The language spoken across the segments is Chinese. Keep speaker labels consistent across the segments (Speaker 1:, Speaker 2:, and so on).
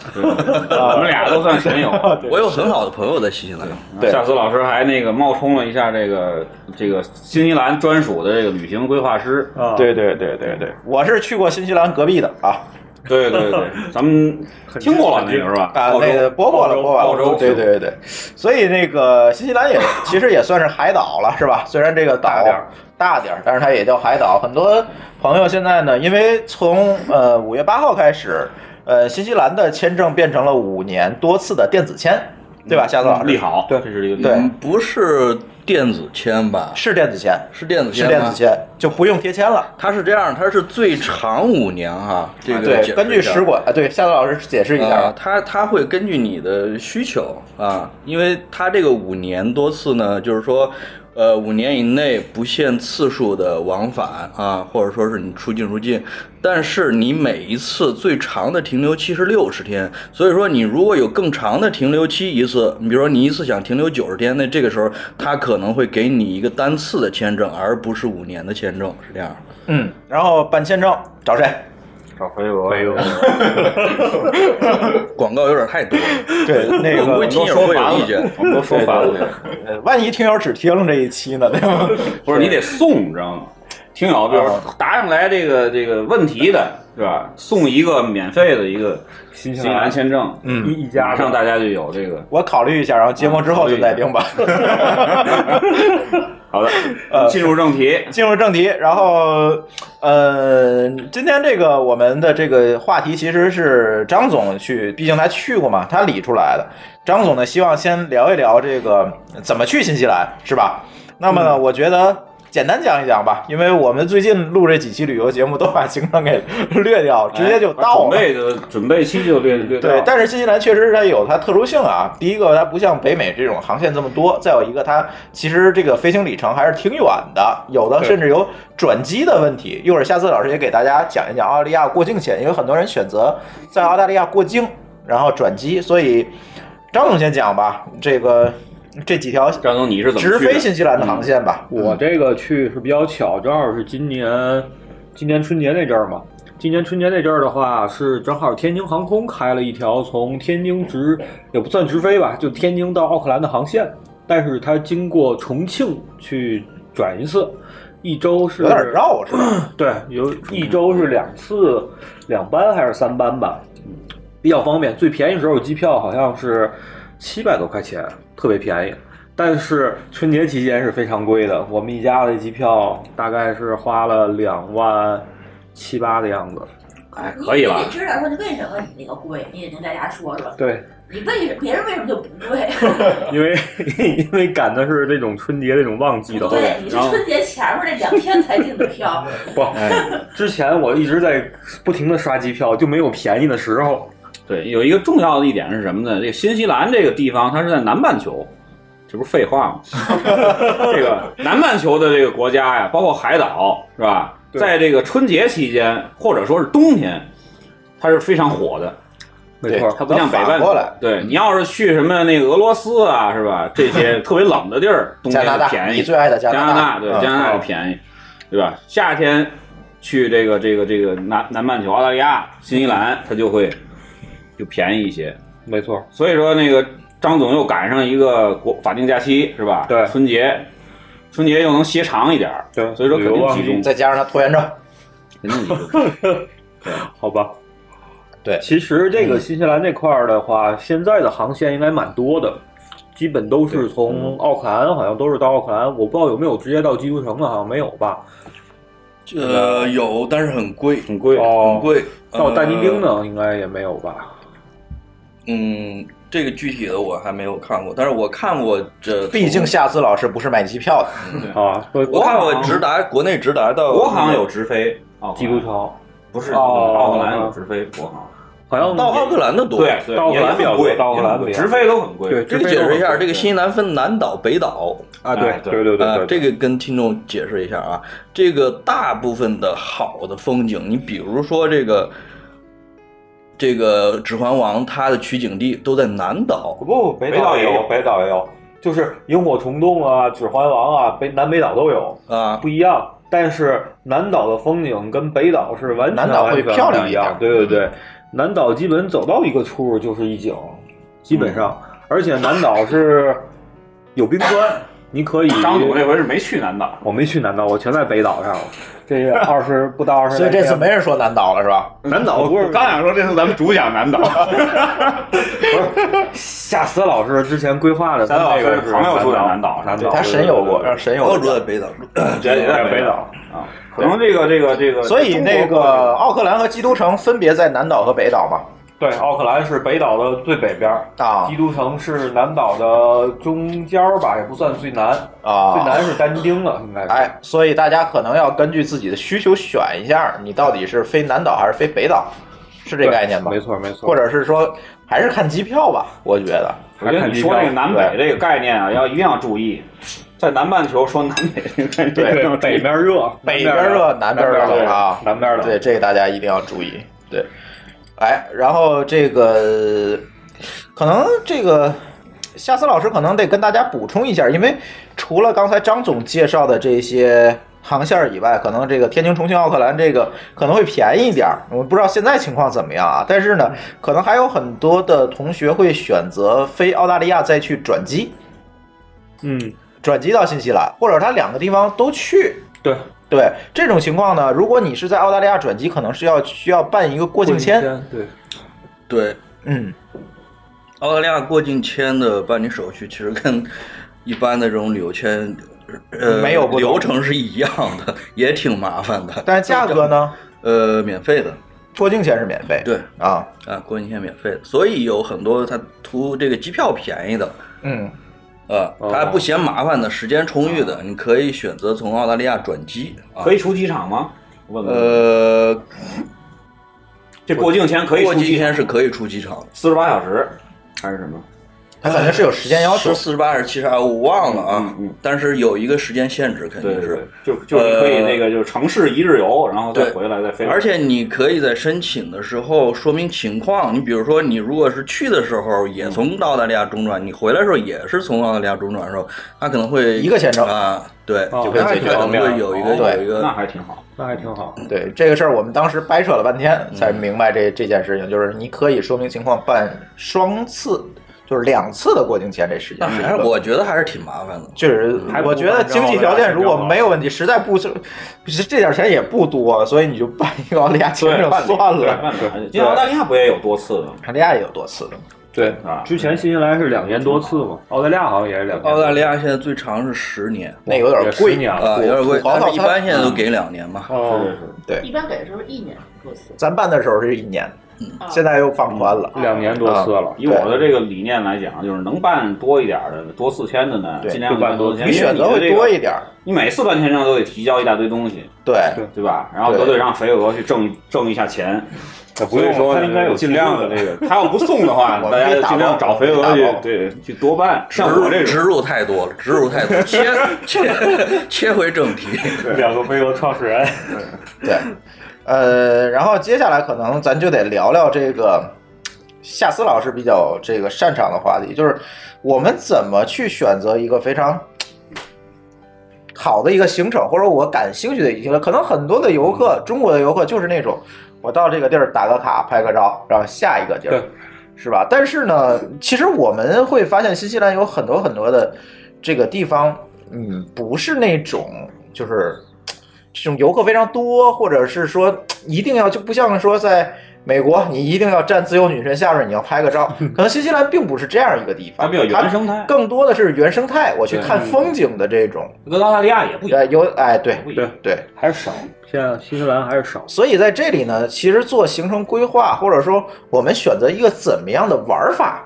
Speaker 1: 啊
Speaker 2: 我们俩都算神 友。
Speaker 3: 我有很好的朋友在新西兰，
Speaker 1: 对
Speaker 2: 夏思老师还那个冒充了一下这个这个新西兰专属的这个旅行规划师。
Speaker 4: 啊，
Speaker 1: 对对对对对，我是去过新西兰隔壁的啊
Speaker 2: 对对 对，咱们听过了那个是吧？
Speaker 1: 啊，那个播过了，播完
Speaker 2: 澳洲
Speaker 1: 了，对对对对，所以那个新西兰也其实也算是海岛了，是吧？虽然这个岛
Speaker 2: 大点儿
Speaker 1: 大点儿，但是它也叫海岛。很多朋友现在呢，因为从呃五月八号开始，呃新西兰的签证变成了五年多次的电子签，对吧？夏子老师，
Speaker 2: 嗯利好，
Speaker 1: 对
Speaker 2: 这是一个利好
Speaker 1: 对
Speaker 3: 嗯，不是电子签吧？
Speaker 1: 是电子签，
Speaker 3: 是电子签
Speaker 1: 是
Speaker 3: 吗
Speaker 1: 电子。签，就不用贴签了。
Speaker 3: 它是这样，它是最长五年哈，这个解释
Speaker 1: 对，
Speaker 3: 一下
Speaker 1: 根据使馆啊，对，夏子老师解释一下
Speaker 3: 啊，，它它会根据你的需求啊，因为它这个五年多次呢，就是说，呃，五年以内不限次数的往返啊，或者说是你出境入境，但是你每一次最长的停留期是六十天，所以说你如果有更长的停留期一次，你比如说你一次想停留九十天，那这个时候它可能会给你一个单次的签证，而不是五年的签证，是这样。
Speaker 1: 嗯，然后办签证找谁？
Speaker 2: 找飞蛾，飞 蛾
Speaker 3: 广告有点太多了，
Speaker 1: 对， 那
Speaker 3: 我
Speaker 1: 个
Speaker 3: 估计听友会有意见。
Speaker 2: 我们都说烦了。
Speaker 1: 呃，万一听友只听了这一期呢，对 吧？
Speaker 2: 不是你得送，你知道吗？听友，比如说
Speaker 1: 啊
Speaker 2: 答上来这个这个问题的，是吧？送一个免费的一个新西兰签证，
Speaker 1: 嗯
Speaker 2: 一家马上大家就有这个。
Speaker 1: 我考虑一下，然后节目之后就再定 吧。
Speaker 2: 好 的，
Speaker 1: 呃
Speaker 2: 进入正题，
Speaker 1: 进入正题，然后，呃，今天这个我们的这个话题其实是张总去，毕竟他去过嘛，他理出来的。张总呢，希望先聊一聊这个怎么去新西兰，是吧？那么呢，
Speaker 2: 嗯
Speaker 1: 我觉得简单讲一讲吧，因为我们最近录这几期旅游节目都把行程给略掉，直接就到了。
Speaker 2: 哎准备的准备期就略略到
Speaker 1: 对，但是新西兰确实它有它特殊性啊。第一个，它不像北美这种航线这么多；再有一个，它其实这个飞行里程还是挺远的，有的
Speaker 2: 对
Speaker 1: 甚至有转机的问题。一会儿下次老师也给大家讲一讲澳大利亚过境线，因为很多人选择在澳大利亚过境，然后转机。所以张总先讲吧，这个这几条
Speaker 2: 张总你是怎么去
Speaker 1: 直
Speaker 2: 的
Speaker 1: 飞新西兰的航线吧。
Speaker 5: 嗯
Speaker 1: 嗯
Speaker 5: 我这个去是比较巧，正好是今年今年春节那阵儿嘛。今年春节那阵儿的话，是正好天津航空开了一条从天津直也不算直飞吧，就天津到奥克兰的航线，但是它经过重庆去转一次，一周是
Speaker 1: 有点绕是 吧？
Speaker 5: 对，有一周是两次，两班还是三班吧，比较方便。最便宜时候机票好像是七百多块钱，特别便宜。但是春节期间是非常贵的，我们一家的机票大概是花了两万七八的样子。
Speaker 2: 哎可以
Speaker 6: 你
Speaker 2: 了
Speaker 6: 得，知道说你为什么你那个贵，你也跟大家说说。
Speaker 5: 对，
Speaker 6: 你为什别人为什么就不贵？
Speaker 5: 因为 因为赶的是这种春节这种旺季的话，
Speaker 6: 对，你是春节前面那两天才订的票，
Speaker 5: 不，
Speaker 2: 哎
Speaker 5: 之前我一直在不停的刷机票，就没有便宜的时候。
Speaker 2: 对，有一个重要的一点是什么呢？这个新西兰这个地方，它是在南半球，这不是废话吗？ 这个南半球的这个国家呀，包括海岛，是吧？
Speaker 5: 对
Speaker 2: 在这个春节期间，或者说是冬天，它是非常火的。
Speaker 5: 没错，
Speaker 2: 它不像北
Speaker 1: 反
Speaker 2: 半
Speaker 1: 过
Speaker 2: 球
Speaker 1: 来。
Speaker 2: 对你要是去什么那个俄罗斯啊，是吧？这些特别冷的地儿，冬
Speaker 1: 加
Speaker 2: 天
Speaker 1: 拿
Speaker 2: 就
Speaker 1: 大，
Speaker 2: 便宜。
Speaker 1: 你最爱的加
Speaker 2: 加
Speaker 1: 拿
Speaker 2: 拿大对
Speaker 5: 啊
Speaker 1: 嗯
Speaker 2: 加拿
Speaker 5: 哦
Speaker 2: 大就便宜，对吧？夏天去这个这个这个南南半球澳大利亚、新西兰，它就会就便宜一些。
Speaker 5: 嗯没错，
Speaker 2: 所以说那个张总又赶上一个国法定假期是吧？
Speaker 5: 对
Speaker 2: 春节，春节又能歇长一点儿，
Speaker 5: 对
Speaker 2: 所以说肯
Speaker 5: 旅游
Speaker 2: 定
Speaker 5: 旺
Speaker 2: 集中，
Speaker 1: 再加上他拖延症，
Speaker 2: 肯定集中。
Speaker 5: 好吧。
Speaker 1: 对
Speaker 5: 其实这个新西兰这块儿的话，现在的航线应该蛮多的，基本都是从奥克兰，好像都是到奥克兰，我不知道有没有直接到基督城的，好像没有吧？
Speaker 3: 呃，有，但是很贵，
Speaker 2: 很贵，
Speaker 3: 很
Speaker 5: 哦，
Speaker 3: 贵。
Speaker 5: 到
Speaker 3: 呃
Speaker 5: 但尼丁？呢，应该也没有吧？
Speaker 3: 嗯，这个具体的我还没有看过，但是我看过这，
Speaker 1: 毕竟夏思老师不是买机票的，
Speaker 5: 啊，对，
Speaker 3: 我看过直达国内直达到
Speaker 2: 国航有直飞，奥克兰
Speaker 5: 哦基督城，
Speaker 2: 不是
Speaker 5: 哦
Speaker 2: 奥克兰有直飞，国航
Speaker 5: 好像
Speaker 3: 到奥克兰的多。
Speaker 2: 对对，
Speaker 5: 到奥克
Speaker 2: 也
Speaker 5: 兰
Speaker 2: 很
Speaker 5: 比较多
Speaker 2: 贵，
Speaker 5: 到奥克兰
Speaker 2: 也很贵
Speaker 5: 比较
Speaker 2: 直飞都很贵，
Speaker 5: 对
Speaker 3: 这个解释一下，这个新西兰分南岛、北岛
Speaker 5: 啊，
Speaker 2: 哎
Speaker 5: 对
Speaker 2: 对
Speaker 5: 对对
Speaker 3: 呃，
Speaker 5: 对，
Speaker 3: 这
Speaker 5: 对
Speaker 3: 个跟听众解释一下啊，这个大部分的好的风景，你比如说这个这个《指环王》，它的取景地都在南岛
Speaker 5: 不，不北
Speaker 2: 北岛
Speaker 5: 岛也
Speaker 2: 也有
Speaker 5: 有，北岛也有，就是萤火虫洞啊、指环王啊，北南北岛都有，
Speaker 3: 啊
Speaker 5: 不。一样。但是南岛的风景跟北岛是完全
Speaker 1: 南岛会
Speaker 5: 完全
Speaker 1: 漂亮
Speaker 5: 不一
Speaker 1: 一点
Speaker 5: 样，对对对，南岛基本走到一个出入就是一景，基本上，
Speaker 1: 嗯
Speaker 5: 而且南岛是有冰川，你可以。
Speaker 2: 张总这回是没去南岛，
Speaker 5: 我没去南岛，我全在北岛上， 这个二十不到二十
Speaker 1: 所
Speaker 5: 来
Speaker 1: 以
Speaker 5: 天，
Speaker 1: 这次没人说南岛了是吧？
Speaker 5: 南岛不是
Speaker 2: 刚想说这次咱们主讲南岛，
Speaker 5: 夏思老师之前规划的，
Speaker 2: 夏思老师
Speaker 5: 那个是
Speaker 2: 朋友住在南
Speaker 5: 南
Speaker 2: 岛
Speaker 5: 南岛
Speaker 1: 他神游过，让神游
Speaker 3: 我
Speaker 1: 过
Speaker 3: 住在北岛，
Speaker 2: 也也在
Speaker 5: 北岛。
Speaker 2: 啊。可能这个这个这 个，
Speaker 1: 所以那
Speaker 2: 中国
Speaker 1: 个奥克兰和基督城分别在南岛和北岛嘛？
Speaker 5: 对，奥克兰是北岛的最北边儿，
Speaker 1: 啊
Speaker 5: 基督城是南岛的中间儿吧，也不算最南，最
Speaker 1: 啊，
Speaker 5: 南是丹丁了，应该是。
Speaker 1: 哎，所以大家可能要根据自己的需求选一下，你到底是飞南岛还是飞北岛，是这
Speaker 5: 对，
Speaker 1: 概念吧
Speaker 5: 没？错没错。
Speaker 1: 或者是说还是看机票吧？我觉得
Speaker 2: 我觉得你说那个南北这个概念啊，要一定要注意，在南半球说南北这个概念一定要
Speaker 5: 对
Speaker 2: 注意
Speaker 5: 北边热，
Speaker 1: 北边热，南边
Speaker 5: 南边
Speaker 1: 冷
Speaker 5: 冷
Speaker 1: 啊，
Speaker 5: 南边冷
Speaker 1: 对，这个大家一定要注意。对，哎，然后这个可能这个夏思老师可能得跟大家补充一下，因为除了刚才张总介绍的这些航线儿以外，可能这个天津、重庆、奥克兰这个可能会便宜一点儿。我不知道现在情况怎么样啊，但是呢，可能还有很多的同学会选择飞澳大利亚再去转机，
Speaker 5: 嗯，
Speaker 1: 转机到新西兰，或者他两个地方都去。
Speaker 5: 对，
Speaker 1: 对这种情况呢，如果你是在澳大利亚转机，可能是要需要办一个过境签。
Speaker 2: 嗯
Speaker 5: 签，对，
Speaker 3: 对，
Speaker 1: 嗯，
Speaker 3: 澳大利亚过境签的办理手续其实跟一般的这种旅游签，呃，
Speaker 1: 没有不同
Speaker 3: 流程是一样的，也挺麻烦的。
Speaker 1: 但是价格呢，
Speaker 3: 呃，免费的，
Speaker 1: 过境签是免费。
Speaker 3: 对
Speaker 1: 啊，
Speaker 3: 啊，过境签免费的，所以有很多他图这个机票便宜的，
Speaker 1: 嗯，
Speaker 3: 呃，
Speaker 2: 哦
Speaker 3: 他不嫌麻烦的，时间充裕
Speaker 2: 啊
Speaker 3: 的，你可以选择从澳大利亚转机啊
Speaker 2: 可。以出机场吗？我问问，
Speaker 3: 呃，
Speaker 2: 这过境嗯前可以
Speaker 3: 过
Speaker 2: 出
Speaker 3: 境
Speaker 2: 机
Speaker 3: 签是可以出机场的，
Speaker 2: 四十八小时还是什么？
Speaker 1: 它肯定是有时间要求
Speaker 3: 是。四十八还是七十二，我忘了啊
Speaker 2: 嗯嗯嗯。
Speaker 3: 但是有一个时间限制，肯
Speaker 2: 对
Speaker 3: 定
Speaker 2: 对
Speaker 3: 是
Speaker 2: 对。，就就是你可以
Speaker 3: 呃
Speaker 2: 那个就是城市一日游，然后再
Speaker 3: 对
Speaker 2: 回来再飞。
Speaker 3: 而且你可以在申请的时候说明情况，你比如说你如果是去的时候也从澳大利亚中转，你回来的时候也是从澳大利亚中转的时候，他可能会
Speaker 1: 一个签证
Speaker 3: 啊，对，
Speaker 5: 哦
Speaker 3: 就
Speaker 5: 那
Speaker 3: 他
Speaker 5: 还挺
Speaker 3: 可
Speaker 5: 方
Speaker 3: 能
Speaker 5: 便
Speaker 3: 会有一个
Speaker 1: 对
Speaker 3: 有一
Speaker 2: 那
Speaker 3: 个
Speaker 2: 还挺好，
Speaker 5: 那还挺好。
Speaker 1: 对这个事儿，我们当时掰扯了半天才明白这这件事情，就是你可以说明情况办双次，就是两次的过境签这时间
Speaker 3: 但
Speaker 1: 是一
Speaker 3: 还是
Speaker 1: 个。
Speaker 3: 我觉得还是挺麻烦的。
Speaker 1: 确实
Speaker 5: 还，不
Speaker 1: 我觉得经济条件如果没有问题，实在不是，这点钱也不多，所以你就办一个澳大利亚签证
Speaker 2: 办理
Speaker 1: 算
Speaker 2: 对
Speaker 1: 了。
Speaker 2: 办理。因为澳大利亚不也有多次的吗？
Speaker 1: 澳大利亚也有多次的，
Speaker 5: 对
Speaker 2: 啊
Speaker 5: 之前新西兰是两年多次嘛，澳大利亚好像也是两年。
Speaker 3: 澳大利亚现在最长是十年，
Speaker 1: 那有点
Speaker 5: 也
Speaker 1: 贵
Speaker 5: 十年了
Speaker 3: 啊，有点贵，
Speaker 1: 土豪
Speaker 3: 但
Speaker 1: 套
Speaker 3: 是一般
Speaker 1: 餐
Speaker 3: 现在都给两年嘛。
Speaker 5: 哦，
Speaker 2: 是是
Speaker 6: 一般给的时候一年多次，
Speaker 1: 咱办的时候是一年，
Speaker 6: 啊
Speaker 1: 现在又放宽了。
Speaker 7: 嗯
Speaker 1: 啊
Speaker 5: 两年多次了。
Speaker 2: 以我的这个理念来讲，就是能办多一点儿的、多四千的呢，
Speaker 1: 对
Speaker 2: 尽量
Speaker 5: 就办多
Speaker 2: 四千。
Speaker 1: 你
Speaker 2: 因为
Speaker 1: 选择
Speaker 2: 的
Speaker 1: 会
Speaker 2: 这个
Speaker 1: 多一点，儿，
Speaker 2: 你每次办签证都得提交一大堆东西，
Speaker 1: 对
Speaker 5: 对
Speaker 2: 对吧？然后
Speaker 1: 对
Speaker 2: 都得让肥鹅去挣一挣一下钱，
Speaker 5: 也不
Speaker 2: 所以
Speaker 5: 用
Speaker 2: 说
Speaker 5: 他应该有
Speaker 2: 尽量的
Speaker 5: 记录
Speaker 2: 这个，他要不送的话，
Speaker 1: 我
Speaker 2: 大家
Speaker 1: 可以
Speaker 2: 就
Speaker 1: 打
Speaker 2: 尽
Speaker 1: 包
Speaker 2: 量找肥
Speaker 1: 我
Speaker 2: 鹅
Speaker 1: 可以打
Speaker 2: 去
Speaker 1: 包，
Speaker 2: 对，去多办。
Speaker 3: 植
Speaker 2: 像
Speaker 3: 入
Speaker 2: 我这
Speaker 3: 植
Speaker 2: 种，
Speaker 3: 入太多了，植入太多，切切切回正题。
Speaker 5: 两个微博创始人。
Speaker 1: 对，呃，然后接下来可能咱就得聊聊这个夏思老师比较这个擅长的话题，就是我们怎么去选择一个非常。好的一个行程，或者我感兴趣的一个，可能很多的游
Speaker 2: 嗯
Speaker 1: 客，中国的游客就是那种，我到这个地儿打个卡拍个照，然后下一个地儿
Speaker 5: 对，
Speaker 1: 是吧？但是呢，其实我们会发现新西兰有很多很多的这个地方，嗯，不是那种就是这种游客非常多，或者是说一定要就不像说在美国，你一定要站自由女神下面你要拍个 照，可能新西兰并不是这样一个地方，
Speaker 2: 它比较原生态
Speaker 1: 更多的是原生态，我去
Speaker 2: 对嗯
Speaker 1: 看风景的这种，
Speaker 2: 跟澳大利亚也不一样，
Speaker 1: 对，有哎对
Speaker 2: 不一
Speaker 5: 对
Speaker 2: 样。，
Speaker 1: 对，
Speaker 5: 还是少。现在新西兰还是少。
Speaker 1: 所以在这里呢，其实做行程规划，或者说我们选择一个怎么样的玩法，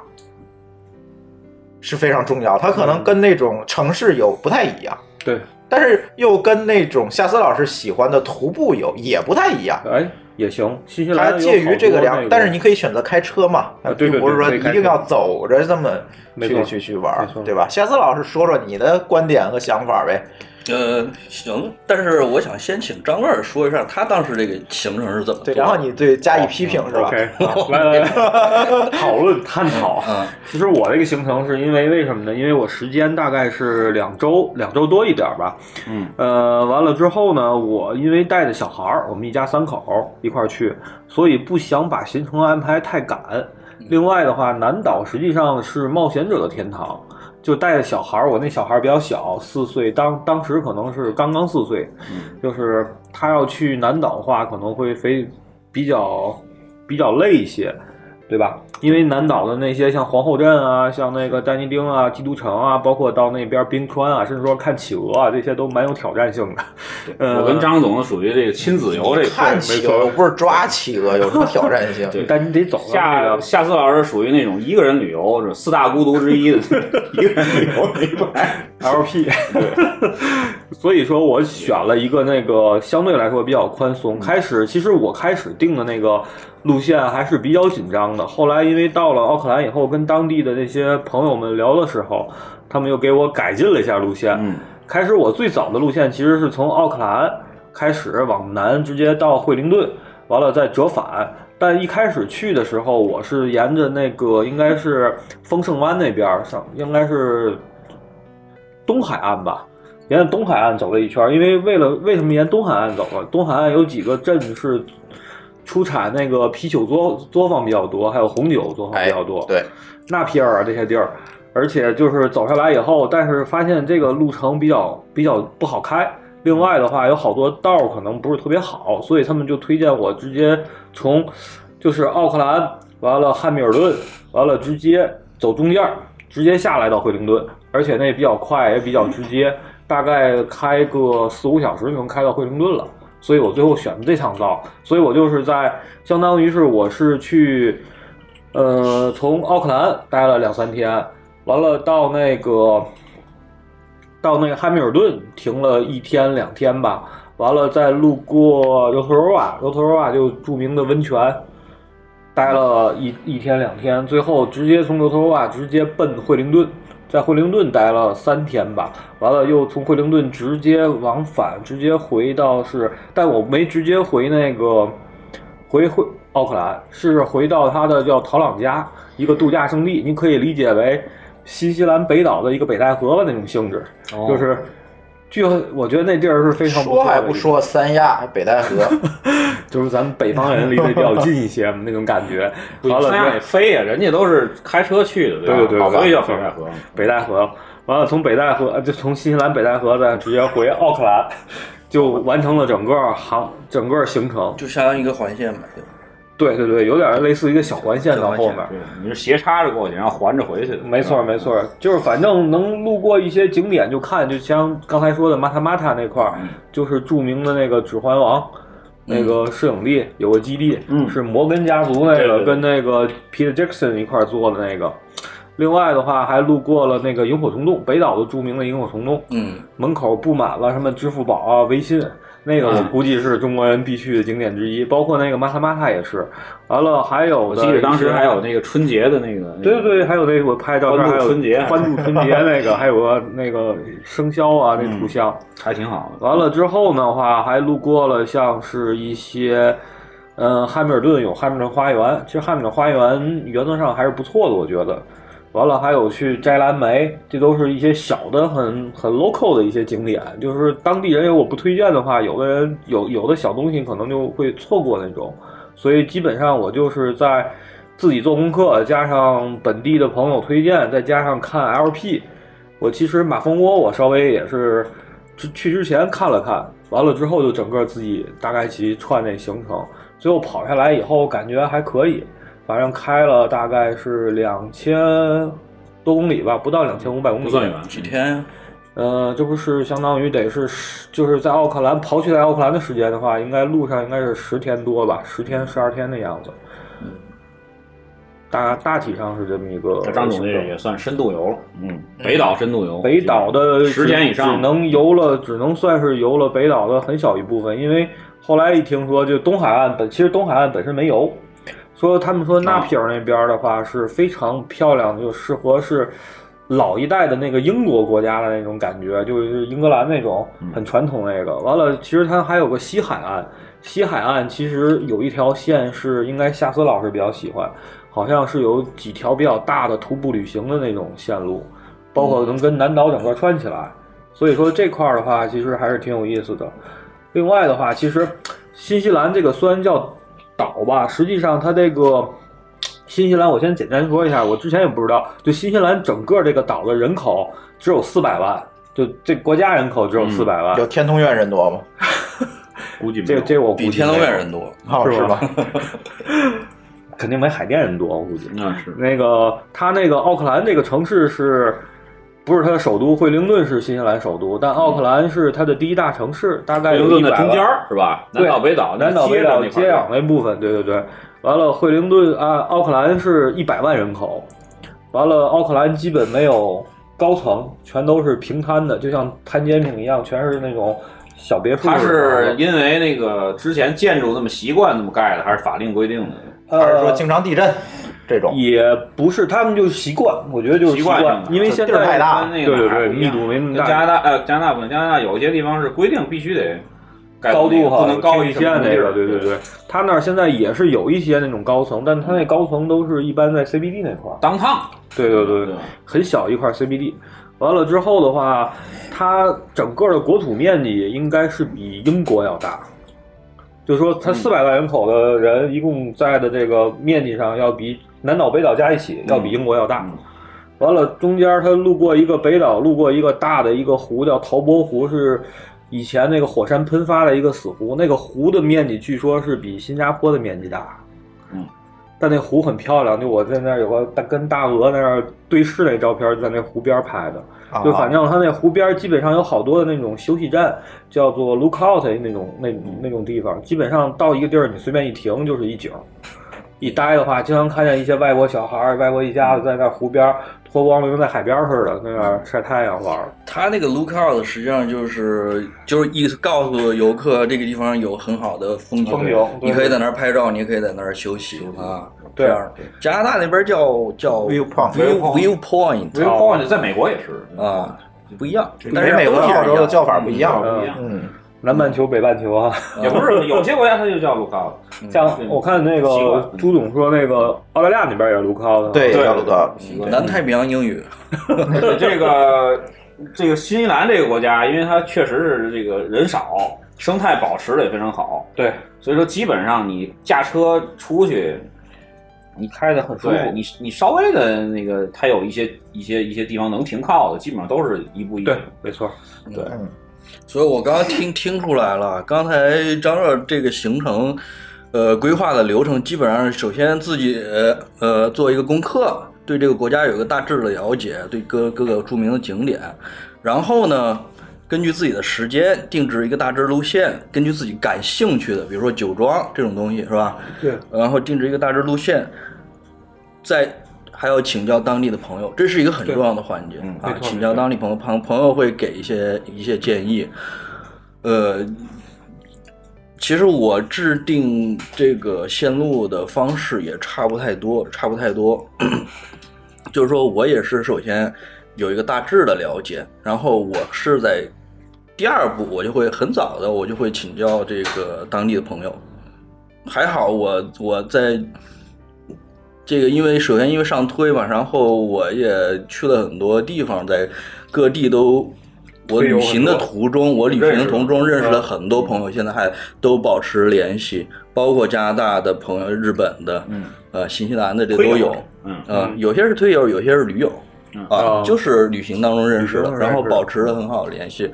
Speaker 1: 是非常重要。它可
Speaker 2: 嗯
Speaker 1: 能跟那种城市游不太一样，
Speaker 5: 对，
Speaker 1: 但是又跟那种夏思老师喜欢的徒步游也不太一样。
Speaker 5: 哎，也行。新西
Speaker 1: 它
Speaker 5: 兰有
Speaker 1: 介
Speaker 5: 好
Speaker 1: 于
Speaker 5: 多
Speaker 1: 这个
Speaker 5: 那
Speaker 1: 两，但是你可以选择开车嘛，
Speaker 5: 啊对对
Speaker 1: 并不是
Speaker 5: 对
Speaker 1: 说
Speaker 5: 可以
Speaker 1: 一
Speaker 5: 开
Speaker 1: 定
Speaker 5: 车
Speaker 1: 要走着这么
Speaker 5: 没
Speaker 1: 去
Speaker 5: 错
Speaker 1: 去去玩儿
Speaker 5: 没错，
Speaker 1: 对吧？夏思老师说说你的观点和想法呗。
Speaker 3: 呃，行，但是我想先请张二说一下他当时这个行程是怎么做
Speaker 1: 对，
Speaker 3: 的。
Speaker 1: 然后你对
Speaker 2: 哦
Speaker 1: 加以批评是吧？
Speaker 5: OK，来来来，呃 讨论探讨。
Speaker 3: 嗯
Speaker 5: 其实我这个行程是因为为什么呢？因为我时间大概是两周，两周多一点吧。
Speaker 2: 嗯，
Speaker 5: 呃，完了之后呢，我因为带着小孩儿，我们一家三口一块儿去，所以不想把行程安排太赶。另外的话，南岛实际上是冒险者的天堂，就带着小孩儿，我那小孩儿比较小，四岁，当当时可能是刚刚四岁，就是他要去南岛的话，可能会非比较比较累一些，对吧？因为南岛的那些像皇后镇啊，像那个丹尼丁啊、基督城啊，包括到那边冰川啊，甚至说看企鹅啊，这些都蛮有挑战性的。
Speaker 1: 嗯
Speaker 5: 呃，
Speaker 2: 我跟张总属于这个亲子游这一块
Speaker 1: 看
Speaker 2: 儿，
Speaker 1: 企鹅又不是抓企鹅，有什么挑战性？
Speaker 2: 对
Speaker 5: 但你得走到这
Speaker 2: 夏
Speaker 5: 个
Speaker 2: 夏思老师属于那种一个人旅游，是四大孤独之一的 一个人旅游这一块。
Speaker 5: LP，所以说我选了一个那个相对来说比较宽松。开始其实我开始定的那个路线还是比较紧张的，后来因为到了奥克兰以后，跟当地的那些朋友们聊的时候，他们又给我改进了一下路线。
Speaker 2: 嗯，
Speaker 5: 开始我最早的路线其实是从奥克兰开始往南，直接到惠灵顿，完了再折返。但一开始去的时候，我是沿着那个应该是丰盛湾那边儿上，应该是东海岸吧，沿着东海岸走了一圈儿。因为为了为什么沿东海岸走啊？东海岸有几个镇是出产那个啤酒作作坊比较多，还有红酒作坊比较多。
Speaker 1: 对，
Speaker 5: 纳皮尔啊这些地儿，而且就是走下来以后，但是发现这个路程比较比较不好开。另外的话，有好多道儿可能不是特别好，所以他们就推荐我直接从就是奥克兰，完了汉密尔顿，完了直接走中间儿，直接下来到惠灵顿，而且那也比较快，也比较直接，大概开个四五小时就能开到惠灵顿了。所以我最后选的这趟道，所以我就是在相当于是我是去，呃，从奥克兰待了两三天，完了到那个到那个汉密尔顿停了一天两天吧，完了再路过 Rotorua，Rotorua 就著名的温泉，待了一一天两天，最后直接从 Rotorua 直接奔惠灵顿。在惠灵顿待了三天吧，完了又从惠灵顿直接往返，直接回到是，但我没直接回那个回回奥克兰，是回到它的叫陶朗加一个度假胜地，你可以理解为新西兰北岛的一个北戴河了那种性质，就是。据我觉得那地儿是非常不
Speaker 1: 说
Speaker 5: 错的
Speaker 1: 还不
Speaker 5: 一个
Speaker 1: 说三亚还北戴河，
Speaker 5: 就是咱们北方人离得比较近一些那种感觉。完了
Speaker 2: 三亚也
Speaker 5: 之后，
Speaker 2: 飞呀，人家都是开车去的， 吧？
Speaker 5: 对对对
Speaker 2: 好
Speaker 5: 对
Speaker 2: 所以
Speaker 1: 啊
Speaker 2: 叫北戴河。
Speaker 5: 北戴河，完了从北戴河呃就从新西兰北戴河再直接回奥克兰，就完成了整个航整个行程。
Speaker 3: 就相当于一个环线嘛，对吧
Speaker 5: 对对对，有点类似一个小环线到后面。
Speaker 2: 对，你是斜插着过去，然后环着回去的。
Speaker 5: 没错，没错，就是反正能路过一些景点就看，就像刚才说的马塔马塔那块儿，就是著名的那个《指环王》那个摄影地有个基地，
Speaker 2: 嗯
Speaker 5: 是摩根家族那
Speaker 2: 对对
Speaker 5: 个
Speaker 2: 对
Speaker 5: 跟那个 Peter Jackson 一块儿做的那个。另外的话，还路过了那个萤火虫洞，北岛的著名的萤火虫洞，
Speaker 3: 嗯，
Speaker 5: 门口布满了什么支付宝啊、微信，那个我估计是中国人必去的景点之一，包括那个马塔马塔也是。完了，还有
Speaker 2: 我
Speaker 5: 的
Speaker 2: 记得当时
Speaker 5: 一些
Speaker 2: 还有那个春节的那个，
Speaker 5: 对对对，还有那个我拍照片，
Speaker 2: 欢度
Speaker 5: 还有
Speaker 2: 春节
Speaker 5: 欢度春节那个，还有个那个生肖啊，那图像。
Speaker 2: 还挺好的。
Speaker 5: 完了之后呢话，还路过了像是一些，嗯，汉密尔顿有汉密尔顿花园，其实汉密尔顿花园原则上还是不错的，我觉得。完了，还有去摘蓝莓，这都是一些小的、很很 local 的一些景点。就是当地人有我不推荐的话，有的人有有的小东西可能就会错过那种。所以基本上我就是在自己做功课，加上本地的朋友推荐，再加上看 LP，我其实马蜂窝我稍微也是去去之前看了看，完了之后就整个自己大概其串那行程，最后跑下来以后感觉还可以，反正开了大概是两千多公里吧，不到两千五百公里，
Speaker 2: 不算远，
Speaker 3: 几天呀？
Speaker 5: 呃，这不是相当于得是十，就是在奥克兰刨去在奥克兰的时间的话，应该路上应该是十天多吧，十天
Speaker 3: 嗯
Speaker 5: 十二天的样子。大大体上是这么一个。
Speaker 2: 这张总这也算深度游了，嗯，北岛深度游，
Speaker 5: 北岛的
Speaker 2: 十天以上
Speaker 5: 只能游了，只能算是游了北岛的很小一部分，因为后来一听说，就东海岸本其实东海岸本身没游，说他们说纳皮尔那边的话是非常漂亮的，就适合是老一代的那个英国国家的那种感觉，就是英格兰那种
Speaker 3: 嗯
Speaker 5: 很传统那个。完了，其实它还有个西海岸，西海岸其实有一条线是应该夏思老师比较喜欢，好像是有几条比较大的徒步旅行的那种线路，包
Speaker 2: 嗯
Speaker 5: 括能跟南岛整个串起来。所以说这块儿的话，其实还是挺有意思的。另外的话，其实新西兰这个虽然叫岛吧，实际上它这个新西兰，我先简单说一下，我之前也不知道，就新西兰整个这个岛的人口只有四百万，就这国家人口只有四百万，
Speaker 1: 有天通苑人多吗？
Speaker 2: 嗯估计没
Speaker 5: 这
Speaker 2: 有
Speaker 5: 这我估计
Speaker 3: 比天龙
Speaker 5: 没有
Speaker 3: 院人多。
Speaker 1: 哦，
Speaker 5: 是
Speaker 1: 是吧？
Speaker 5: 肯定没海淀人多，我估计。
Speaker 2: 那是
Speaker 5: 那个他那个奥克兰这个城市是，不是它的首都？惠灵顿是新西兰首都，但奥克兰是它的第一大城市，大概
Speaker 2: 惠
Speaker 5: 有
Speaker 2: 灵顿的
Speaker 5: 100万
Speaker 2: 中间儿是吧？南
Speaker 5: 对
Speaker 2: 岛北岛，
Speaker 5: 南岛北岛
Speaker 2: 那
Speaker 5: 接壤
Speaker 2: 块
Speaker 5: 那部分，对对对。完了，惠灵顿啊，奥克兰是一百万人口，完了，奥克兰基本没有高层，全都是平摊的，就像摊煎饼一样，全是那种小别墅似的
Speaker 2: 它
Speaker 5: 房
Speaker 2: 是
Speaker 5: 子。
Speaker 2: 因为那个之前建筑那么习惯那么盖的，还是法令规定的？
Speaker 5: 呃
Speaker 1: 还是说经常地震这种？
Speaker 5: 也不是，他们就习惯，我觉得就是
Speaker 2: 习
Speaker 5: 惯，
Speaker 2: 惯性的
Speaker 5: 因为
Speaker 1: 这
Speaker 5: 现
Speaker 1: 地儿
Speaker 5: 在
Speaker 1: 太大
Speaker 2: 跟那个
Speaker 5: 对对
Speaker 2: 哪儿
Speaker 5: 对，
Speaker 2: 不一
Speaker 5: 密
Speaker 2: 样
Speaker 5: 度没那么
Speaker 2: 跟
Speaker 5: 大。
Speaker 2: 加拿大呃加拿大不一样，加拿大有一些地方是规定必须得盖
Speaker 5: 高
Speaker 2: 到那
Speaker 5: 度
Speaker 2: 个
Speaker 5: 哈，
Speaker 2: 不能高
Speaker 5: 于
Speaker 2: 于
Speaker 5: 线那
Speaker 2: 那
Speaker 5: 个，对对
Speaker 2: 对
Speaker 5: 对。，他那儿现在也是有一些那种高层，但他那高层都是一般在 CBD 那块儿。
Speaker 2: 当趟
Speaker 5: 对对对
Speaker 2: 对
Speaker 5: 对
Speaker 2: 吧，
Speaker 5: 很小一块 CBD。完了之后的话，它整个的国土面积应该是比英国要大，就是说
Speaker 2: 嗯
Speaker 5: 它四百万人口的人，一共在的这个面积上要比南岛北岛加一
Speaker 2: 嗯
Speaker 5: 起要比英国要大。完了，中间它路过一个北岛，路过一个大的一个湖，叫陶波湖，是以前那个火山喷发的一个死湖。那个湖的面积据说是比新加坡的面积大。但那湖很漂亮，就我在那儿有个大跟大鹅在那儿对视那照片，就在那湖边拍的。
Speaker 1: 啊
Speaker 5: 就反正它那湖边基本上有好多的那种休息站，叫做 lookout 那种那
Speaker 2: 嗯
Speaker 5: 那种地方，基本上到一个地儿你随便一停就是一景儿。一待的话，经常看见一些外国小孩儿、外国一家子在那湖边脱光了，跟在海边似的，在那儿晒太阳玩儿。
Speaker 3: 他那个 lookout 实际上就是就是意思告诉游客这个地方有很好的风景，
Speaker 5: 风景对
Speaker 3: 你可以在那儿拍照，你也可以在那儿休息啊。
Speaker 5: 对
Speaker 3: 这样加拿大那边叫叫
Speaker 1: Viewpoint
Speaker 3: view viewpoint
Speaker 2: 没有况，在美国也是
Speaker 3: 啊，不一样。
Speaker 1: 但是美国和澳洲的叫法不一样。
Speaker 2: 不一样。
Speaker 1: 嗯，
Speaker 5: 南半球、北半球啊，
Speaker 2: 也不是有些国家它就叫 lookout，
Speaker 5: 像我看那
Speaker 2: 习惯
Speaker 5: 个朱总说，那个澳大利亚那边也 lookout 的。
Speaker 1: 对，叫鲁克。
Speaker 3: 南太平洋英语，
Speaker 2: 对这个这个新西兰这个国家，因为它确实是这个人少，生态保持的也非常好，
Speaker 5: 对，
Speaker 2: 所以说基本上你驾车出去，你
Speaker 5: 开的很舒服。
Speaker 2: 对你你稍微的那个，它有一些一些一些地方能停靠的，基本上都是一步一步。
Speaker 5: 对，没错。
Speaker 2: 对
Speaker 3: 所以我刚刚听听出来了，刚才张乐这个行程，呃，规划的流程基本上是首先自己呃做一个功课，对这个国家有一个大致的了解，对各各个著名的景点，然后呢。根据自己的时间定制一个大致路线，根据自己感兴趣的，比如说酒庄这种东西是吧？
Speaker 5: 对，
Speaker 3: 然后定制一个大致路线，再还要请教当地的朋友，这是一个很重要的环节
Speaker 2: 嗯
Speaker 3: 啊
Speaker 5: 没。错
Speaker 3: 请教当地朋友，朋朋友会给一些一些建议。呃，其实我制定这个线路的方式也差不太多，差不太多。就是说我也是首先有一个大致的了解，然后我是在第二步，我就会很早的我就会请教这个当地的朋友。还好我我在这个，因为首先因为上推嘛，然后我也去了很多地方，在各地都我旅行的途中，我旅行的途中认识了很多朋友，现在还都保持联系，包括加拿大的朋友、日本的，
Speaker 2: 嗯，
Speaker 3: 呃，新西兰的这都有，
Speaker 2: 嗯
Speaker 3: 呃，有些是推友，有些是驴友，啊
Speaker 5: 哦，
Speaker 3: 就是旅行当中认识
Speaker 5: 旅
Speaker 3: 的，
Speaker 5: 行当中认识的
Speaker 3: 然后保持了很好的联系。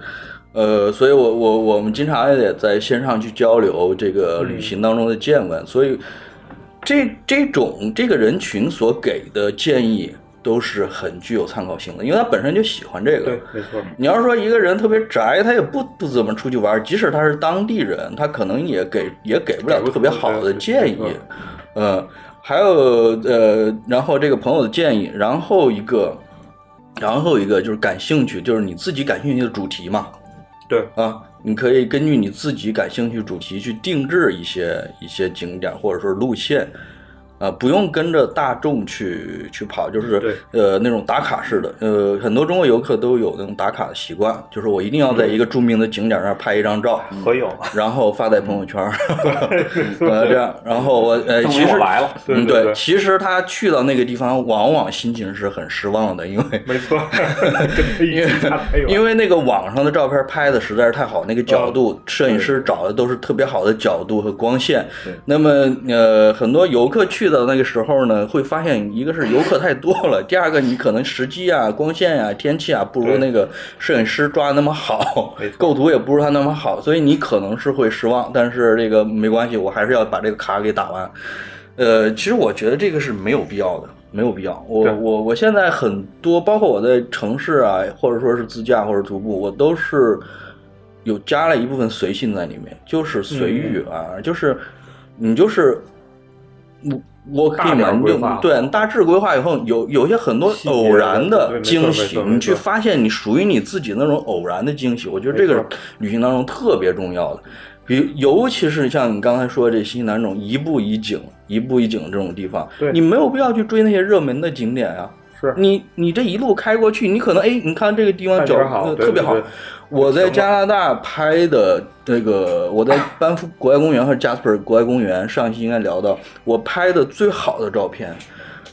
Speaker 3: 呃，所以我我我们经常也得在线上去交流这个
Speaker 5: 嗯
Speaker 3: 旅行当中的见闻，所以这这种这个人群所给的建议都是很具有参考性的，因为他本身就喜欢这个。
Speaker 5: 对，没错，
Speaker 3: 你要是说一个人特别宅，他也不不怎么出去玩，即使他是当地人，他可能也给也给不了特别好的建议
Speaker 5: 对对。
Speaker 3: 嗯，还有呃，然后这个朋友的建议，然后一个，然后一个就是感兴趣，就是你自己感兴趣的主题嘛。
Speaker 5: 对
Speaker 3: 啊，你可以根据你自己感兴趣主题去定制一些一些景点或者说路线。啊，不用跟着大众去去跑，就是
Speaker 5: 对
Speaker 3: 呃那种打卡式的，呃，很多中国游客都有那种打卡的习惯，就是我一定要在一个著名的景点上拍一张照，
Speaker 2: 嗯
Speaker 5: 合影，
Speaker 3: 然后发在朋友圈， 呃这样，然后我呃
Speaker 2: 证
Speaker 3: 其
Speaker 2: 明
Speaker 3: 实
Speaker 2: 我来了，
Speaker 5: 对
Speaker 3: 嗯
Speaker 5: 对对
Speaker 3: 其实他去到那个地方，往往心情是很失望的，因为
Speaker 5: 没错， 跟他一
Speaker 3: 因
Speaker 5: 起搭配
Speaker 3: 为
Speaker 5: 吧哦
Speaker 3: 因为那个网上的照片拍的实在是太好，那个角度，摄影师找的都是特别好的角度和光线。那么呃，很多游客去到那个时候呢，会发现一个是游客太多了， 第二个你可能时机啊、光线啊、天气啊，不如
Speaker 5: 对
Speaker 3: 那个摄影师抓的那么好
Speaker 5: 没错，
Speaker 3: 构图也不如他那么好，所以你可能是会失望。但是这个没关系，我还是要把这个卡给打完。呃，其实我觉得这个是没有必要的，没有必要。我
Speaker 5: 对
Speaker 3: 我我现在很多，包括我在城市啊，或者说是自驾或者徒步，我都是有加了一部分随性在里面，就是
Speaker 5: 嗯
Speaker 3: 随遇啊，就是你就是我我可以
Speaker 5: 大点
Speaker 3: 蛮
Speaker 5: 规
Speaker 3: 就
Speaker 5: 划
Speaker 3: 对大致规划以后，有有些很多
Speaker 5: 细节
Speaker 3: 偶然
Speaker 5: 对
Speaker 3: 的
Speaker 5: 没错
Speaker 3: 惊
Speaker 5: 没
Speaker 3: 喜，
Speaker 5: 错没
Speaker 3: 你去
Speaker 5: 错
Speaker 3: 发现你属于你自己那种偶然的惊喜，我觉得这
Speaker 5: 没
Speaker 3: 个
Speaker 5: 错
Speaker 3: 旅行当中特别重要的。比如，尤其是像你刚才说这新西兰这种一步一景、一步一景这种地方，
Speaker 5: 对
Speaker 3: 你没有必要去追那些热门的景点啊。
Speaker 5: 是
Speaker 3: 你你这一路开过去，你可能哎，你看这个地方
Speaker 5: 看
Speaker 3: 角
Speaker 5: 这儿好
Speaker 3: 呃
Speaker 5: 对
Speaker 3: 特别
Speaker 5: 对
Speaker 3: 好
Speaker 5: 对。
Speaker 3: 我在加拿大拍的这个，我在班夫国家公园和加斯伯国家公园上一期应该聊到，我拍的最好的照片，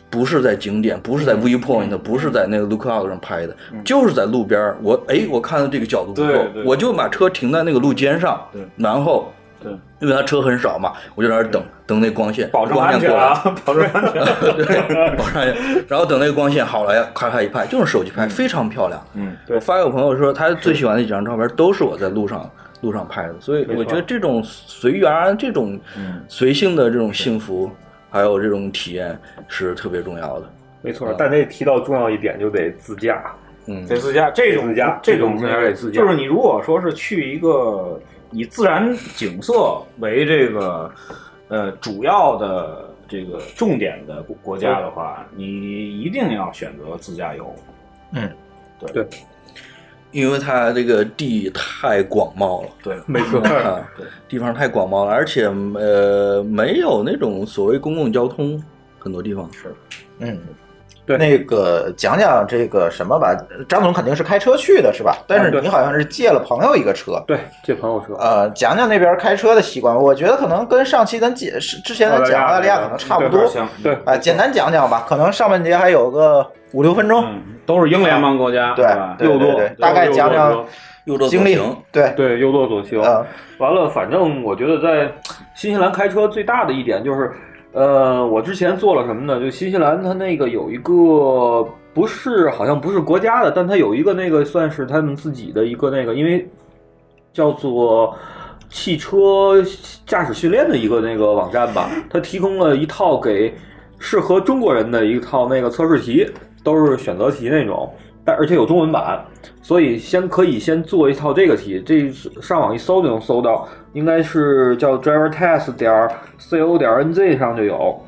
Speaker 3: 不是在景点，不是
Speaker 2: 嗯
Speaker 3: 在 viewpoint，、不是在那个 lookout 上拍的，就是在路边儿。我哎，我看到这个角度不错
Speaker 2: 对对，
Speaker 3: 我就把车停在那个路肩上，
Speaker 2: 对
Speaker 3: 然后
Speaker 2: 对，
Speaker 3: 因为它车很少嘛，我就在那儿等等那光线，
Speaker 2: 保证
Speaker 3: 光
Speaker 2: 安
Speaker 3: 线
Speaker 2: 全
Speaker 3: 过来。
Speaker 2: 啊， 保证安全。
Speaker 3: 对，往上一，然后等那个光线好了呀，咔咔一拍，就是手机拍，非常漂亮。
Speaker 2: 嗯，
Speaker 5: 对
Speaker 3: 我发给我朋友说，他最喜欢的几张照片都是我在路上路上拍的，所以
Speaker 5: 没错
Speaker 3: 我觉得这种随缘儿、这种随性的这种幸福，还有这种体验是特别重要的。
Speaker 5: 没错，但得提到重要一点，就得自驾。
Speaker 3: 嗯，
Speaker 2: 得自驾，这种
Speaker 5: 自驾
Speaker 2: 这种呃
Speaker 5: 这种自驾得自驾
Speaker 2: 就是你如果说是去一个以自然景色为这个呃主要的这个重点的国国家的话，你一定要选择自驾游。
Speaker 3: 因为它这个地太广袤了。
Speaker 2: 对，
Speaker 5: 没错，
Speaker 3: 啊，地方太广袤了，而且呃，没有那种所谓公共交通，很多地方是
Speaker 1: 嗯，
Speaker 5: 对
Speaker 1: 那个讲讲这个什么吧，张总肯定是开车去的是吧？但
Speaker 5: 啊
Speaker 1: 是
Speaker 5: 对
Speaker 1: 你好像是借了朋友一个车。
Speaker 5: 对，这朋友说，
Speaker 1: 呃，讲讲那边开车的习惯，我觉得可能跟上期咱解释之
Speaker 2: 哦
Speaker 1: 前咱讲澳大利亚可能差不多
Speaker 5: 对
Speaker 1: 啊、
Speaker 2: 像嗯
Speaker 5: 对，
Speaker 1: 简单讲讲吧，可能上半节还有个五六分
Speaker 5: 哦
Speaker 1: 钟，
Speaker 2: 嗯，都是英联邦国家，
Speaker 1: 对
Speaker 2: 吧？
Speaker 1: 对对对，大概讲讲
Speaker 3: 右舵
Speaker 1: 经历，对，
Speaker 5: 对，右舵左行。
Speaker 1: 呃，
Speaker 5: 完了，反正我觉得在新西兰开车最大的一点就是，呃，我之前做了什么呢？就新西兰它那个有一个不是好像不是国家的，但它有一个那个算是他们自己的一个那个，因为叫做。汽车驾驶训练的一个那个网站吧，它提供了一套给适合中国人的一套那个测试题，都是选择题那种，但而且有中文版，所以先可以先做一套这个题，这上网一搜就能搜到，应该是叫 driver test 点 co 点 nz 上就有。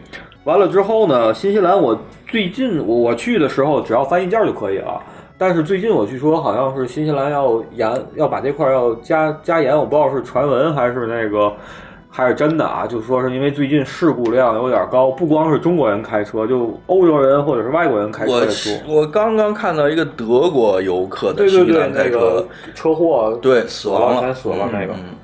Speaker 5: 完了之后呢，新西兰我最近我我去的时候只要翻译件儿就可以了。但是最近我据说好像是新西兰要严，要把这块儿要加加严，我不知道是传闻还是那个 还是真的啊，就说是因为最近事故量有点高，不光是中国人开车，就欧洲人或者是外国人开车
Speaker 3: 我
Speaker 5: 也多。
Speaker 3: 我刚刚看到一个德国游客的
Speaker 5: 对对
Speaker 3: 新西
Speaker 5: 对，
Speaker 3: 兰开
Speaker 5: 那
Speaker 3: 车
Speaker 5: 个，车祸，
Speaker 3: 对，死亡了，
Speaker 5: 死亡那个
Speaker 3: 嗯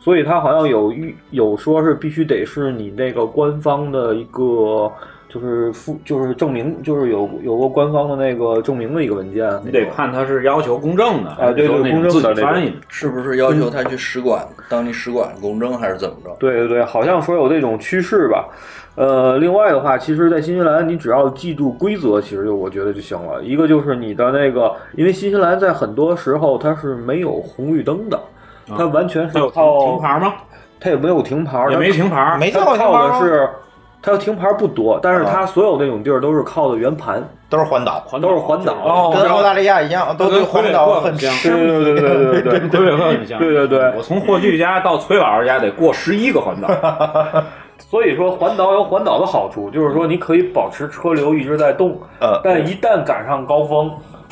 Speaker 5: 所以他好像有预有说是必须得是你那个官方的一个就是复就是证明，就是有有过官方的那个证明的一个文件。
Speaker 2: 你得看他是要求公证的，
Speaker 5: 啊对
Speaker 2: 还是说
Speaker 5: 对
Speaker 2: 那种
Speaker 5: 公证的
Speaker 2: 自己翻译的。
Speaker 3: 是不是要求他去使馆当地使馆公证还是怎么着？
Speaker 5: 对对对，好像说有这种趋势吧。呃，另外的话，其实，在新西兰，你只要记住规则，其实就我觉得就行了。一个就是你的那个，因为新西兰在很多时候它是没有红绿灯的，它完全是
Speaker 2: 啊他有停
Speaker 5: 靠
Speaker 2: 停牌吗？
Speaker 5: 它也没有停牌，
Speaker 2: 也
Speaker 5: 它
Speaker 2: 没停牌，
Speaker 1: 没
Speaker 5: 它
Speaker 1: 见过停牌
Speaker 5: 靠的
Speaker 2: 啊
Speaker 1: 吗
Speaker 5: 是，它停牌不多，但是它所有那种地儿都是靠的圆盘，
Speaker 1: 都是环岛，
Speaker 5: 啊都是环岛。
Speaker 2: 哦
Speaker 1: 跟
Speaker 2: 然后
Speaker 1: 澳大利亚一样，都
Speaker 2: 跟
Speaker 1: 对
Speaker 2: 魁
Speaker 1: 环
Speaker 2: 北
Speaker 1: 岛
Speaker 2: 克
Speaker 1: 很
Speaker 2: 很像，
Speaker 5: 对对对对对对对
Speaker 2: 魁北克很像。
Speaker 5: 对对对
Speaker 2: 我从霍炬家到崔老师家得过十一个环岛。
Speaker 5: 所以说环岛有环岛的好处，就是说你可以保持车流一直在动，
Speaker 1: 呃
Speaker 5: 但一旦赶上高峰，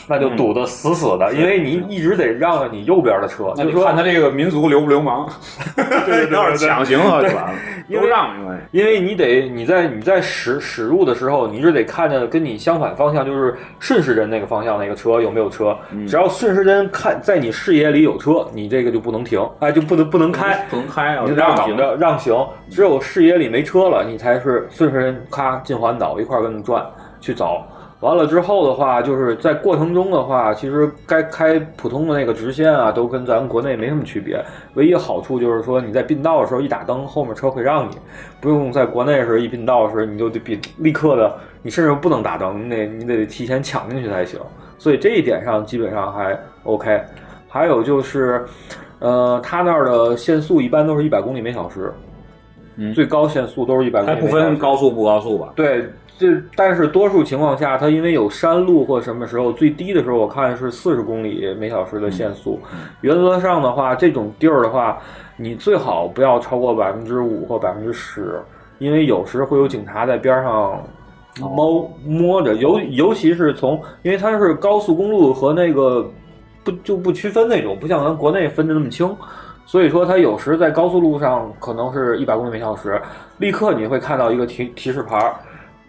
Speaker 5: 那就堵得死死的，因为你一直得让着你右边的车，
Speaker 2: 那
Speaker 5: 就
Speaker 2: 你
Speaker 5: 是说
Speaker 2: 看他这个民族流不流氓？
Speaker 5: 对对对
Speaker 2: 要是抢行了就完了，
Speaker 5: 因为
Speaker 2: 都让因为
Speaker 5: 因为你得你在你在驶驶入的时候，你是得看着跟你相反方向，就是顺时针那个方向那个车有没有车。只要顺时针看在你视野里有车，你这个就不能停，哎，就不能不能开，
Speaker 2: 不能开啊，
Speaker 5: 你就
Speaker 2: 让
Speaker 5: 挡着让行。只有视野里没车了，你才是顺时针咔进环岛一块儿跟着转去找。完了之后的话，就是在过程中的话，其实该开普通的那个直线啊，都跟咱们国内没什么区别。唯一好处就是说，你在并道的时候一打灯，后面车会让你，不用在国内的时候一并道的时候你就得比立刻的，你甚至不能打灯，你得你得提前抢进去才行。所以这一点上基本上还 OK。还有就是，呃，他那儿的限速一般都是一百公里每小时，
Speaker 2: 嗯
Speaker 5: 最高限速都是一百公
Speaker 2: 还
Speaker 5: 里每
Speaker 2: 不
Speaker 5: 小时。
Speaker 2: 分高速不高速吧？
Speaker 5: 对，这但是多数情况下，它因为有山路或什么时候，最低的时候我看是四十公里每小
Speaker 2: 嗯
Speaker 5: 时的限速。原则上的话，这种地儿的话，你最好不要超过百分之五或百分之十，因为有时会有警察在边
Speaker 2: 哦
Speaker 5: 上。猫摸着，尤尤其是从，因为它是高速公路和那个不就不区分那种，不像咱国内分的那么清，所以说它有时在高速路上可能是一百公里每小时，立刻你会看到一个提提示牌儿，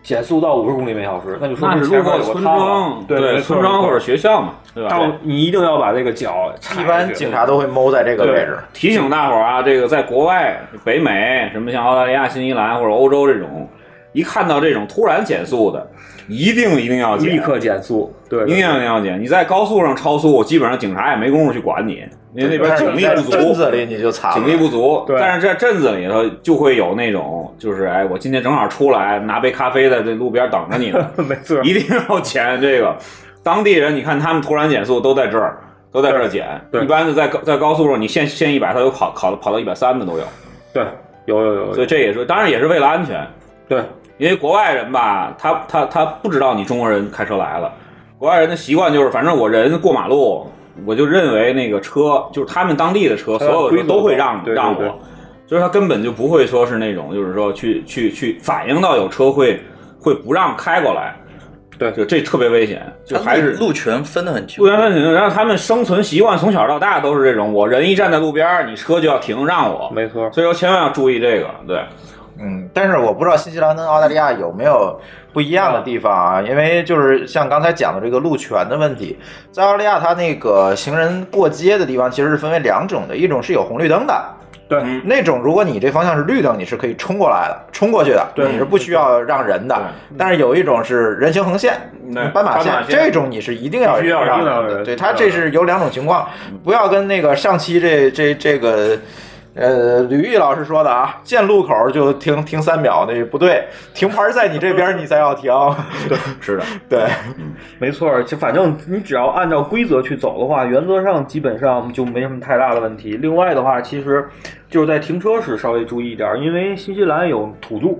Speaker 5: 减速到五十公里每小时，那就说
Speaker 2: 那
Speaker 5: 明
Speaker 2: 是路
Speaker 5: 前面
Speaker 2: 过
Speaker 5: 有个
Speaker 2: 村
Speaker 5: 岔了
Speaker 2: 庄，
Speaker 5: 对没错
Speaker 2: 村庄
Speaker 5: 没
Speaker 2: 或
Speaker 5: 错
Speaker 2: 者学校嘛，对吧？
Speaker 5: 到你一定要把这个脚踩
Speaker 1: 一般
Speaker 5: 下去
Speaker 1: 警察都会猫在这个
Speaker 2: 对
Speaker 1: 位置。
Speaker 2: 提醒大伙儿啊，这个在国外，北美什么像澳大利亚、新西兰或者欧洲这种，一看到这种突然减速的，一定一定要减，
Speaker 5: 立刻减速，对，
Speaker 2: 一定
Speaker 5: 对
Speaker 2: 要一定要减。你在高速上超速，基本上警察也没工夫去管你，因为那边
Speaker 1: 但是
Speaker 2: 警力
Speaker 1: 在
Speaker 2: 不足，
Speaker 1: 镇子里你就惨了，
Speaker 2: 警力不足，
Speaker 5: 对
Speaker 2: 但是在镇子里头就会有那种，就是哎，我今天正好出来拿杯咖啡在这路边等着你呢，
Speaker 5: 没错，
Speaker 2: 一定要减这个。当地人，你看他们突然减速都在这儿，都在这儿减。
Speaker 5: 对
Speaker 2: 一般是在高在高速上，你限限一百，他有跑跑跑到一百三的都有。
Speaker 5: 对，有有有
Speaker 2: 所以
Speaker 5: 有，
Speaker 2: 这也是，当然也是为了安全，
Speaker 5: 对，
Speaker 2: 因为国外人吧，他他他不知道你中国人开车来了，国外人的习惯就是，反正我人过马路，我就认为那个车就是他们当地的车，
Speaker 5: 他
Speaker 2: 所有的
Speaker 5: 规
Speaker 2: 车
Speaker 5: 则
Speaker 2: 都会
Speaker 5: 高
Speaker 2: 让
Speaker 5: 对对
Speaker 2: 让
Speaker 5: 对
Speaker 2: 我，就是他根本就不会说是那种，就是说去去去反映到有车会会不让开过来，
Speaker 5: 对
Speaker 2: 就这特别危险，就
Speaker 3: 他
Speaker 2: 还是
Speaker 3: 路权分得很清
Speaker 2: 路
Speaker 3: 楚。
Speaker 2: 边分停，然后他们生存习惯从小到大都是这种，我人一站在路边儿，你车就要停让我，
Speaker 5: 没错，
Speaker 2: 所以说千万要注意这个，对。
Speaker 1: 嗯，但是我不知道新西兰跟澳大利亚有没有不一样的地方啊，因为就是像刚才讲的这个路权的问题，在澳大利亚它那个行人过街的地方其实是分为两种的，一种是有红绿灯的。
Speaker 5: 对
Speaker 2: 嗯
Speaker 1: 那种如果你这方向是绿灯，你是可以冲过来的，冲过去的，
Speaker 5: 对
Speaker 1: 你是不需要让人的。但是有一种是人行横线、
Speaker 2: 对
Speaker 1: 斑马
Speaker 2: 斑马线
Speaker 1: 这种你是一定要
Speaker 5: 必须要
Speaker 1: 让
Speaker 5: 一定要
Speaker 1: 人的
Speaker 5: 人
Speaker 1: 对，它这是有两种情况，不要跟那个上期这这这个。呃，吕毅老师说的啊，见路口就停停三秒，那不对，停牌在你这边，你才要 停。
Speaker 2: 是的，
Speaker 1: 对，
Speaker 5: 没错，就反正你只要按照规则去走的话，原则上基本上就没什么太大的问题。另外的话，其实就是在停车时稍微注意一点儿，因为新西兰有土著、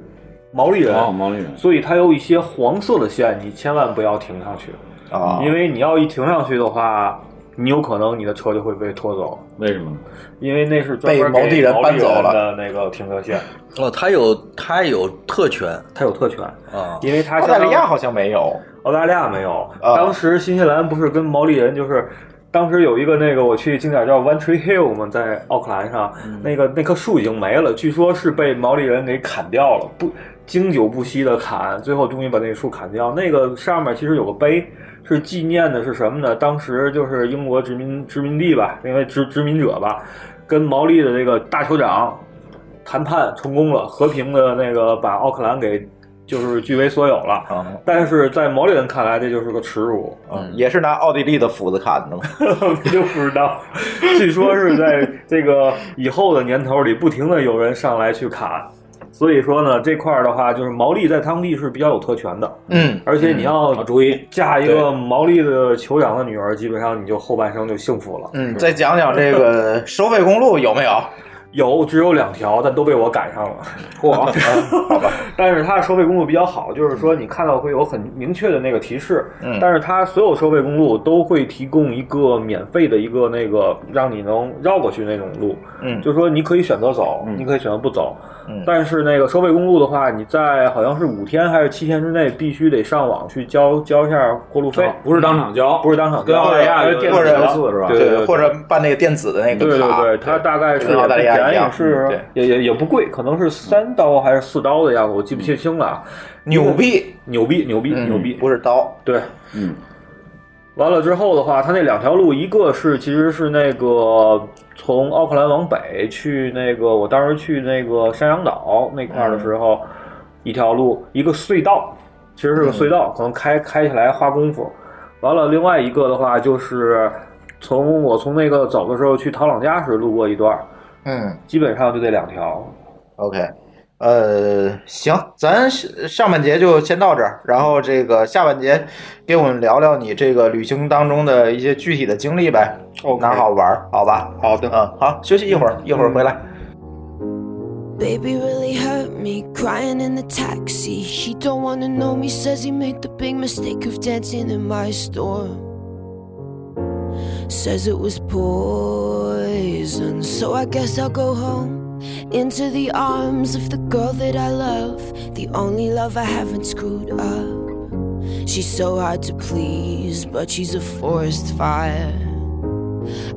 Speaker 5: 毛利人，
Speaker 2: 哦，毛利人，
Speaker 5: 所以它有一些黄色的线，你千万不要停上去，
Speaker 1: 啊，
Speaker 5: 因为你要一停上去的话，你有可能你的车就会被拖走，
Speaker 2: 为什么呢？
Speaker 5: 因为那是专门
Speaker 1: 被毛利人
Speaker 5: 给毛
Speaker 1: 搬走了
Speaker 5: 的那个停车线，
Speaker 3: 哦，他有他有特权
Speaker 5: 它有特权，
Speaker 3: 啊，
Speaker 5: 因为它
Speaker 1: 澳
Speaker 5: 相
Speaker 1: 大
Speaker 5: 当于
Speaker 1: 利亚好像没有。
Speaker 5: 澳大利亚没有。
Speaker 1: 啊
Speaker 5: 当时新西兰不是跟毛利人就是。当时有一个那个我去景点叫 One Tree Hill 嘛，在奥克兰上，那个那棵树已经没了，据说是被毛利人给砍掉了，不经久不息的砍，最后终于把那个树砍掉。那个上面其实有个碑，是纪念的是什么呢？当时就是英国殖民殖民地吧，因为殖殖民者吧，跟毛利的这个大酋长谈判成功了，和平的那个把奥克兰给就是据为所有了。
Speaker 1: 嗯
Speaker 5: 但是在毛利人看来，这就是个耻辱，
Speaker 1: 嗯，也是拿奥地利的斧子砍 的嘛。
Speaker 5: 我就不知道。据说是在这个以后的年头里，不停的有人上来去砍。所以说呢，这块儿的话，就是毛利在当地是比较有特权的，
Speaker 1: 嗯，
Speaker 5: 而且你要
Speaker 2: 好主意，
Speaker 5: 嫁一个毛利的酋长的女儿，基本上你就后半生就幸福了。
Speaker 1: 嗯，再讲讲这个收费公路有没有？
Speaker 5: 有只有两条，但都被我赶上了。
Speaker 2: 嚯，
Speaker 1: 好吧，
Speaker 5: 但是它的收费公路比较好，就是说你看到会有很明确的那个提示，
Speaker 1: 嗯
Speaker 5: 但是它所有收费公路都会提供一个免费的一个那个让你能绕过去那种路，
Speaker 1: 嗯
Speaker 5: 就是说你可以选择走，
Speaker 2: 嗯
Speaker 5: 你可以选择不走，
Speaker 1: 嗯
Speaker 5: 但是那个收费公路的话，你在好像是五天还是七天之内必须得上网去交交一下过路费，
Speaker 2: 哦不是当场交，
Speaker 5: 不是当场
Speaker 2: 跟
Speaker 5: 交
Speaker 2: 澳大利亚
Speaker 5: 呃
Speaker 2: 有
Speaker 5: 电
Speaker 1: 或
Speaker 5: 子
Speaker 1: 者
Speaker 5: 交
Speaker 2: 类似是吧
Speaker 5: 对对对
Speaker 1: 或者办那个电子的那
Speaker 5: 对
Speaker 1: 个
Speaker 5: 对
Speaker 1: 卡，
Speaker 5: 对，它大概是
Speaker 1: 跟澳大利亚一
Speaker 5: 便
Speaker 1: 样
Speaker 5: 宜
Speaker 1: 嗯
Speaker 5: 是
Speaker 1: 对
Speaker 5: 也也也不贵，可能是三刀还是四刀的样子，我记不太清了啊。
Speaker 1: 牛逼，
Speaker 5: 牛逼，牛逼，
Speaker 1: 嗯
Speaker 5: 牛逼！
Speaker 1: 不是刀，
Speaker 5: 对，
Speaker 2: 嗯，
Speaker 5: 完了之后的话，它那两条路，一个是其实是那个从奥克兰往北去那个，我当时去那个山羊岛那块儿
Speaker 1: 嗯
Speaker 5: 的时候，一条路，一个隧道，其实是
Speaker 1: 嗯
Speaker 5: 个隧道，可能开开起来花功夫。完了，另外一个的话就是从我从那个走的时候去陶朗家时路过一段，
Speaker 1: 嗯
Speaker 5: 基本上就这两条。
Speaker 1: ，OK。呃，行，咱是上半节就先到这儿，然后这个下半节给我们聊聊你这个旅行当中的一些具体的经历呗
Speaker 5: OK
Speaker 1: 哪好玩儿，好吧？
Speaker 5: 好的
Speaker 1: 嗯，好，休息一会儿，一会儿回来。
Speaker 8: Baby really hurt me, crying in the taxi. He don't wanna know me, says he made the big mistake of dancing in my store. Says it was poison, so I guess I'll go home. Into the arms of the girl that I love, the only love I haven't screwed up. She's so hard to please, but she's a forest fire.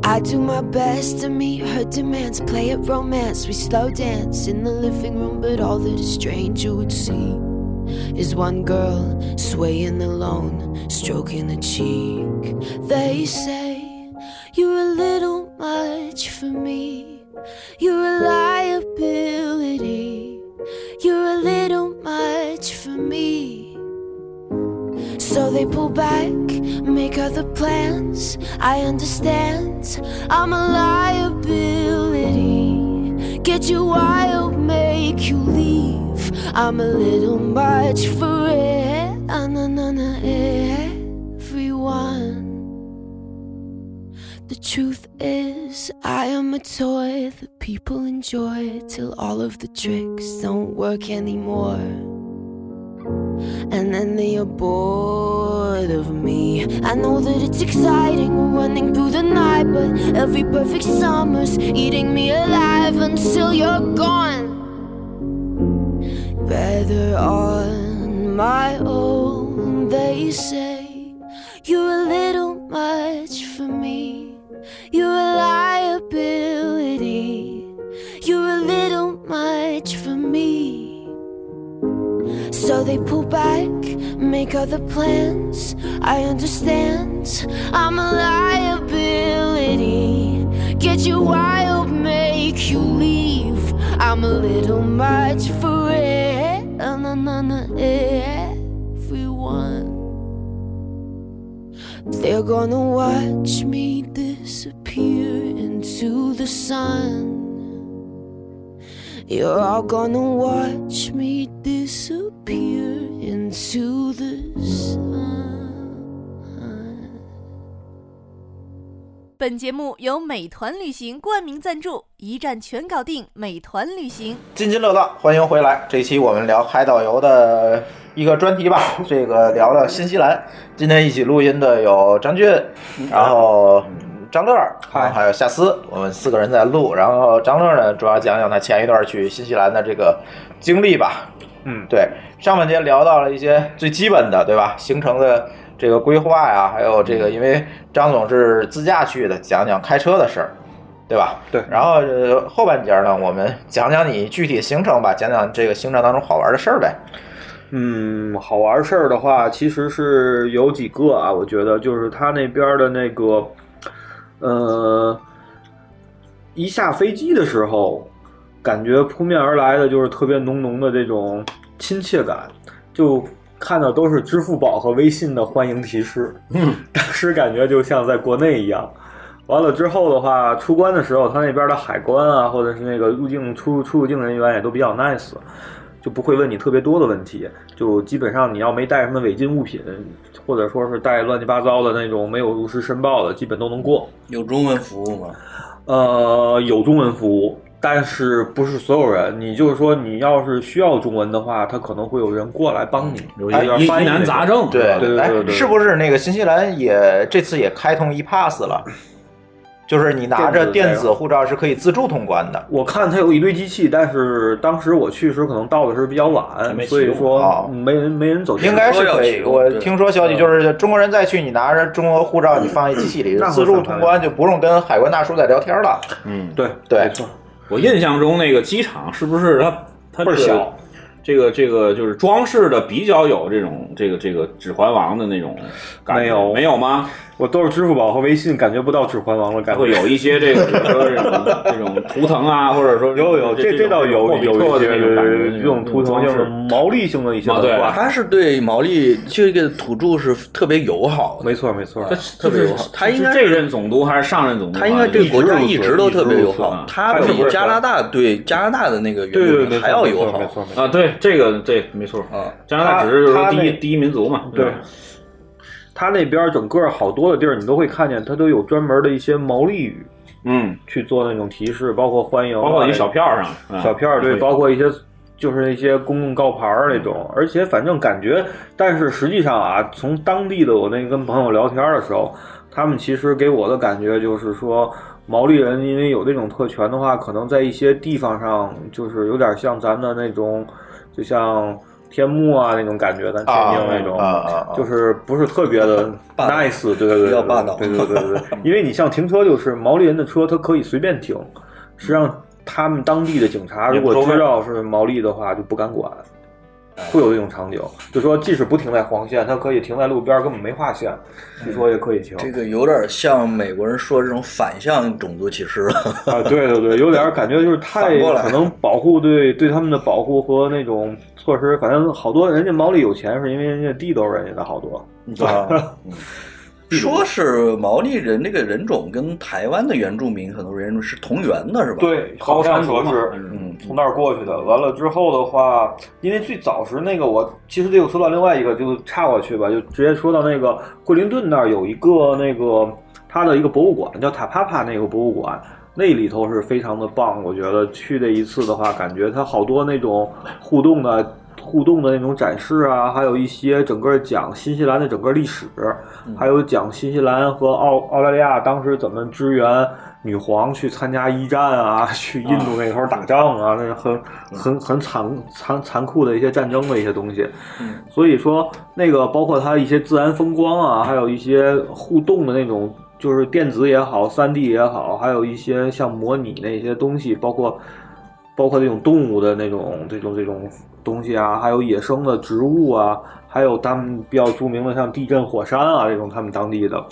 Speaker 8: I do my best to meet her demands. Play at romance, we slow dance in the living room, but all that a stranger would see is one girl swaying alone, stroking a cheek. They say you're a little much for me. You're a liability. You're a little much for me. So they pull back, make other plans. I understand, I'm a liability. Get you wild, make you leave. I'm a little much for e-, it. Everyone. The truth is, I am a toy that people enjoy till all of the tricks don't work anymore. And then they are bored of me. I know that it's exciting we're running through the night, but every perfect summer's eating me alive until you're gone. Better on my own, they say. You're a little much for me. You're a liability. You're a little much for me. So they pull back, make other plans. I understand, I'm a liability. Get you wild, make you leave. I'm a little much for it. Everyone, they're gonna watch me disappear into the sun. You're all gonna watch me disappear into the sun.
Speaker 7: 本节目由美团旅行冠名赞助，一站全搞定。美团旅行，
Speaker 1: 津津乐道，欢迎回来。这期我们聊海岛游的一个专题吧，这个聊聊新西兰。今天一起录音的有张俊，然后张乐，啊还有夏思，我们四个人在录。然后张乐呢，主要讲讲他前一段去新西兰的这个经历吧。
Speaker 5: 嗯，
Speaker 1: 对，上半节聊到了一些最基本的，对吧？行程的这个规划呀，还有这个，因为张总是自驾去的，讲讲开车的事儿。对吧？
Speaker 5: 对
Speaker 1: 然后、呃、后半节呢，我们讲讲你具体行程吧，讲讲这个行程当中好玩的事儿呗。
Speaker 5: 嗯，好玩事儿的话，其实是有几个啊，我觉得就是他那边儿的那个，呃，一下飞机的时候，感觉扑面而来的就是特别浓浓的这种亲切感。就看到都是支付宝和微信的欢迎提示，
Speaker 2: 嗯，
Speaker 5: 当时感觉就像在国内一样。完了之后的话，出关的时候，他那边的海关啊，或者是那个入境出出入境人员也都比较 nice，就不会问你特别多的问题。就基本上你要没带什么违禁物品，或者说是带乱七八糟的那种没有如实申报的，基本都能过。
Speaker 3: 有中文服务吗？
Speaker 5: 呃，有中文服务，但是不是所有人。你就是说，你要是需要中文的话，他可能会有人过来帮你。有
Speaker 1: 哎疑
Speaker 5: 翻译
Speaker 1: 难
Speaker 5: 那
Speaker 1: 杂
Speaker 5: 种
Speaker 1: 对
Speaker 5: 对对
Speaker 1: 哎
Speaker 5: 对对，
Speaker 1: 是不是那个新西兰也这次也开通 ePass 了？就是你拿着电
Speaker 5: 电
Speaker 1: 子
Speaker 5: 子
Speaker 1: 护照是可以自助通关的。
Speaker 5: 我看他有一堆机器，但是当时我去时可能到的是比较晚，所以说没人没人走进去。
Speaker 1: 应该是可以，我听说消息就是中国人再去，你拿着中国护照，你放一机器里
Speaker 5: 那会
Speaker 1: 自助
Speaker 5: 反
Speaker 1: 通关，就不用跟海关大叔再聊天了。
Speaker 2: 嗯，
Speaker 5: 对
Speaker 1: 对，
Speaker 2: 我印象中那个机场是不是它它
Speaker 5: 倍儿
Speaker 2: 这个
Speaker 5: 小？
Speaker 2: 这个这个就是装饰的比较有这种这个这个《指环王》的那种感觉，
Speaker 5: 没有
Speaker 2: 没有吗？
Speaker 5: 我都是支付宝和微信，感觉不到《指环王》了，感
Speaker 2: 还
Speaker 5: 觉
Speaker 2: 会有一些这个，比如说这种这种图腾啊，或者说
Speaker 5: 有有
Speaker 2: 这
Speaker 5: 这这倒有
Speaker 2: 种
Speaker 5: 有
Speaker 2: 霍
Speaker 5: 一
Speaker 2: 比特
Speaker 5: 些
Speaker 2: 的那种啊感觉，
Speaker 5: 这种图腾，就是毛利性的一些文化。
Speaker 3: 它是对毛利这个土著是特别友好的，
Speaker 5: 没错没错
Speaker 3: 它特别友好。它应该
Speaker 2: 这任总督还是上任总督啊，
Speaker 3: 他应该对国家
Speaker 2: 一
Speaker 3: 一
Speaker 2: 直
Speaker 3: 直
Speaker 2: 都
Speaker 3: 都
Speaker 2: 特
Speaker 3: 特
Speaker 2: 别
Speaker 3: 别
Speaker 2: 友
Speaker 3: 友
Speaker 2: 好
Speaker 1: 啊
Speaker 3: 好，
Speaker 2: 他
Speaker 3: 他
Speaker 2: 比
Speaker 3: 比
Speaker 2: 加
Speaker 3: 加
Speaker 2: 拿
Speaker 3: 拿大对加拿大的那个原
Speaker 2: 对
Speaker 3: 住
Speaker 2: 对
Speaker 3: 民还要
Speaker 2: 没错
Speaker 3: 友好，
Speaker 2: 没错啊，对这个对没错
Speaker 3: 啊，
Speaker 2: 加拿大只是说
Speaker 5: 他
Speaker 2: 第
Speaker 5: 他
Speaker 2: 一
Speaker 5: 那
Speaker 2: 第一民族嘛，
Speaker 5: 对，他那边整个好多的地儿，你都会看见，他都有专门的一些毛利语，
Speaker 2: 嗯，
Speaker 5: 去做那种提示，包括欢迎啊，
Speaker 2: 包括一小票上
Speaker 1: 啊
Speaker 2: 嗯
Speaker 5: 小票儿对，
Speaker 2: 对
Speaker 5: 包括一些就是一些公共告牌儿那
Speaker 1: 嗯
Speaker 5: 种，而且反正感觉，但是实际上啊，从当地的我那跟朋友聊天儿的时候，他们其实给我的感觉就是说。毛利人因为有这种特权的话，可能在一些地方上就是有点像咱们那种，就像天幕啊那种感觉，咱天津那种，
Speaker 1: 啊啊啊啊
Speaker 5: 就是不是特别 的 nice，对对对，
Speaker 3: 比较霸道
Speaker 5: 对对对对 对，因为你像停车就是毛利人的车，它可以随便停，实际上他们当地的警察如果知道是毛利的话，就不敢管，
Speaker 3: 哎
Speaker 5: 会有这种场景，就说即使不停在黄线，它可以停在路边儿，根本没划线，据说也可以停。
Speaker 3: 哎这个有点像美国人说这种反向种族歧视 了
Speaker 5: 啊，对对对，有点感觉就是太
Speaker 3: 反过来
Speaker 5: 可能保护对对他们的保护和那种措施，反正好多人家毛利有钱是因为人家地头人家的好多，
Speaker 3: 啊。说是毛利人这个人种跟台湾的原住民很多人是同源的，是吧？
Speaker 5: 对，好像说是，嗯，从那儿过去的。完了之后的话，因为最早时那个我，其实这个说到另外一个，就岔过去吧，就直接说到那个惠灵顿那儿有一个那个它的一个博物馆，叫塔帕帕那个博物馆。那里头是非常的棒，我觉得去这一次的话，感觉它好多那种互动的、互动的那种展示啊，还有一些整个讲新西兰的整个历史，还有讲新西兰和澳澳大利亚当时怎么支援女皇去参加一战啊，去印度那头打仗啊，那很很很残残残酷的一些战争的一些东西。
Speaker 3: 嗯
Speaker 5: 所以说，那个包括它一些自然风光啊，还有一些互动的那种，就是电子也好，3 D 也好，还有一些像模拟那些东西，包括包括这种动物的那种这种这种东西啊，还有野生的植物啊，还有他们比较著名的像地震、火山啊这种他们当地的。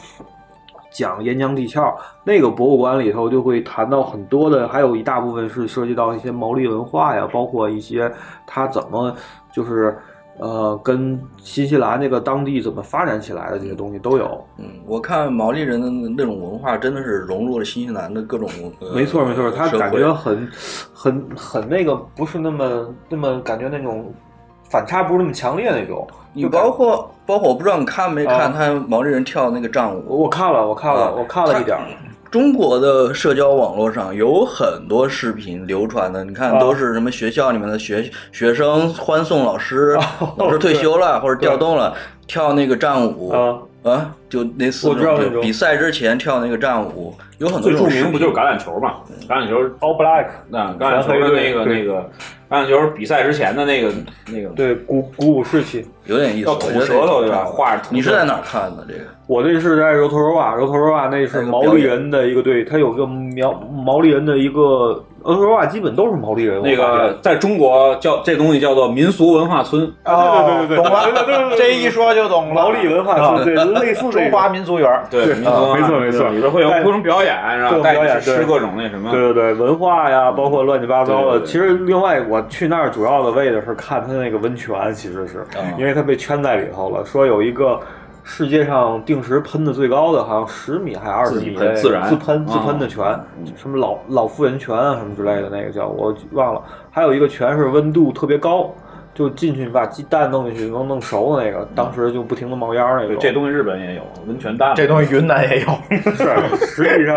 Speaker 5: 讲岩浆地壳那个博物馆里头就会谈到很多的，还有一大部分是涉及到一些毛利文化呀，包括一些它怎么就是呃跟新西兰那个当地怎么发展起来的这些东西都有。
Speaker 3: 嗯，我看毛利人的那种文化真的是融入了新西兰的各种呃
Speaker 5: 没错没错，他
Speaker 3: 社会
Speaker 5: 感觉很很很那个，不是那么那么感觉那种反差不是那么强烈那种。
Speaker 3: 你包括包括我不知道你看没看
Speaker 5: 啊
Speaker 3: 他毛利人跳那个战舞，
Speaker 5: 我看了我看
Speaker 3: 啊
Speaker 5: 了我看了一点儿。
Speaker 3: 中国的社交网络上有很多视频流传的，你看
Speaker 5: 啊
Speaker 3: 都是什么学校里面的学学生欢送老师，
Speaker 2: 哦
Speaker 3: 老师退休了或者调动了，跳那个战舞
Speaker 5: 啊
Speaker 3: 就类似
Speaker 2: 我知道
Speaker 3: 那
Speaker 2: 那种
Speaker 3: 比赛之前跳那个战舞，有很多
Speaker 2: 最
Speaker 3: 这
Speaker 2: 著
Speaker 3: 种视
Speaker 2: 名
Speaker 3: 频
Speaker 2: 不就是橄榄球嘛？橄榄球
Speaker 5: All Black，
Speaker 2: 那橄榄球的那个那个橄榄球比赛之前的那个那个，
Speaker 5: 对鼓鼓舞士气，
Speaker 3: 有点意思，
Speaker 2: 要
Speaker 3: 我
Speaker 2: 吐
Speaker 3: 觉得
Speaker 2: 舌头对吧？
Speaker 3: 这个
Speaker 2: 画着吐舌头
Speaker 3: 你是在哪儿看的这个？
Speaker 5: 我那是在柔陀罗瓦，柔陀罗瓦那是毛利人的一个队，他有个苗毛利人的一个，柔陀罗瓦基本都是毛利人。
Speaker 2: 那
Speaker 5: 我发
Speaker 2: 个
Speaker 5: 现
Speaker 2: 在中国叫这东西叫做民俗文化村
Speaker 5: 啊，对对对对对，
Speaker 1: 懂了
Speaker 5: 对对对对对对
Speaker 1: 这一说就懂了。啊
Speaker 5: 啊毛利文化村，对，类似
Speaker 1: 中华民族园儿，
Speaker 2: 对，民族
Speaker 1: 啊
Speaker 2: 文化里边会有各种表演，然后
Speaker 5: 各种
Speaker 2: 带
Speaker 5: 表
Speaker 2: 你
Speaker 5: 演
Speaker 2: 去吃各种那什么，嗯
Speaker 5: 对对对，文化呀，包括乱七八糟
Speaker 2: 对对
Speaker 5: 的。
Speaker 2: 对
Speaker 5: 其实另外我去那儿主要的为的是看它那个温泉，其实是
Speaker 2: 啊
Speaker 5: 因为它被圈在里头了，说有一个。世界上定时喷的最高的，好像十米还是二十
Speaker 2: 自己
Speaker 5: 米
Speaker 2: 喷
Speaker 5: 的
Speaker 2: 自然
Speaker 5: 自喷
Speaker 2: 嗯
Speaker 5: 自喷的泉，什么老老妇人泉啊，什么之类的那个叫我忘了。还有一个泉是温度特别高，就进去把鸡蛋弄进去能弄熟的那个，当时就不停的冒烟儿那
Speaker 2: 对
Speaker 5: 种。
Speaker 2: 这东西日本也有温泉蛋嘛，
Speaker 5: 这东西云南
Speaker 1: 也有。
Speaker 5: 是，实际上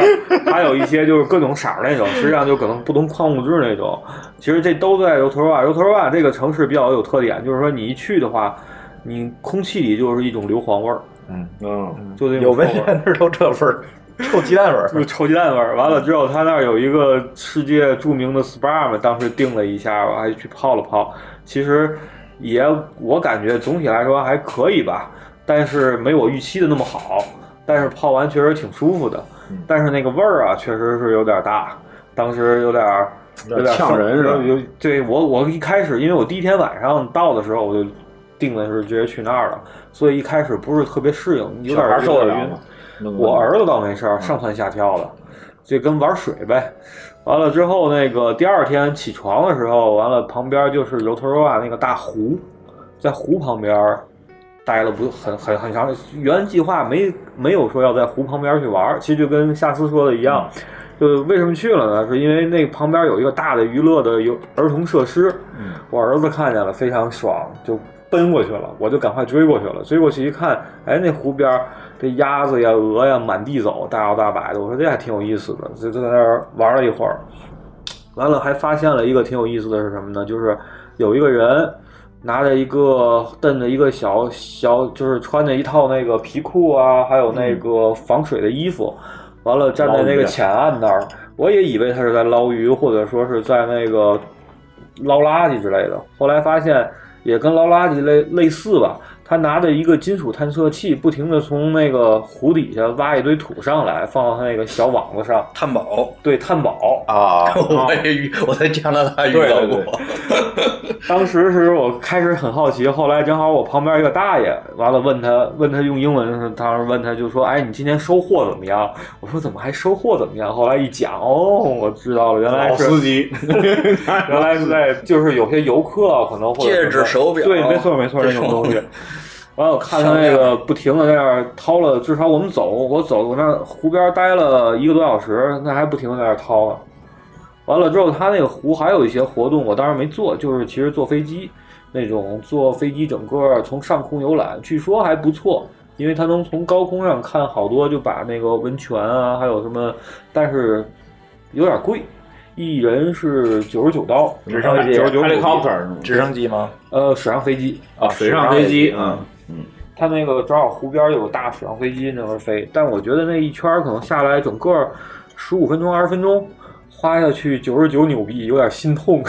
Speaker 5: 还有一些就是各种色儿那种，实际上就可能不同矿物质那种。其实这都在油头儿坝。油头儿坝这个城市比较有特点，就是说你一去的话，你空气里就是一种硫磺味儿，
Speaker 1: 嗯
Speaker 5: 嗯，就那种
Speaker 1: 有文
Speaker 5: 臭味儿
Speaker 1: 献那都这味儿，臭鸡蛋味 儿。
Speaker 5: 就是臭鸡蛋味儿。完了之后，他那儿有一个世界著名的 SPA 嘛，当时定了一下，我还去泡了泡。其实也我感觉总体来说还可以吧，但是没我预期的那么好。但是泡完确实挺舒服的，
Speaker 2: 嗯
Speaker 5: 但是那个味儿啊，确实是有点大，当时有点儿。
Speaker 2: 有
Speaker 5: 有
Speaker 2: 点
Speaker 5: 点
Speaker 2: 呛人是吧
Speaker 5: 有有对我我一开始，因为我第一天晚上到的时候，我就定的是直接去那儿了，所以一开始不是特别适应，有点
Speaker 2: 小孩受得了
Speaker 5: 有点
Speaker 2: 吗
Speaker 5: 晕。我儿子倒没事
Speaker 2: 嗯
Speaker 5: 儿，上蹿下跳的，就跟玩水呗。完了之后，那个第二天起床的时候，完了旁边就是油头啊那个大湖，在湖旁边儿待了不很很很长，原计划没没有说要在湖旁边去玩儿，其实就跟夏思说的一样，
Speaker 2: 嗯
Speaker 5: 就为什么去了呢？是因为那旁边有一个大的娱乐的有儿童设施，我儿子看见了非常爽，就奔过去了，我就赶快追过去了，追过去一看，哎，那湖边儿这鸭子呀、鹅呀满地走，大摇大摆的，我说这还挺有意思的，就就在那儿玩了一会儿，完了还发现了一个挺有意思的是什么呢？就是有一个人拿着一个蹬着一个小小，就是穿着一套那个皮裤啊，还有那个防水的衣服，完了站在那
Speaker 2: 捞鱼
Speaker 5: 个
Speaker 2: 啊
Speaker 5: 浅岸那儿，我也以为他是在捞鱼，或者说是在那个捞垃圾之类的。后来发现也跟捞垃圾类类似吧，他拿着一个金属探测器，不停的从那个湖底下挖一堆土上来，放到他那个小网子上
Speaker 3: 探宝。
Speaker 5: 对，探宝
Speaker 1: 啊
Speaker 3: 我也遇，我在加拿大遇
Speaker 5: 对
Speaker 3: 到
Speaker 5: 对
Speaker 3: 过
Speaker 5: 对。 当时是我开始很好奇，后来正好我旁边一个大爷，完了问他，问他用英文，当时问他就说：“哎，你今天收获怎么样？”我说：“怎么还收获怎么样？”后来一讲，哦，我知道了，原来是
Speaker 2: 老司机
Speaker 5: 原来是在 就是有些游客啊可能会
Speaker 3: 戒指手表
Speaker 5: 对，没错没错，
Speaker 3: 这
Speaker 5: 那
Speaker 3: 种
Speaker 5: 种东西。完了，我看他那个不停的在那儿掏了，至少我们走，我走，我那湖边待了一个多小时，那还不停的在那儿掏呢。啊完了之后，他那个湖还有一些活动，我当时没做，就是其实坐飞机那种坐飞机整个从上空游览，据说还不错，因为它能从高空上看好多，就把那个温泉啊，还有什么，但是有点贵，一人是九十九刀，
Speaker 1: 直升机
Speaker 5: 九十九
Speaker 2: Helicopter 是吗
Speaker 1: 直升机吗？
Speaker 5: 呃，水上飞机
Speaker 2: 啊，水上飞机，嗯，
Speaker 5: 它那个正好湖边儿有大水上飞机那边儿飞，但我觉得那一圈儿可能下来整个十五分钟二十分钟，花下去九十九纽币，有点 心痛。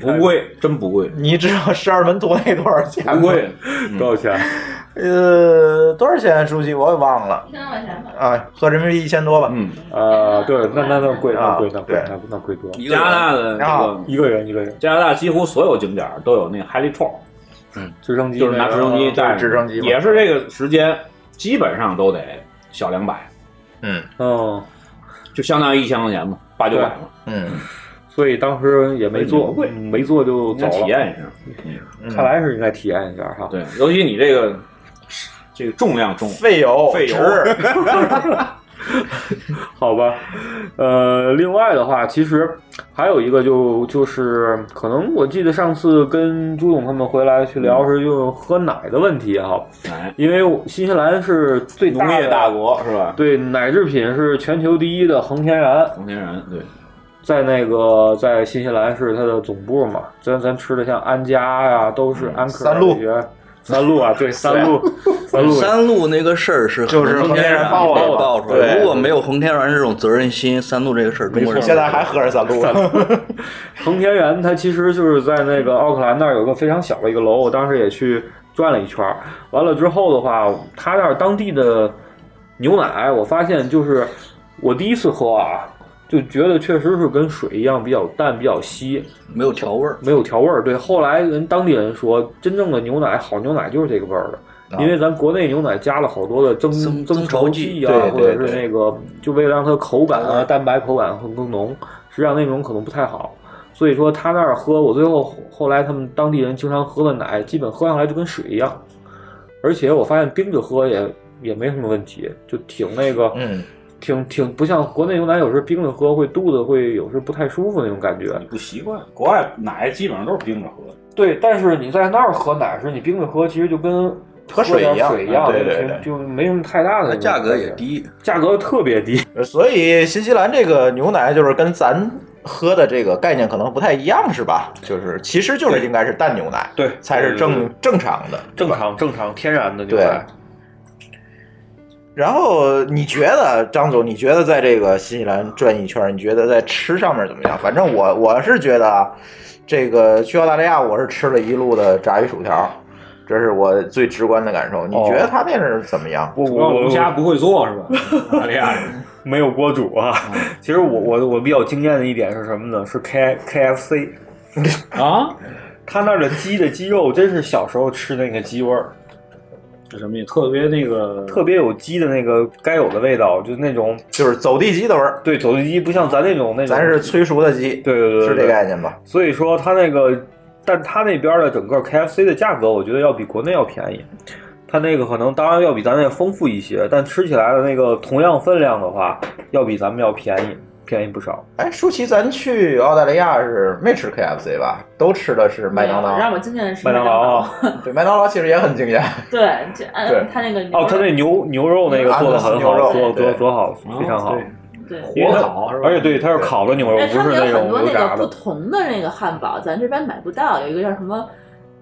Speaker 5: 不
Speaker 2: 贵，真不贵。
Speaker 1: 你知道十二门徒那多少钱吗？
Speaker 5: 不贵，多少钱？
Speaker 1: 呃，多少钱？书记我也忘了
Speaker 6: 一千块钱吧。
Speaker 1: 啊，合人民币一千多吧。
Speaker 2: 嗯，
Speaker 5: 呃，对，那那那贵，那贵，那贵，
Speaker 2: 啊
Speaker 1: 对
Speaker 5: 那那贵多。
Speaker 2: 加拿大的这个
Speaker 5: 一个人一个人，
Speaker 2: 加拿大几乎所有景点儿都有那个 heli tour，
Speaker 3: 嗯，
Speaker 5: 直升机
Speaker 2: 就是拿直升机带着，
Speaker 1: 直升机嘛
Speaker 2: 也是这个时间，基本上都得小两百，
Speaker 1: 嗯，
Speaker 5: 嗯，
Speaker 2: 就相当于一千块钱嘛，八九百嘛，
Speaker 1: 嗯，
Speaker 5: 所以当时也没做，
Speaker 2: 贵
Speaker 5: 嗯没做就
Speaker 2: 应该
Speaker 5: 走了。嗯
Speaker 2: 体验一下。
Speaker 1: 嗯
Speaker 5: 看来是应该体验一下哈。
Speaker 2: 对，尤其你这个这个重量重，
Speaker 1: 费油，
Speaker 2: 费油，
Speaker 5: 好吧，呃，另外的话，其实还有一个就就是，可能我记得上次跟朱总他们回来去聊是用喝奶的问题哈，
Speaker 2: 哎，
Speaker 5: 因为我新西兰是最大
Speaker 2: 农
Speaker 5: 的
Speaker 2: 业大国是吧？
Speaker 5: 对奶制品是全球第一的恒天然，
Speaker 2: 蒙天然，对，
Speaker 5: 在那个在新西兰是它的总部嘛，咱咱吃的像安佳呀、都是安可
Speaker 1: 三鹿
Speaker 5: 大学三鹿啊，对，三鹿，三鹿，
Speaker 3: 三鹿那个事儿是
Speaker 1: 就是
Speaker 3: 恒
Speaker 1: 恒
Speaker 3: 天
Speaker 1: 天
Speaker 3: 然
Speaker 1: 然
Speaker 3: 爆
Speaker 1: 爆的
Speaker 3: 爆出来，
Speaker 1: 对
Speaker 3: 如果没有恒天然这种责任心，三鹿这个事儿中国人
Speaker 1: 现在还喝着三鹿，
Speaker 5: 恒天然它其实就是在那个奥克兰那儿有一个非常小的一个楼，我当时也去转了一圈儿。完了之后的话，它那儿当地的牛奶，我发现就是我第一次喝啊，就觉得确实是跟水一样比较淡、比较稀，
Speaker 3: 没有调味儿。
Speaker 5: 没有调味儿。对，后来人当地人说，真正的牛奶好牛奶就是这个味儿的。因为咱国内牛奶加了好多的增啊增稠剂啊，
Speaker 1: 对对
Speaker 5: 或者是
Speaker 1: 对
Speaker 5: 那个，就为了让它的口感啊、蛋白口感更更浓，实际上那种可能不太好。所以说他那儿喝，我最后后来他们当地人经常喝的奶，基本喝上来就跟水一样，而且我发现冰着喝也也没什么问题，就挺那个，
Speaker 1: 嗯，
Speaker 5: 挺挺不像国内牛奶，有时候冰着喝会肚子会有时候不太舒服那种感觉。
Speaker 2: 不习惯，国外奶基本上都是冰着喝的。
Speaker 5: 对，但是你在那儿喝奶时，你冰着喝其实就跟
Speaker 1: 喝水
Speaker 5: 水
Speaker 1: 一样
Speaker 5: 水一样，
Speaker 1: 啊对对
Speaker 5: 就
Speaker 1: 对
Speaker 5: 就没什么太大的那种感觉。
Speaker 1: 价格也
Speaker 3: 低，
Speaker 5: 价格特别低。
Speaker 1: 呃所以新西兰这个牛奶就是跟咱喝的这个概念可能不太一样，是吧？就是其实就是应该是淡牛奶，
Speaker 5: 对，
Speaker 1: 才是
Speaker 5: 对
Speaker 1: 正
Speaker 5: 对对
Speaker 1: 正常的。
Speaker 5: 正常正常天然的牛
Speaker 1: 对
Speaker 5: 奶。
Speaker 1: 然后你觉得张总，你觉得在这个新西兰转一圈，你觉得在吃上面怎么样？反正我我是觉得啊，这个去澳大利亚我是吃了一路的炸鱼薯条，这是我最直观的感受。你觉得他那是怎么样？
Speaker 5: 哦我
Speaker 2: 主要龙虾不会做是吧？啊澳大利亚人
Speaker 5: 没有锅主啊。其实我我我比较惊艳的一点是什么呢？是 K K F C
Speaker 2: 啊，
Speaker 5: 他那儿的鸡的鸡肉真是小时候吃那个鸡味儿，
Speaker 2: 是什么意思？特别那个
Speaker 5: 特别有鸡的那个该有的味道，就是那种
Speaker 1: 就是走地鸡的味儿。
Speaker 5: 对，走地鸡不像咱那种那种，
Speaker 1: 咱是催熟的鸡，
Speaker 5: 对对对对
Speaker 1: 是这概念吧？
Speaker 5: 所以说它那个，但它那边的整个 KFC 的价格，我觉得要比国内要便宜。它那个可能当然要比咱那丰富一些，但吃起来的那个同样分量的话，要比咱们要便宜，便宜不少。
Speaker 1: 哎，舒淇，咱去澳大利亚是没吃 KFC 吧？都吃的是麦当劳。
Speaker 6: 让我惊艳的是
Speaker 1: 麦当劳
Speaker 6: 劳。
Speaker 1: 啊，对，麦当劳其实也很惊艳。
Speaker 6: 对，这按
Speaker 1: 对
Speaker 6: 他那个牛
Speaker 5: 哦，它那牛牛肉那个做的很
Speaker 1: 安德
Speaker 5: 好，
Speaker 1: 斯牛
Speaker 5: 做
Speaker 1: 肉
Speaker 5: 做
Speaker 1: 对
Speaker 5: 做好，非常
Speaker 2: 哦
Speaker 5: 好。
Speaker 6: 对，
Speaker 5: 因为它
Speaker 2: 烤是吧
Speaker 5: 而且对，它是烤的牛肉，
Speaker 6: 哎，
Speaker 5: 不
Speaker 6: 他
Speaker 5: 是
Speaker 6: 们有
Speaker 5: 那
Speaker 6: 很
Speaker 5: 种
Speaker 6: 多
Speaker 5: 油
Speaker 6: 那
Speaker 5: 炸
Speaker 6: 个不
Speaker 5: 的。
Speaker 6: 同的那个汉堡，咱这边买不到，有一个叫什么。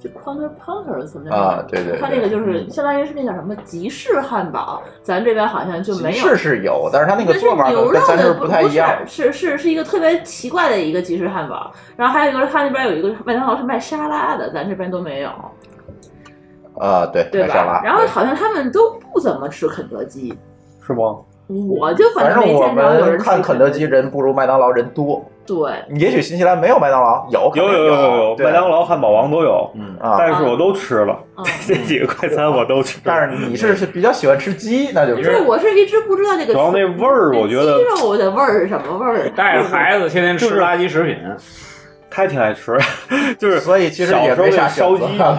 Speaker 6: 就 counter punter 怎么着？
Speaker 1: 啊对对对
Speaker 6: 它这个
Speaker 5: 嗯
Speaker 6: 就是相当于是那叫什么集市汉堡，咱这边好像就没有。
Speaker 1: 是是有，但是它那个
Speaker 6: 但是
Speaker 1: 做法呢
Speaker 6: 牛肉
Speaker 1: 跟咱这
Speaker 6: 的
Speaker 1: 儿不太一样。
Speaker 6: 是是是一个特别奇怪的一个集市汉堡。然后还有一个，它那边有一个麦当劳是卖沙拉的，咱这边都没有，
Speaker 1: 啊，对，
Speaker 6: 对
Speaker 1: 麦沙拉
Speaker 6: 吧？。然后好像他们都不怎么吃肯德基，
Speaker 5: 是吗？
Speaker 6: 我就
Speaker 1: 反
Speaker 6: 正
Speaker 1: 正
Speaker 6: 没
Speaker 1: 我
Speaker 6: 见着有
Speaker 1: 们
Speaker 6: 人吃
Speaker 1: 看肯德基人不如麦当劳人多。
Speaker 6: 对，
Speaker 1: 也许新西兰没有麦当劳，有肯
Speaker 5: 有
Speaker 1: 定
Speaker 5: 有有有有，
Speaker 1: 对
Speaker 5: 麦当劳、汉堡王都有，
Speaker 1: 嗯啊
Speaker 5: 但是我都吃了，
Speaker 6: 嗯
Speaker 5: 这几个快餐我都吃。
Speaker 1: 但是你是是比较喜欢吃鸡，那就
Speaker 6: 不是，我是一直不知道这个
Speaker 5: 主要那味儿，我觉得
Speaker 6: 鸡肉的味儿是什么味儿。
Speaker 2: 带着孩子天天吃垃圾食品，
Speaker 5: 他挺爱吃，就是
Speaker 1: 所以其实
Speaker 5: 小
Speaker 1: 也
Speaker 5: 时候
Speaker 1: 没啥
Speaker 5: 那烧
Speaker 1: 选择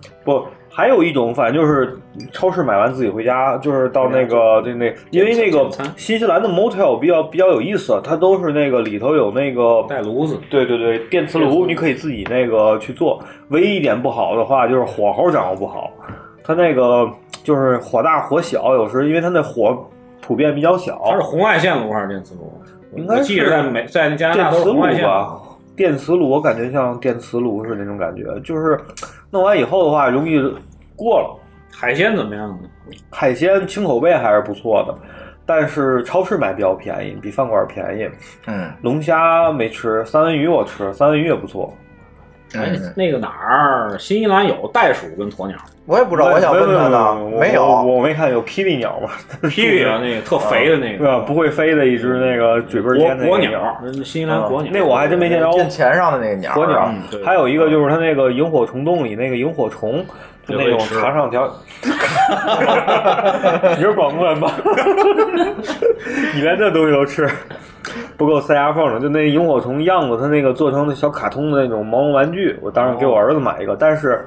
Speaker 5: 鸡，不，还有一种反正就是超市买完自己回家，就是到那个对那，因为那个新西兰的 motel 比较比较有意思，啊它都是那个里头有那个
Speaker 2: 带炉子，
Speaker 5: 对对对，电磁炉你可以自己那个去做。唯一一点不好的话就是火候掌握不好，它那个就是火大火小，有时因为它那火普遍比较小，
Speaker 2: 它是红外线炉还是电磁炉？啊
Speaker 5: 应该
Speaker 2: 我
Speaker 5: 是
Speaker 2: 记着在美在那加拿大
Speaker 5: 电
Speaker 2: 都
Speaker 5: 磁
Speaker 2: 是红
Speaker 5: 炉
Speaker 2: 外线
Speaker 5: 吧
Speaker 2: 炉。？
Speaker 5: 电磁炉，我感觉像电磁炉似的那种感觉，就是弄完以后的话，容易过了。
Speaker 2: 海鲜怎么样呢？
Speaker 5: 海鲜清口味还是不错的，但是超市买比较便宜，比饭馆便宜。
Speaker 1: 嗯，
Speaker 5: 龙虾没吃，三文鱼我吃，三文鱼也不错。
Speaker 2: 哎，
Speaker 1: 嗯
Speaker 2: 那个哪儿，新西兰有袋鼠跟鸵鸟，
Speaker 1: 我也不知道，我想问他呢，没
Speaker 5: 我
Speaker 1: 有。
Speaker 5: 我没看有霹雳鸟吗？
Speaker 2: 霹雳啊那个特肥的那个
Speaker 5: 对吧？不会飞的一只那个嘴巴尖的
Speaker 2: 国国
Speaker 5: 那个嗯
Speaker 2: 鸟，新西兰国鸟。
Speaker 5: 那我还真没见着。
Speaker 1: 见钱上的那个鸟，
Speaker 5: 火鸟
Speaker 1: 嗯，
Speaker 5: 还有一个就是它那个萤火虫洞里那个萤火虫，就那种爬上条。 你是广东人吧？ 你连这东西都吃，不够塞牙缝了。就那萤火虫样子，它那个做成的小卡通的那种毛绒玩具，我当时
Speaker 2: 哦
Speaker 5: 给我儿子买一个，但是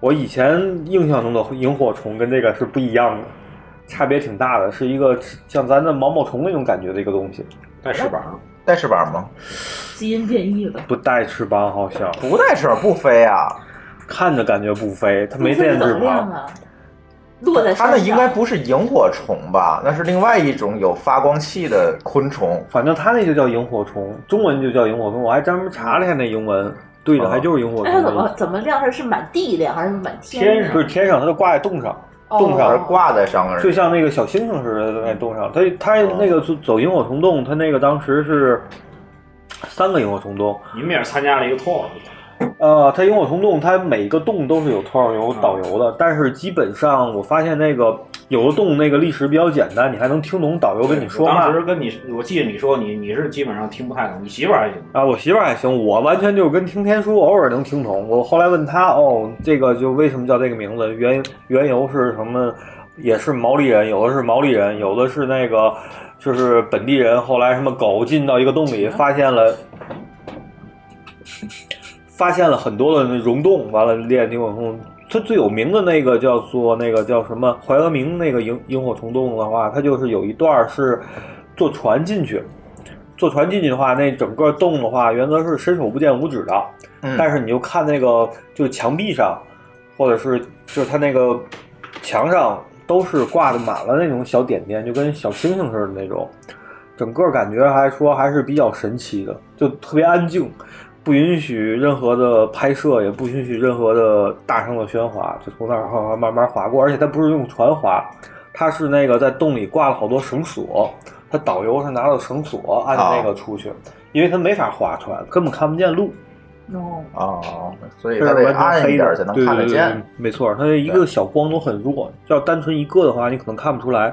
Speaker 5: 我以前印象中的萤火虫跟这个是不一样的。差别挺大的，是一个像咱的毛毛虫那种感觉的一个东西，
Speaker 2: 带翅膀，
Speaker 1: 带翅膀吗？
Speaker 5: 嗯
Speaker 6: 基因变异了。
Speaker 5: 不带翅膀好像。
Speaker 1: 不带翅膀不飞啊，
Speaker 5: 看着感觉不飞，它没电
Speaker 6: 怎
Speaker 5: 翅
Speaker 6: 么样
Speaker 5: 膀。
Speaker 6: 啊？落在
Speaker 1: 它
Speaker 6: 山
Speaker 1: 那
Speaker 6: 上
Speaker 1: 应该不是萤火虫吧？那是另外一种有发光器的昆虫。
Speaker 5: 反正它那就叫萤火虫，中文就叫萤火虫。我还专门查了一下那英文，对
Speaker 3: 哦
Speaker 1: 啊
Speaker 5: 的，还就是萤火
Speaker 6: 哎，它怎么
Speaker 5: 虫。
Speaker 6: 怎么晾是是满地晾还是满
Speaker 5: 天
Speaker 6: 上？
Speaker 5: 不是天上，它就挂在洞上，
Speaker 6: 哦
Speaker 5: 洞上
Speaker 1: 挂在上面，
Speaker 5: 就像那个小星星似的在那洞上。它它
Speaker 2: 哦
Speaker 5: 那个走走萤火虫洞，它那个当时是三个萤火虫洞，
Speaker 2: 你们也是参加了一个 tour，
Speaker 5: 呃，它萤火虫洞，它每个洞都是有头儿有
Speaker 2: 嗯
Speaker 5: 导游的，但是基本上我发现那个有的洞那个历史比较简单，你还能听懂导游跟你说话。
Speaker 2: 当时跟你，我记得你说你你是基本上听不太懂，你媳妇儿还行。
Speaker 5: 啊，我媳妇儿还行，我完全就是跟听天书，偶尔能听懂。我后来问她，哦，这个就为什么叫这个名字？原缘由是什么？也是毛利人，有的是毛利人，有的是那个就是本地人。后来什么狗进到一个洞里，发现了发现了很多的那溶洞，完了练萤火虫。它最有名的那个叫做那个叫什么怀俄明那个萤萤火虫洞的话，它就是有一段儿是坐船进去，坐船进去的话，那整个洞的话，原则是伸手不见五指的，
Speaker 1: 嗯
Speaker 5: 但是你就看那个就是墙壁上，或者是就是它那个墙上都是挂的满了那种小点点，就跟小星星似的那种，整个感觉还说还是比较神奇的，就特别安静。不允许任何的拍摄，也不允许任何的大声的喧哗，就从那儿哗哗慢慢划过。而且它不是用船划，它是那个在洞里挂了好多绳索，它导游是拿着绳索按那个出去，因为它没法划船，根本看不见路。
Speaker 1: 哦，所以
Speaker 5: 这
Speaker 1: 它
Speaker 5: 是
Speaker 1: 得
Speaker 5: 完全
Speaker 1: 暗一
Speaker 5: 黑
Speaker 1: 点
Speaker 5: 的，
Speaker 1: 才能
Speaker 5: 对
Speaker 1: 看得
Speaker 5: 对对
Speaker 1: 见。
Speaker 5: 对没错，它一个小光都很弱，要单纯一个的话，你可能看不出来。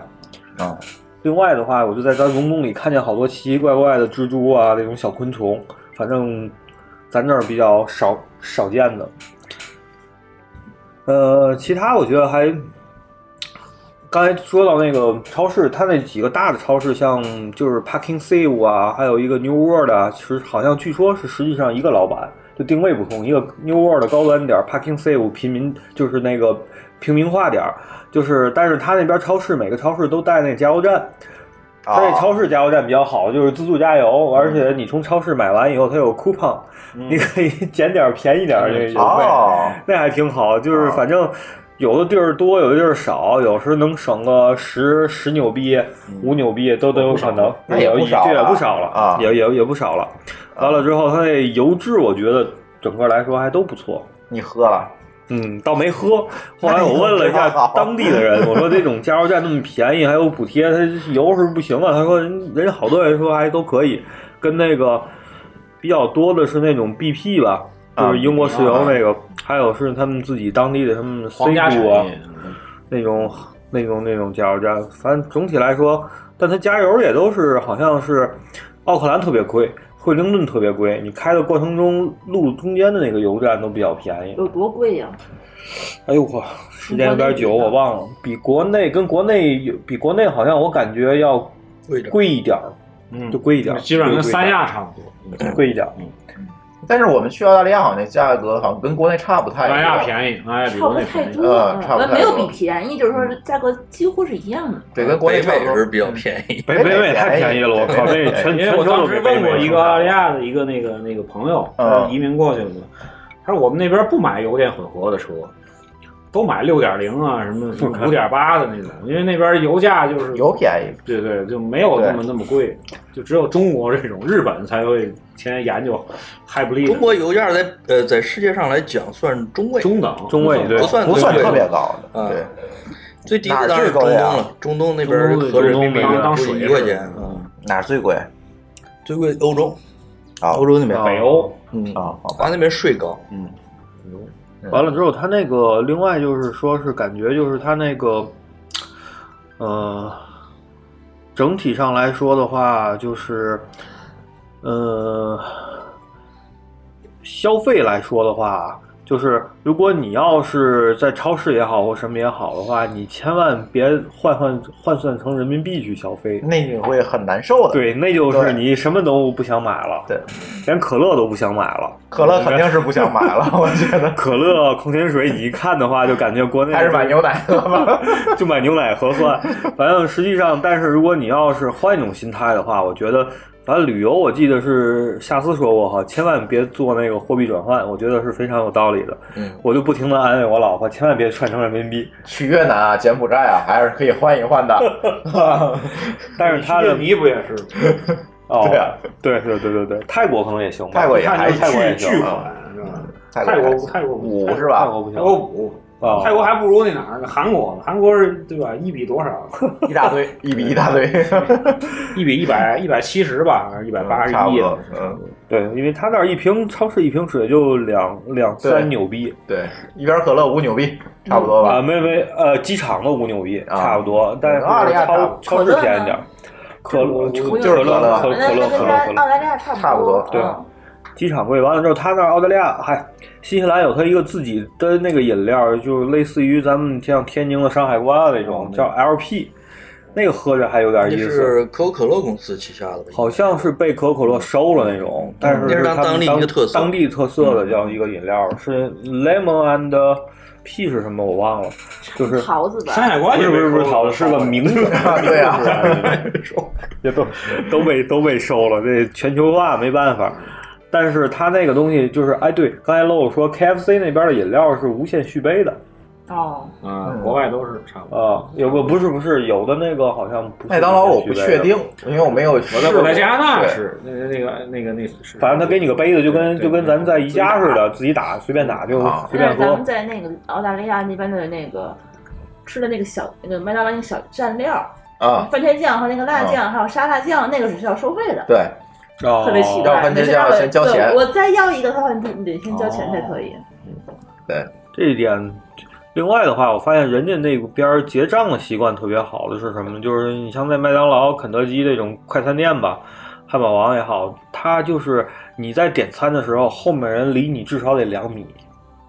Speaker 1: 啊，
Speaker 5: 另外的话，我就在咱溶洞里看见好多奇奇怪怪的蜘蛛啊，那种小昆虫，反正咱这儿比较少少见的。呃，其他我觉得还，刚才说到那个超市，它那几个大的超市，像就是 Packing Save 啊，还有一个 New World 啊，其实好像据说是实际上一个老板，就定位不同，一个 New World 的高端点儿，Packing Save 平民就是那个平民化点儿，就是但是它那边超市每个超市都带那加油站。
Speaker 1: 啊
Speaker 5: 它
Speaker 1: 哦
Speaker 5: 那超市加油站比较好，就是自助加油，而且你从超市买完以后，它有 coupon，、你可以 捡点儿便宜点儿这个油费。
Speaker 1: 嗯哦
Speaker 5: 那还挺好，就是反正有的地儿多，有的地儿少，有时能省个十十纽币、
Speaker 1: 嗯
Speaker 5: 五纽币都都有可能，
Speaker 1: 那也不少
Speaker 5: 这也
Speaker 1: 哦了
Speaker 5: 不少了
Speaker 1: 啊
Speaker 5: 也也也不少了。完了之后，它那油质我觉得整个来说还都不错。
Speaker 1: 你喝了？
Speaker 5: 嗯，倒没喝。后来我问了一下当地的人，我说这种加油站那么便宜，还有补贴，它油是不行啊。他说人人家好多人说还哎都可以，跟那个比较多的是那种 BP 吧，
Speaker 1: 啊
Speaker 5: 就是英国石油那个，还有是他们自己当地的什么 C
Speaker 2: 皇家产
Speaker 5: 股啊
Speaker 2: 业，
Speaker 5: 那种那种那种加油站，反正总体来说，但它加油也都是好像是奥克兰特别贵，惠灵顿特别贵，你开的过程中路中间的那个油站都比较便宜。
Speaker 6: 有多贵呀、
Speaker 5: 哎呦我时间有点久，我忘了，比国内跟国内有比国内好像我感觉要贵一点儿，
Speaker 2: 嗯
Speaker 5: 就贵一点儿，
Speaker 2: 基本上跟
Speaker 5: 贵一
Speaker 2: 三
Speaker 5: 点儿哎
Speaker 2: 亚差不多。
Speaker 5: 贵一点儿。
Speaker 1: 但是我们去澳大利亚好像那价格好像跟国内差不太多，
Speaker 2: 三亚便宜，哎，比
Speaker 6: 差
Speaker 2: 国
Speaker 6: 不
Speaker 2: 内
Speaker 6: 太
Speaker 2: 便宜。
Speaker 6: 多，
Speaker 1: 呃差不太
Speaker 6: 嗯没有
Speaker 1: 多
Speaker 6: 比便宜，就是说价格几乎是一样的。
Speaker 1: 对，跟国内
Speaker 3: 北
Speaker 1: 差不
Speaker 3: 美
Speaker 1: 多。嗯
Speaker 3: 是比较便宜，
Speaker 5: 北北美太便宜了，我靠，
Speaker 1: 北美
Speaker 5: 那全
Speaker 2: 因为
Speaker 5: 全球
Speaker 2: 我
Speaker 5: 都
Speaker 2: 当
Speaker 5: 给
Speaker 2: 时
Speaker 5: 北
Speaker 2: 问
Speaker 5: 美
Speaker 2: 过一
Speaker 5: 生
Speaker 2: 个
Speaker 5: 产
Speaker 2: 澳大利亚的一个那个那个朋友，
Speaker 1: 嗯
Speaker 2: 移民过去的，他说我们那边不买油电混合的车，都买六点零啊，什 么什么五点八的那种，因为那边油价就是
Speaker 1: 油便宜，
Speaker 2: 对对，就没有那么
Speaker 1: 对
Speaker 2: 那么贵，就只有中国这种日本才会先研究 hybrid
Speaker 3: 中国油价在呃在世界上来讲算中位，
Speaker 2: 中等
Speaker 5: 中位对
Speaker 3: 不算
Speaker 1: 不算
Speaker 3: 最
Speaker 1: 特
Speaker 3: 贵
Speaker 1: 别高的，
Speaker 3: 啊
Speaker 1: 对。
Speaker 3: 最低
Speaker 1: 哪儿
Speaker 3: 的当然
Speaker 1: 最
Speaker 3: 是中
Speaker 1: 高
Speaker 3: 东
Speaker 1: 呀
Speaker 3: 了，中东那边儿
Speaker 2: 中东
Speaker 3: 合人民币
Speaker 2: 中东当水
Speaker 3: 一块
Speaker 2: 是
Speaker 3: 钱
Speaker 5: 嗯
Speaker 3: 啊，
Speaker 1: 哪儿最贵？
Speaker 3: 最贵欧洲，
Speaker 1: 啊，
Speaker 3: 欧洲那边
Speaker 2: 北欧，
Speaker 3: 嗯，
Speaker 1: 啊，好吧，嗯
Speaker 3: 他那边税高，
Speaker 5: 嗯完了之后，他那个另外就是说是感觉就是他那个，呃，整体上来说的话，就是，呃，消费来说的话，就是如果你要是在超市也好或什么也好的话，你千万别换换换算成人民币去消费。
Speaker 1: 那你会很难受的。，
Speaker 5: 对，那就是
Speaker 1: 嗯对
Speaker 5: 你什么都不想买了，
Speaker 1: 对，
Speaker 5: 连可乐都不想买了。
Speaker 1: 可乐肯定是不想买了，我觉 得
Speaker 5: 可乐、矿泉水，你一看的话就感觉国内
Speaker 1: 还是买牛奶喝吧。
Speaker 5: 就买牛奶合算。反正实际上，但是如果你要是换一种心态的话，我觉得，反正旅游我记得是夏思说过哈，千万别做那个货币转换，我觉得是非常有道理的。
Speaker 3: 嗯
Speaker 5: 我就不停的安慰我老婆，千万别换成人民币。
Speaker 1: 去越南啊、柬埔寨啊，还是可以换一 换的。
Speaker 5: 但是他的
Speaker 2: 印尼不也是
Speaker 5: 哦，
Speaker 1: 对啊
Speaker 5: 对对对对对，泰国可能也行吧，
Speaker 1: 泰国也
Speaker 2: 看
Speaker 1: 还
Speaker 2: 那
Speaker 1: 是泰国也
Speaker 2: 巨巨
Speaker 1: 行啊，
Speaker 2: 款是吧？
Speaker 1: 泰国
Speaker 2: 泰国泰国
Speaker 1: 五是
Speaker 5: 泰
Speaker 1: 吧？
Speaker 5: 国不行
Speaker 2: 泰。国五
Speaker 5: 哦
Speaker 2: 泰国还不如那哪儿呢？韩国呢？韩国是对吧？一比多少？
Speaker 1: 一大堆，一比一大堆，
Speaker 2: 一比一百一百七十吧，还是一百八十
Speaker 5: 差不
Speaker 2: 一？
Speaker 5: 多
Speaker 1: 嗯，
Speaker 5: 对，因为他那儿一瓶超市一瓶水就两两
Speaker 1: 对
Speaker 5: 三纽币，
Speaker 1: 对，一边可乐五纽币，差不多吧
Speaker 5: 啊，没没呃，机场的五纽币差不多，但是
Speaker 1: 澳大利亚差
Speaker 5: 超
Speaker 1: 不多
Speaker 5: 超市便宜点儿，可乐
Speaker 1: 就是
Speaker 5: 可
Speaker 1: 可
Speaker 5: 乐
Speaker 1: 乐
Speaker 5: 可乐可乐可乐可乐，
Speaker 6: 大利亚差
Speaker 1: 差不多，
Speaker 5: 对，机场贵。完了之后，他那儿澳大利亚，嗨，新西兰有他一个自己的那个饮料，就是类似于咱们像天津的山海关啊那种，叫 LP，那个喝着还有点
Speaker 3: 那
Speaker 5: 意思。
Speaker 3: 是可口可乐公司旗下的吧？
Speaker 5: 好像是被可口可乐收了那种，但是
Speaker 3: 那是当
Speaker 5: 他们
Speaker 3: 当地一个特色
Speaker 5: 当地特色的叫一个饮料，是 lemon and p 是什么我忘了，就是
Speaker 6: 桃子吧
Speaker 2: 山海关
Speaker 5: 不
Speaker 2: 也
Speaker 5: 是不
Speaker 2: 被
Speaker 5: 是不是
Speaker 2: 收了
Speaker 5: 桃子，是个名字，
Speaker 1: 对啊呀，
Speaker 5: 也都都被都被收了，这全球化没办法。但是它那个东西就是，哎，对，刚才漏说 KFC 那边的饮料是无限续杯的
Speaker 6: 哦，
Speaker 2: 嗯，国外都是差不多。
Speaker 5: 啊，有个不是不是，有的那个好像不是
Speaker 1: 麦当劳我不
Speaker 5: 无限续杯
Speaker 1: 确
Speaker 5: 的
Speaker 1: 定，因为我没有
Speaker 5: 呃
Speaker 2: 我
Speaker 1: 试
Speaker 2: 在
Speaker 1: 过。
Speaker 2: 我在加拿大
Speaker 1: 对
Speaker 2: 是那那个那个那个是，
Speaker 5: 反正他给你个杯子，就跟
Speaker 2: 对
Speaker 5: 就跟咱在宜家似的，自己打随便打就
Speaker 1: 啊
Speaker 5: 随
Speaker 6: 但
Speaker 5: 便
Speaker 6: 是咱
Speaker 5: 喝
Speaker 6: 们。在那个澳大利亚那边的那个吃的那个小那个麦当劳那个小蘸料，
Speaker 1: 啊，
Speaker 6: 番茄酱和那个辣酱，
Speaker 5: 啊
Speaker 6: 还有沙拉酱，那个是需要收费的，
Speaker 1: 对，
Speaker 5: 特
Speaker 6: 特别奇
Speaker 1: 要
Speaker 6: 怪。
Speaker 1: 番
Speaker 6: 每
Speaker 1: 茄
Speaker 6: 次
Speaker 1: 酱
Speaker 6: 让我
Speaker 1: 先交钱哦
Speaker 6: 对，我再要一个的话，你你得先交钱才可以。
Speaker 1: 对，
Speaker 5: 这一点。另外的话，我发现人家那边儿结账的习惯特别好的是什么？就是你像在麦当劳、肯德基这种快餐店吧，汉堡王也好，它就是你在点餐的时候，后面人离你至少得两米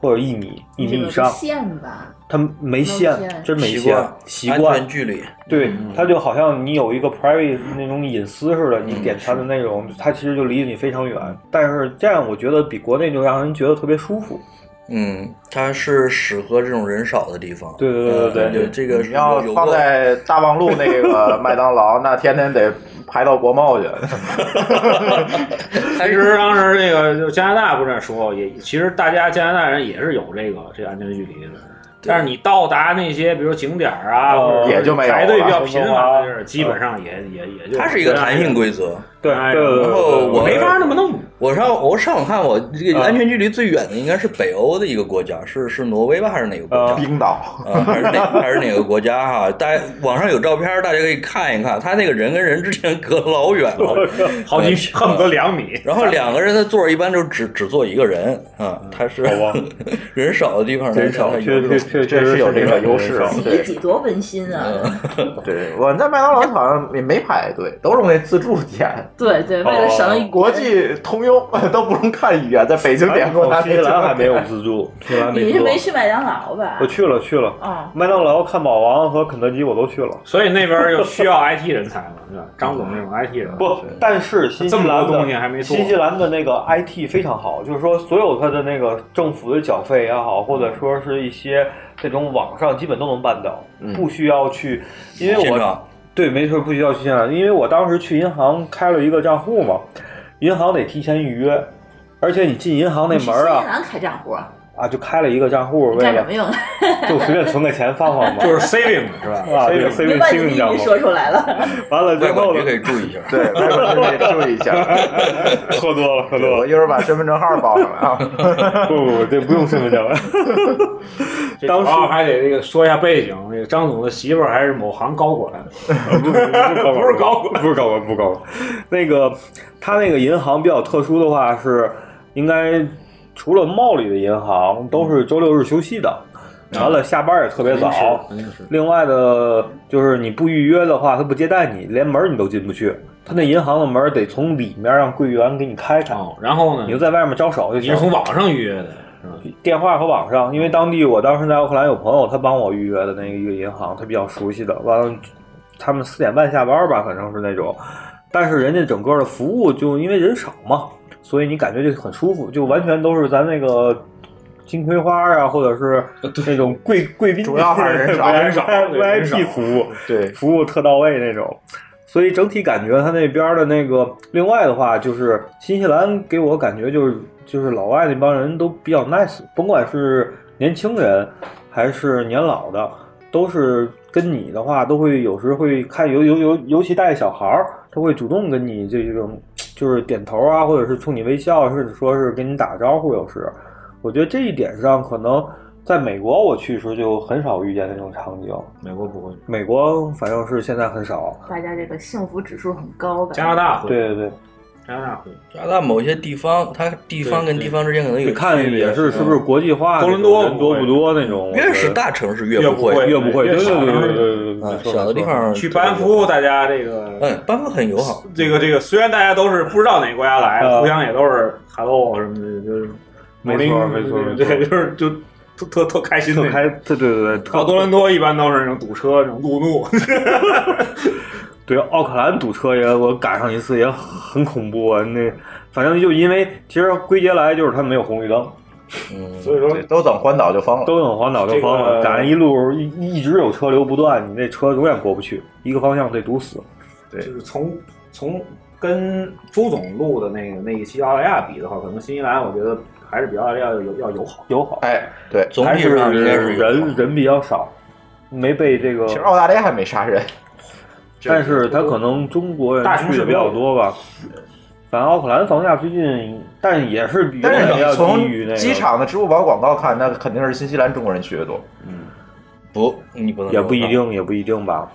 Speaker 5: 或者一米、一米以上，
Speaker 7: 嗯
Speaker 6: 线吧，
Speaker 5: 他没限
Speaker 6: 没，限
Speaker 5: 真没
Speaker 3: 习
Speaker 5: 限
Speaker 3: 惯，
Speaker 5: 习
Speaker 3: 安
Speaker 5: 惯
Speaker 3: 全距离，嗯
Speaker 5: 对，它就好像你有一个 private 那种隐私似的，你点餐的内容，它其实就离你非常远。但是这样，我觉得比国内就让人觉得特别舒服。
Speaker 3: 嗯，它是适合这种人少的地方。
Speaker 5: 对对对对
Speaker 3: 嗯
Speaker 5: 对
Speaker 3: 这个
Speaker 1: 你要
Speaker 3: 有有
Speaker 1: 放
Speaker 3: 过
Speaker 1: 在大望路那 个麦当劳，那天天得排到国贸去。
Speaker 2: 其实当时那个就加拿大不是这说，也其实大家加拿大人也是有这个这安全距离的，但是你到达那些比如景点儿啊，
Speaker 5: 哦
Speaker 2: 或者
Speaker 1: 也就没有了
Speaker 2: 排队比较频繁的地儿，基本上也也也就
Speaker 3: 它是一个弹性规则。
Speaker 5: 啊对
Speaker 2: 哎
Speaker 5: 对对
Speaker 3: 然后我
Speaker 2: 没法那么弄。
Speaker 3: 我上我上网看，我这个
Speaker 5: 啊
Speaker 3: 安全距离最远的应该是北欧的一个国家，是是挪威吧，还是哪个国家？
Speaker 1: 冰岛，
Speaker 3: 啊，还是哪还是哪个国家哈、大家网上有照片，大家可以看一看，他那个人跟人之间隔老远了，嗯
Speaker 2: 好几米恨不得两米，
Speaker 3: 然后两个人的座儿一般就是只只坐一个人啊，
Speaker 5: 嗯
Speaker 3: 他是人少的 地方呢，
Speaker 1: 人少
Speaker 3: 他有
Speaker 5: 确
Speaker 3: 这
Speaker 5: 确
Speaker 3: 种
Speaker 1: 这
Speaker 5: 确确实
Speaker 1: 是有这个优势
Speaker 5: 是
Speaker 6: 挤一
Speaker 5: 对
Speaker 6: 挤多温馨啊！
Speaker 1: 对，我在麦当劳好像也没排队，都是用那自助点。
Speaker 6: 对对，
Speaker 5: 哦
Speaker 6: 为了省一
Speaker 1: 国际通用 都不用看语言，在北京 点过
Speaker 5: 哦
Speaker 1: 来。
Speaker 5: 新西兰还没有自助，新西兰
Speaker 6: 你
Speaker 5: 没
Speaker 6: 是没
Speaker 5: 自助。
Speaker 6: 去麦当劳吧
Speaker 5: 我？去了去了，
Speaker 6: 哦，
Speaker 5: 麦当劳、汉堡王和肯德基我都去了。
Speaker 2: 所以那边就需 要 IT 人才了，是吧？张总这种 IT 人
Speaker 5: 不，但是新西
Speaker 2: 这么
Speaker 5: 兰
Speaker 2: 多
Speaker 5: 的
Speaker 2: 东西还没做
Speaker 5: 新西兰的那个 IT 非常好，就是说所有它的那个政府的缴费也好，或者说是一些这种网上基本都能办到，不需要去，因为
Speaker 3: 现
Speaker 5: 我
Speaker 3: 场
Speaker 5: 对没错不需要去现场，因为我当时去银行开了一个账户嘛，银行得提前预约，而且你进银行那
Speaker 6: 你是
Speaker 5: 门儿
Speaker 6: 新西
Speaker 5: 啊
Speaker 6: 兰开账户，
Speaker 5: 啊就开了一个账户，为
Speaker 6: 干什
Speaker 5: 了
Speaker 6: 么用？啊
Speaker 5: 就随便存个钱放放嘛，
Speaker 2: 就是 saving 是 吧？
Speaker 5: 啊，对
Speaker 2: saving
Speaker 5: 随
Speaker 6: 别
Speaker 5: 便
Speaker 6: 把
Speaker 5: 信
Speaker 6: 你
Speaker 5: 用
Speaker 6: 秘
Speaker 5: 账
Speaker 6: 密
Speaker 5: 户，
Speaker 6: 说出来了。
Speaker 5: 完了之
Speaker 3: 外
Speaker 5: 后
Speaker 3: 管
Speaker 5: 呢
Speaker 3: 局，可以注意一下。
Speaker 1: 对，外国人得注意一 下。
Speaker 5: 喝多了喝多了
Speaker 1: 我。一会儿把身份证号报上来啊。
Speaker 5: 不不不，这不用身份 证了。
Speaker 2: 这
Speaker 5: 当
Speaker 2: 主
Speaker 5: 时
Speaker 2: 要还得这个说一下背景，这个张总的媳妇儿还是某行高管，
Speaker 5: 不是 高
Speaker 2: 不是高
Speaker 5: 管，不是高管，不是高管。那个他那个银行比较特殊的话是，应该除了茂里的银行都是周六日休息的，完了下班也特别早。
Speaker 2: 肯定是
Speaker 5: 另外的，就是你不预约的话，他不接待你，连门儿你都进不去。他那银行的门儿得从里面让柜员给你开开，
Speaker 2: 哦。然后呢，
Speaker 5: 你就在外面招手就
Speaker 2: 你
Speaker 5: 行
Speaker 2: 是。从网上预约的， 是吧？
Speaker 5: 电话和网上，因为当地我当时在乌克兰有朋友，他帮我预约的那个一个银行，他比较熟悉的。完了，他们四点半下班吧，反正是那种。但是人家整个的服务就因为人少嘛，所以你感觉就很舒服，就完全都是咱那个金葵花啊，或者是那种贵贵宾，
Speaker 1: 主要还是 人少
Speaker 5: VIP
Speaker 2: 人少对人少
Speaker 5: VIP 服务。
Speaker 1: 对，
Speaker 5: 服务特到位那种。所以整体感觉他那边的那个，另外的话就是新西兰给我感觉就是就是老外那帮人都比较 nice，甭管是年轻人还是年老的，都是跟你的话都会有时会看尤尤尤尤其带小孩儿，他会主动跟你这种就是点头啊，或者是冲你微笑，甚至说是跟你打个招呼。有时我觉得这一点上可能在美国我去的时候就很少遇见那种场景。
Speaker 2: 美国不会，
Speaker 5: 美国反正是现在很少。
Speaker 6: 大家这个幸福指数很高的。
Speaker 5: 对对对，
Speaker 2: 加拿大会，
Speaker 3: 加拿大某些地方，它地方跟地方之间可能有啊
Speaker 5: 你看
Speaker 3: 区别
Speaker 5: 也是是不是国际化？
Speaker 3: 多伦
Speaker 5: 多
Speaker 3: 多
Speaker 5: 人多不多那种？
Speaker 3: 越是大城市
Speaker 5: 越
Speaker 3: 不会，
Speaker 5: 越不会，对对对对对对对
Speaker 3: 啊
Speaker 5: 没错
Speaker 3: 小的地方
Speaker 2: 去班夫，大家这个
Speaker 3: 嗯，班夫很友好，
Speaker 2: 这个这个，虽然大家都是不知道哪个国家来的，
Speaker 3: 啊
Speaker 2: 互相也都是 hello 什么的，就是
Speaker 5: 没错没错没错
Speaker 2: 对，就是就特特特开心那
Speaker 5: 特
Speaker 2: 种，
Speaker 5: 开，对对对，特
Speaker 2: 到多伦多一般都是那种堵车，那种路 怒。
Speaker 5: 对，奥克兰堵车也我赶上一次也很恐怖啊，那反正就因为其实归结来就是它没有红绿灯，
Speaker 3: 嗯，
Speaker 2: 所以说
Speaker 1: 都等环岛就方了，
Speaker 5: 都等环岛就方
Speaker 2: 这
Speaker 5: 了，
Speaker 2: 个
Speaker 5: 赶上一路一一直有车流不断，你那车永远过不去，一个方向得堵死。对
Speaker 2: 就是从从跟朱总录的那个那一期澳大利亚比的话，可能新西兰我觉得还是比澳大利亚要要友好。
Speaker 5: 友好，
Speaker 1: 哎，对，
Speaker 3: 总
Speaker 5: 还
Speaker 3: 体
Speaker 5: 是
Speaker 3: 上应该是友好
Speaker 5: 人人比较少，没被这个。
Speaker 1: 其实澳大利亚还没杀人，
Speaker 5: 但是他可能中国人
Speaker 1: 大城市
Speaker 5: 去的比较多吧。反正奥克兰房价最近，但也是比
Speaker 1: 但是
Speaker 5: 远
Speaker 1: 你
Speaker 5: 要低于
Speaker 1: 从
Speaker 5: 那个
Speaker 1: 机场的支付宝广告看，那肯定是新西兰中国人去的多。
Speaker 5: 嗯，
Speaker 3: 不，你不能
Speaker 5: 也不一定，也不一定吧。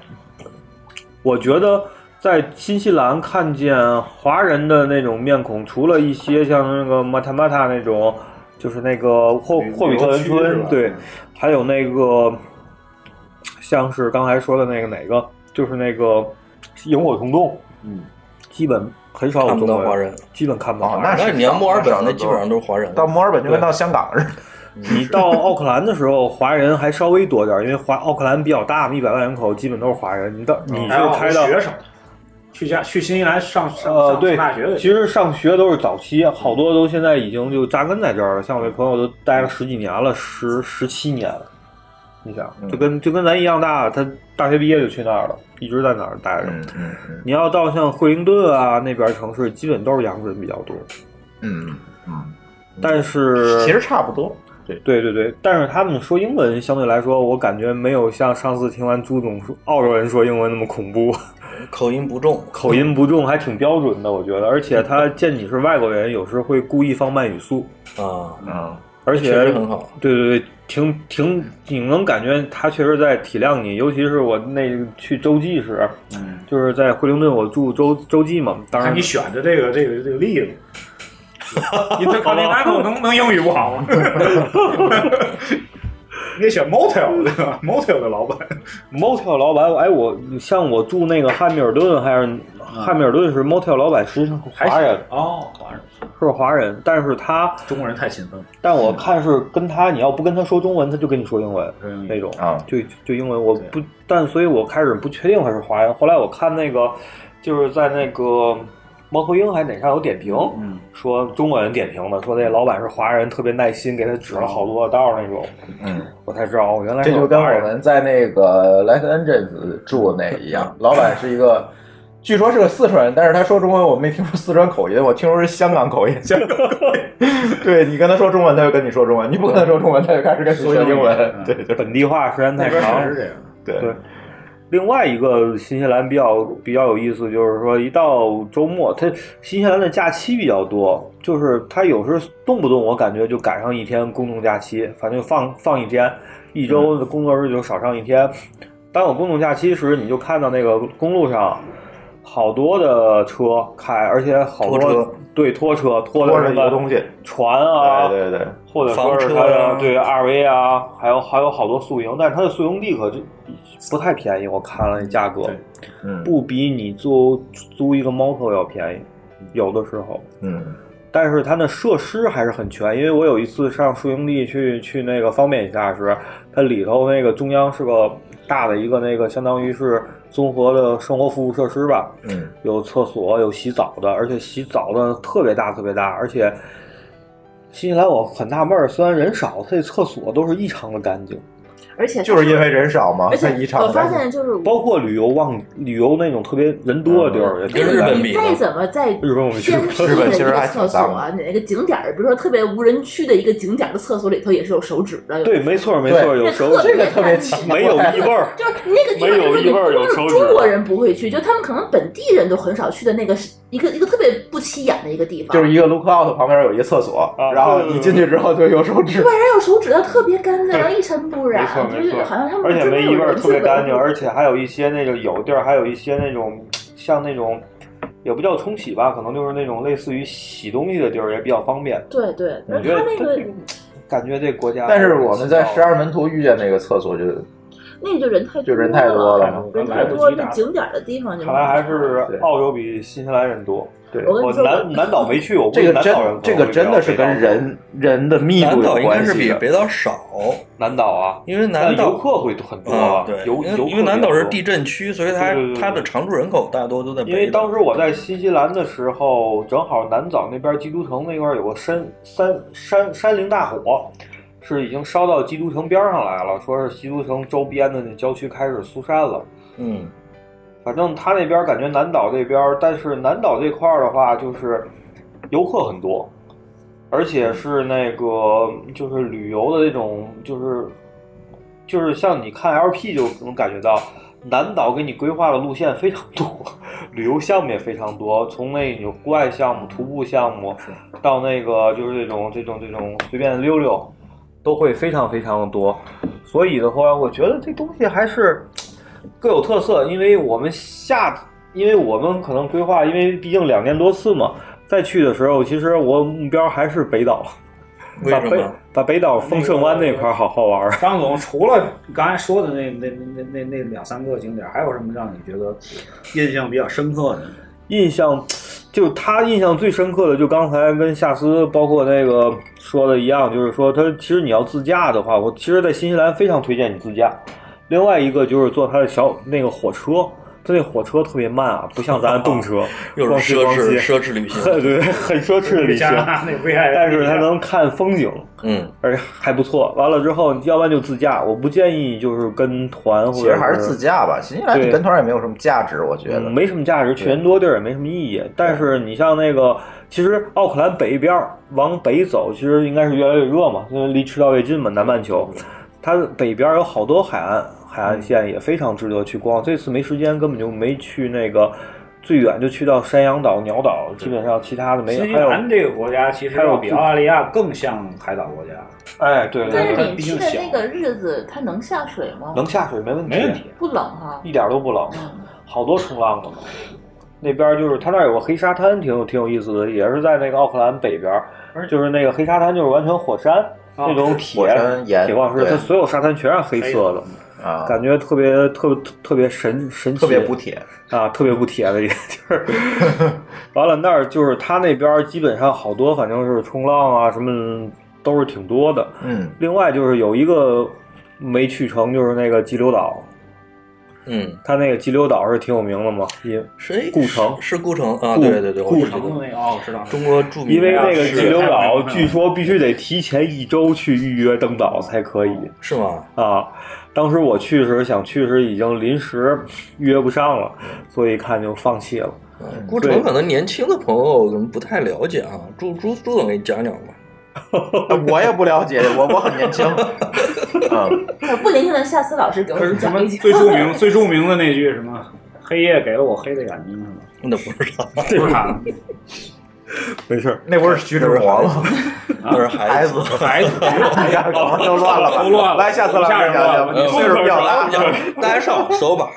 Speaker 5: 我觉得在新西兰看见华人的那种面孔，除了一些像那个马塔马塔那种，就是那个霍
Speaker 2: 旅
Speaker 5: 霍比特
Speaker 2: 旅游区
Speaker 5: 人
Speaker 2: 是
Speaker 5: 村
Speaker 2: 吧，
Speaker 5: 对，还有那个像是刚才说的那个哪个，就是那个萤火虫洞，
Speaker 2: 嗯，哦
Speaker 5: 基本很少有
Speaker 3: 看不
Speaker 5: 中
Speaker 3: 到
Speaker 5: 国
Speaker 3: 华人，
Speaker 5: 基本看不到华人。
Speaker 1: 那是
Speaker 3: 你要墨尔本
Speaker 1: 少
Speaker 3: 那基本上都是华人，
Speaker 1: 到墨尔本就跟到香港似的。
Speaker 5: 你到奥克兰的时候，华人还稍微多点儿，因为华奥克兰比较大嘛，一百万人口基本都是华人。你到你
Speaker 2: 还有
Speaker 5: 就开到
Speaker 2: 学生去家去新西兰上上
Speaker 5: 呃，
Speaker 2: 上
Speaker 5: 对，
Speaker 2: 大学的，
Speaker 5: 其实上学都是早期，好多都现在已经就扎根在这儿了。像我那朋友都待了十几年了，十十七年了。你想，
Speaker 1: 嗯
Speaker 5: 就跟就跟咱一样大，他大学毕业就去那儿了，一直在那儿待着。
Speaker 1: 嗯嗯
Speaker 5: 你要到像惠灵顿啊那边城市，基本都是洋人比较多。
Speaker 1: 嗯嗯，
Speaker 5: 但是
Speaker 1: 其实差不多。对
Speaker 5: 对对对，但是他们说英文相对来说，我感觉没有像上次听完朱总说澳洲人说英文那么恐怖，
Speaker 3: 口音不重，
Speaker 5: 口音不重，还挺标准的，我觉得。而且他见你是外国人，有时会故意放慢语速，
Speaker 3: 啊，
Speaker 1: 嗯，
Speaker 5: 而且
Speaker 3: 确实很好。
Speaker 5: 对对对，挺挺，你能感觉他确实在体谅你，尤其是我那个去洲际时，
Speaker 2: 嗯，
Speaker 5: 就是在惠灵顿，我住洲洲际嘛，当然
Speaker 2: 看你选的这个这个这个例子。你 这考你
Speaker 5: 好吧
Speaker 2: 男口能能英语不好吗？ 你得选 motel 对吧？motel 的老板，
Speaker 5: motel 老板，哎，我像我住那个汉密尔顿，还是
Speaker 2: 嗯
Speaker 5: 汉密尔顿是 motel 老板，实际上是华人，
Speaker 2: 哦，华人，
Speaker 5: 是华人，但是他，
Speaker 2: 中国人太勤奋了。
Speaker 5: 但我看是跟他，你要不跟他说中文，他就跟你说英文
Speaker 2: 嗯
Speaker 5: 那种
Speaker 1: 啊，
Speaker 5: 就就英文，我不，但所以我开始不确定他是华人，后来我看那个就是在那个。猫头鹰还哪上有点评，
Speaker 2: 嗯
Speaker 1: 嗯
Speaker 5: 说中国人点评的，说那老板是华人，特别耐心，给他指了好多道那种，
Speaker 1: 嗯，
Speaker 5: 我才知道哦，原来
Speaker 1: 这
Speaker 5: 是
Speaker 1: 就
Speaker 5: 个
Speaker 1: 跟
Speaker 5: 华
Speaker 1: 我
Speaker 5: 人
Speaker 1: 们在那个莱克恩镇子住的那一 样，老板是一个，据说是个四川人，但是他说中文我没听说四川口音，我听说是香港口音。香 港口音，对你跟他说中文，他就跟你说中文；你不跟他说中文，他就开始跟你说英文。对，就
Speaker 5: 本地化时间太长，
Speaker 2: 样。
Speaker 1: 对
Speaker 5: 对。另外一个新西兰比较比较有意思，就是说一到周末，它新西兰的假期比较多，就是它有时候动不动我感觉就赶上一天公众假期，反正就放放一天，一周的工作日就少上一天。当有公众假期时，你就看到那个公路上好多的车开，而且好多
Speaker 3: 拖车
Speaker 5: 对拖车
Speaker 1: 拖
Speaker 5: 拖
Speaker 1: 着
Speaker 5: 的什
Speaker 1: 一个
Speaker 5: 么
Speaker 1: 东西，
Speaker 5: 船啊，
Speaker 1: 对对对，
Speaker 5: 或者说是它的对 RV 啊，还有还有好多宿营，但是它的宿营地可就不太便宜，我看了那价格，
Speaker 1: 嗯
Speaker 5: 不比你租租一个 motel 要便宜，有的时候。
Speaker 1: 嗯
Speaker 5: 但是它的设施还是很全，因为我有一次上宿营地去去那个方便一下时，它里头那个中央是个大的一个那个相当于是综合的生活服务设施吧，
Speaker 1: 嗯
Speaker 5: 有厕所，有洗澡的，而且洗澡的特别大，特别大，而且新西兰我很纳闷儿，虽然人少，它这厕所都是异常的干净，
Speaker 6: 而且
Speaker 1: 就是因为人少嘛
Speaker 6: 而且
Speaker 1: 它异常
Speaker 6: 我
Speaker 1: 的干
Speaker 6: 发
Speaker 1: 净
Speaker 6: 现就是
Speaker 5: 包括旅游旺旅游那种特别人多的地
Speaker 6: 嗯
Speaker 5: 儿，也特别干净
Speaker 6: 你再怎么在
Speaker 5: 日本我们去
Speaker 6: 偏
Speaker 5: 过
Speaker 6: 僻的
Speaker 5: 日本
Speaker 6: 一
Speaker 5: 其实
Speaker 6: 个
Speaker 5: 还
Speaker 6: 厕所
Speaker 5: 挺脏的
Speaker 6: 啊，你那个景点儿，比如说特别无人区的一个景点儿的厕所里头也是有手指的。有
Speaker 5: 对，没错没错，
Speaker 6: 对
Speaker 5: 有时候
Speaker 6: 这个特别奇怪
Speaker 5: 没有异味儿，
Speaker 6: 就是那个地方
Speaker 5: 没有
Speaker 6: 就是
Speaker 5: 异味儿有
Speaker 6: 就是
Speaker 5: 手指
Speaker 6: 中国人不会去，就他们可能本地人都很少去的那个一个一个特别不起眼的一个地方，
Speaker 1: 就是一个 lookout 旁边有一个厕所，然后你进去之后就有手指
Speaker 6: 对，，然后手指头特别干净，
Speaker 5: 对
Speaker 6: 然后一尘不染
Speaker 5: 没错，
Speaker 6: 就
Speaker 5: 没
Speaker 6: 是
Speaker 5: 错
Speaker 6: 好像他们
Speaker 5: 而且
Speaker 6: 专门
Speaker 5: 没
Speaker 6: 有
Speaker 5: 异味儿，
Speaker 6: 人
Speaker 5: 特别
Speaker 6: 去闻
Speaker 5: 干净，而且还有一些那个有地儿，还有一些那种像那种也不叫冲洗吧，可能就是那种类似于洗东西的地儿，也比较方便。
Speaker 6: 对对，然
Speaker 5: 你
Speaker 6: 后
Speaker 5: 觉得
Speaker 6: 他那个
Speaker 5: 感觉这国家，
Speaker 1: 但是我们在十二门徒遇见那个厕所就
Speaker 6: 那个就人太
Speaker 1: 就人太多了
Speaker 2: 啊
Speaker 1: 嘛
Speaker 6: 人太多，那景点儿的地方就
Speaker 5: 看来还是澳洲比新西兰人多。
Speaker 1: 对
Speaker 6: 我跟你
Speaker 5: 我
Speaker 6: 说
Speaker 5: 南南岛没去，我估
Speaker 1: 这
Speaker 5: 计
Speaker 1: 个
Speaker 5: 南
Speaker 1: 真
Speaker 5: 岛人
Speaker 1: 这个真的是跟人人的密
Speaker 5: 南
Speaker 1: 度
Speaker 5: 岛
Speaker 1: 有
Speaker 5: 应该
Speaker 1: 关
Speaker 5: 是
Speaker 1: 系
Speaker 5: 比
Speaker 1: 的。
Speaker 5: 北
Speaker 3: 岛少，
Speaker 5: 南岛啊，
Speaker 3: 因为南
Speaker 5: 但
Speaker 3: 岛
Speaker 5: 啊游客会很多
Speaker 3: 啊
Speaker 5: 啊，，
Speaker 3: 对，
Speaker 5: 游
Speaker 3: 因
Speaker 5: 游客
Speaker 3: 为因为南
Speaker 5: 比较
Speaker 3: 岛是
Speaker 5: 多
Speaker 3: 地震区，所以它
Speaker 5: 对对对
Speaker 3: 它的常住人口大多都在北岛。
Speaker 5: 因为当时我在新西兰的时候，正好南岛那边基督城那块儿有个山山山山林大火，是已经烧到基督城边儿上来了，说是基督城周边的那郊区开始肃山了。
Speaker 3: 嗯，
Speaker 5: 反正他那边儿感觉南岛这边儿，但是南岛这块儿的话，就是游客很多，而且是那个就是旅游的那种，就是就是像你看 LP 就能感觉到，南岛给你规划的路线非常多， 旅游项目也非常多，从那种户外项目、徒步项目，到那个就是这种这种这种随便溜溜，都会非常非常的多。所以的话，我觉得这东西还是各有特色，因为我们下，因为我们可能规划，因为毕竟两年多次嘛，再去的时候，其实我目标还是北岛。
Speaker 3: 为
Speaker 5: 把
Speaker 3: 什
Speaker 5: 北
Speaker 3: 么，
Speaker 5: 把北岛丰盛湾那块儿好好玩儿。
Speaker 2: 张总，除了刚才说的那那那那那那两三个景点，还有什么让你觉得印象比较深刻的？
Speaker 5: 印象，就他印象最深刻的，就刚才跟夏思包括那个说的一样，就是说他其实你要自驾的话，我其实，在新西兰非常推荐你自驾。另外一个就是坐他的小那个火车，他那火车特别慢啊，不像咱 动车
Speaker 3: 又
Speaker 5: 咣
Speaker 3: 是
Speaker 5: 叽
Speaker 3: 奢
Speaker 5: 咣叽
Speaker 3: 侈奢侈旅 行
Speaker 5: 对对，很奢侈的旅 行
Speaker 2: 加拿大那危害。
Speaker 5: 但是他能看风景，
Speaker 3: 嗯，
Speaker 5: 而且还不错。完了之后，要不然就自驾，我不建议就是跟团或者
Speaker 1: 其实还是自驾吧，新西兰你
Speaker 5: 对
Speaker 1: 跟团也没有什么价值，我觉得。
Speaker 5: 嗯没什么价值，去人多地儿也没什么意义。但是你像那个，其实奥克兰北边儿往北走，其实应该是越来越热嘛，因为离赤道越近嘛，南半球，它北边儿有好多海岸，海岸线也非常值得去逛。这次没时间，根本就没去那个。最远就去到山羊岛、鸟岛，基本上其他的没有。
Speaker 2: 新西
Speaker 5: 还有，
Speaker 2: 兰这个国家其实要比澳大利亚更像海岛国家，
Speaker 5: 哎，对对
Speaker 6: 但是
Speaker 5: 对，
Speaker 6: 你去的那个日子，它能下水吗？
Speaker 5: 能嗯下水没问题，
Speaker 2: 没问题，
Speaker 6: 不冷啊哈、
Speaker 5: 一点都不冷，好多冲浪的。那边就是它那儿有个黑沙滩，挺有挺有意思的，也是在那个奥克兰北边儿，就是那个黑沙滩就是完全火山、
Speaker 2: 哦
Speaker 5: 那种铁
Speaker 1: 火山岩
Speaker 5: 铁矿石，
Speaker 1: 对
Speaker 5: 它所有沙滩全是黑色的，
Speaker 1: 啊，
Speaker 5: 感觉特别特别特别神神奇，
Speaker 1: 特别补铁
Speaker 5: 啊，特别不铁的一个地儿。 完了那儿就是它那边儿基本上好多，反正是冲浪啊什么都是挺多的。
Speaker 1: 嗯，
Speaker 5: 另外就是有一个没去成，就是那个激流岛，
Speaker 3: 嗯，
Speaker 5: 它那个激流岛是挺有名的嘛，也
Speaker 3: 谁
Speaker 5: 故城
Speaker 3: 是顾城啊？
Speaker 5: 顾
Speaker 3: 对对对，我
Speaker 5: 顾
Speaker 3: 知道
Speaker 5: 城
Speaker 2: 那个哦，我知道。
Speaker 3: 中国著名
Speaker 5: 因为那个
Speaker 3: 嗯啊是
Speaker 5: 激流岛据说必须得提前一周去预约登岛才可以，
Speaker 3: 是吗？
Speaker 5: 啊，当时我去的时候想去的时候已经临时约不上了，所以一看就放弃了。
Speaker 3: 顾啊城可能年轻的朋友可能不太了解啊，朱朱朱总给你讲讲吧。
Speaker 1: 呃我也不了解，我我很年轻。啊
Speaker 6: 不年轻的夏思老师给我
Speaker 2: 可是
Speaker 6: 们
Speaker 2: 什
Speaker 6: 讲
Speaker 2: 么
Speaker 6: 一讲。
Speaker 2: 最著名最著名的那句什么？黑夜给了我黑的眼睛是吗？
Speaker 3: 那不是他，
Speaker 2: 不是他，
Speaker 5: 没事，
Speaker 1: 那不是徐志摩吗？
Speaker 3: 那是孩子，
Speaker 2: 孩子，
Speaker 1: 哎呀，都乱了吧？
Speaker 2: 都乱了
Speaker 1: 来，下次老师讲讲，你岁数比较大，
Speaker 3: 嗯大家上网搜吧，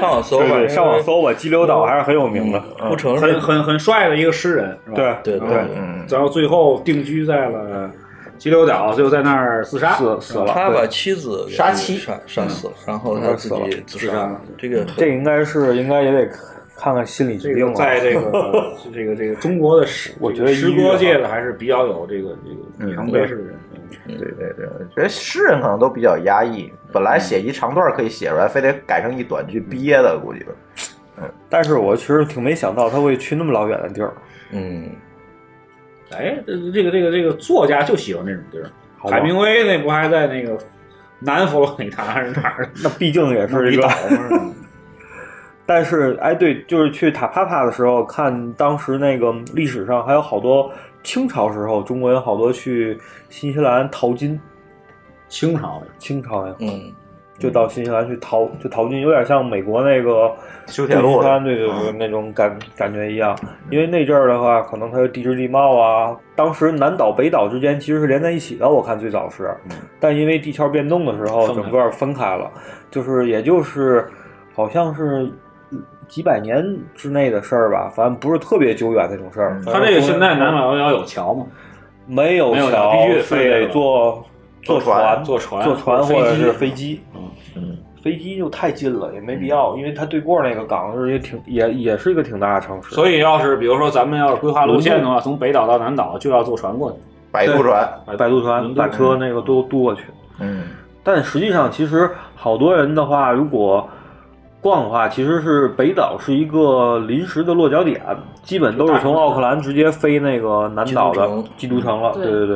Speaker 3: 上网搜
Speaker 5: 对
Speaker 3: 吧，嗯
Speaker 5: 对，上网搜吧，激流岛还是很有名的。
Speaker 3: 顾城是
Speaker 2: 很很很帅的一个诗人，是吧？
Speaker 5: 对嗯对
Speaker 2: 嗯对，嗯然后最后定居在了激流岛，最后在那儿自杀，
Speaker 5: 死死了
Speaker 3: 他把妻子给
Speaker 5: 杀妻
Speaker 3: 杀杀死了，然后他自己自杀了。这个
Speaker 5: 嗯这个应该是应该也得看看心理疾
Speaker 2: 这
Speaker 5: 病
Speaker 2: 个
Speaker 5: 了。
Speaker 2: 在这 个这个这个中国的诗，
Speaker 5: 我觉
Speaker 2: 这
Speaker 5: 得
Speaker 2: 个诗
Speaker 5: 音乐
Speaker 2: 歌界
Speaker 5: 哈
Speaker 2: 的还是比较有这个这个里程碑式的人。嗯
Speaker 1: 对对对，我觉得诗人可能都比较压抑，本来写一长段可以写出来，非得改成一短句憋的，估计。
Speaker 5: 但是我其实挺没想到他会去那么老远的地儿。
Speaker 3: 嗯，
Speaker 2: 哎，这这个这个这个作家就喜欢这种地儿。
Speaker 5: 吧
Speaker 2: 海明威那不还在那个南佛罗里达还是哪儿？
Speaker 5: 那毕竟也是一个
Speaker 2: 那比岛
Speaker 3: 嗯
Speaker 2: 嘛
Speaker 5: 但是，哎，对，就是去塔帕帕的时候，看当时那个历史上还有好多清朝时候中国人好多去新西兰淘金。
Speaker 2: 清朝，
Speaker 5: 清朝呀，
Speaker 3: 嗯，
Speaker 5: 就到新西兰去淘，就淘金，有点像美国那个
Speaker 1: 修铁路的嗯
Speaker 5: 对对对，那种感感觉一样。因为那阵儿的话，可能它有地质地貌啊，当时南岛北岛之间其实是连在一起的，我看最早是，
Speaker 1: 嗯
Speaker 5: 但因为地壳变动的时候，
Speaker 9: 分开
Speaker 5: 整个分开了，就是也就是好像是。几百年之内的事儿吧，反正不是特别久远那种事
Speaker 1: 嗯
Speaker 5: 儿。
Speaker 2: 它这个现在南
Speaker 5: 岛
Speaker 2: 马幺幺有桥吗？
Speaker 5: 没有
Speaker 2: 没有
Speaker 5: 桥，
Speaker 2: 必须
Speaker 5: 是得坐
Speaker 2: 坐
Speaker 5: 船、
Speaker 2: 坐
Speaker 5: 坐
Speaker 2: 船
Speaker 5: 坐船
Speaker 2: 或者
Speaker 5: 或者是
Speaker 2: 飞
Speaker 5: 飞机。
Speaker 1: 嗯
Speaker 5: 飞机就太近了，也没
Speaker 2: 嗯
Speaker 5: 必要，因为它对过那个港是也挺也也是一个挺大的城市。
Speaker 2: 所以要是比如说咱们要是规划路线的话，从北岛到南岛就要坐船过去，
Speaker 1: 摆
Speaker 5: 渡
Speaker 1: 船
Speaker 2: 对、
Speaker 5: 摆渡船、把车那个都渡过去。
Speaker 1: 嗯，
Speaker 5: 但实际上，其实好多人的话，如果逛的话，其实是北岛是一个临时的落脚点，基本都是从奥克兰直接飞那个南岛的基督城了。
Speaker 2: 对嗯
Speaker 5: 对对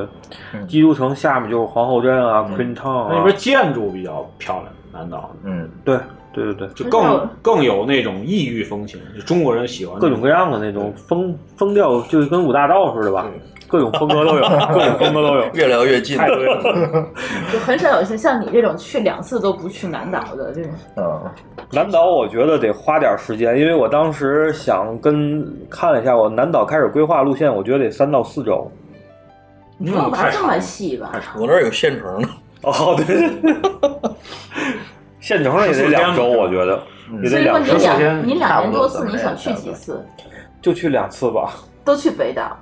Speaker 5: 对，基督城下面就是皇后镇啊、Queenstown 啊，
Speaker 2: 那边建筑比较漂亮，南岛
Speaker 1: 嗯，
Speaker 5: 对对对对，
Speaker 2: 就更更有那种异域风情，就中国人喜欢
Speaker 5: 各种各样的那种风风调，就跟五大道似的吧，各种风格 都有，各种风格都有，
Speaker 3: 嗯越聊越近
Speaker 2: 太
Speaker 5: 对了。
Speaker 6: 就很少有像像你这种去两次都不去南岛的这种。
Speaker 1: 啊
Speaker 5: 南岛我觉得得花点时间，因为我当时想跟看了一下，我南岛开始规划路线，我觉得得三到四周。
Speaker 6: 你不用玩这么细吧？
Speaker 3: 我那儿有现成的。
Speaker 5: 哦，对，县城也得两周，我觉得也
Speaker 6: 所
Speaker 5: 得
Speaker 6: 以说
Speaker 5: 两
Speaker 6: 你
Speaker 5: 周。
Speaker 6: 两你两年多次，你想去几次？
Speaker 5: 就去两次吧，
Speaker 6: 都去北岛，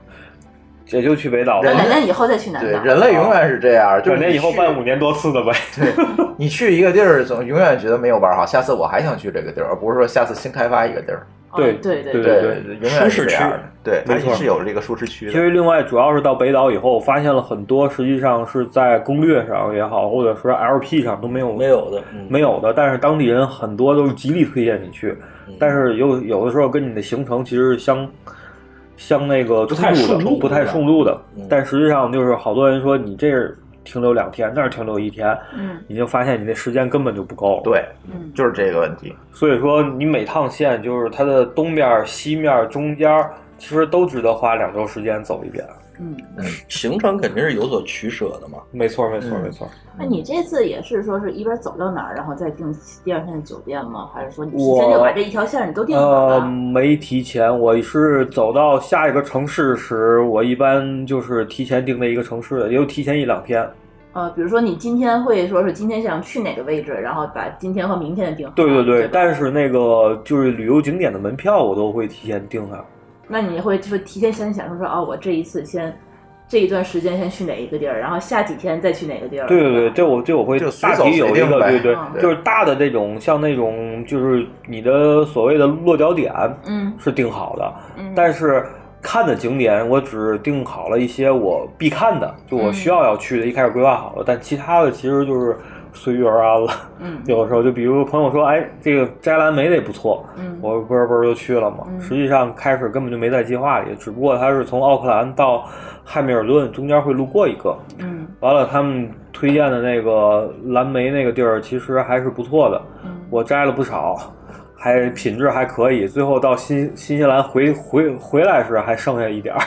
Speaker 5: 也就去北岛吧。
Speaker 6: 两年以后再去南
Speaker 1: 对，
Speaker 6: 岛。
Speaker 1: 人类永远是这样，就是
Speaker 5: 两年以后办五年多次的呗。
Speaker 1: 对，你去一个地儿，总永远觉得没有玩好，下次我还想去这个地儿，而不是说下次新开发一个地儿。
Speaker 5: 对
Speaker 6: 哦对
Speaker 5: 对
Speaker 1: 对
Speaker 5: 对对
Speaker 1: 永远是这样的
Speaker 5: 舒适区。
Speaker 1: 对，它
Speaker 5: 没错
Speaker 1: 是有这个舒适区
Speaker 5: 其
Speaker 1: 的。
Speaker 5: 实，另外主要是到北岛以后，我发现了很多实际上是在攻略上也好，或者说 LP 上都没有
Speaker 3: 没有的，嗯
Speaker 5: 没有的。但是当地人很多都是极力推荐你去，但是有有的时候跟你的行程其实是相相那个
Speaker 2: 不
Speaker 5: 冲
Speaker 2: 太
Speaker 5: 突
Speaker 2: 顺路
Speaker 5: 的，不太
Speaker 2: 是吧
Speaker 5: 顺路的。但实际上就是好多人说你这儿停留两天，那儿停留一天，
Speaker 6: 嗯
Speaker 5: 你就发现你的时间根本就不够。
Speaker 1: 对，
Speaker 6: 嗯，
Speaker 1: 就是这个问题。
Speaker 5: 所以说，你每趟线就是它的东面儿、西面儿、中间儿，其实都值得花两周时间走一遍。
Speaker 6: 嗯，
Speaker 3: 行程肯定是有所取舍的嘛。
Speaker 5: 没错，没错，
Speaker 3: 嗯
Speaker 5: 没错。
Speaker 6: 那你这次也是说是一边走到哪儿，然后再订第二天的酒店吗？还是说你提前就把这一条线儿你都订好了？
Speaker 5: 呃，没提前，我是走到下一个城市时，我一般就是提前定在一个城市的，也有提前一两天。
Speaker 6: 呃，比如说你今天会说是今天想去哪个位置，然后把今天和明天的定好。
Speaker 5: 对对对，但是那个就是旅游景点的门票，我都会提前订啊上。
Speaker 6: 那你会就是提前先想说说哦，我这一次先这一段时间先去哪一个地儿，然后下几天再去哪个地儿。
Speaker 5: 对对对，这我这我会
Speaker 1: 随
Speaker 5: 大
Speaker 1: 走
Speaker 5: 体
Speaker 1: 随
Speaker 5: 有一
Speaker 1: 定
Speaker 5: 个
Speaker 1: 呗
Speaker 5: 对对
Speaker 1: 嗯，
Speaker 5: 就是大的那种像那种就是你的所谓的落脚点，
Speaker 6: 嗯，
Speaker 5: 是定好的，
Speaker 6: 嗯
Speaker 5: 但是看的景点我只定好了一些我必看的，就我需要要去的，一开始规划好了，但其他的其实就是随遇而安了。
Speaker 6: 嗯
Speaker 5: 有的时候就比如朋友说，哎，这个摘蓝莓的也不错，
Speaker 6: 嗯
Speaker 5: 我不是不是就去了嘛，
Speaker 6: 嗯
Speaker 5: 实际上开始根本就没在计划里，只不过他是从奥克兰到汉密尔顿中间会路过一个，
Speaker 6: 嗯
Speaker 5: 完了，他们推荐的那个蓝莓那个地儿，其实还是不错的，
Speaker 6: 嗯
Speaker 5: 我摘了不少，还品质还可以。最后到新 新西兰回回回来时还剩下一点儿。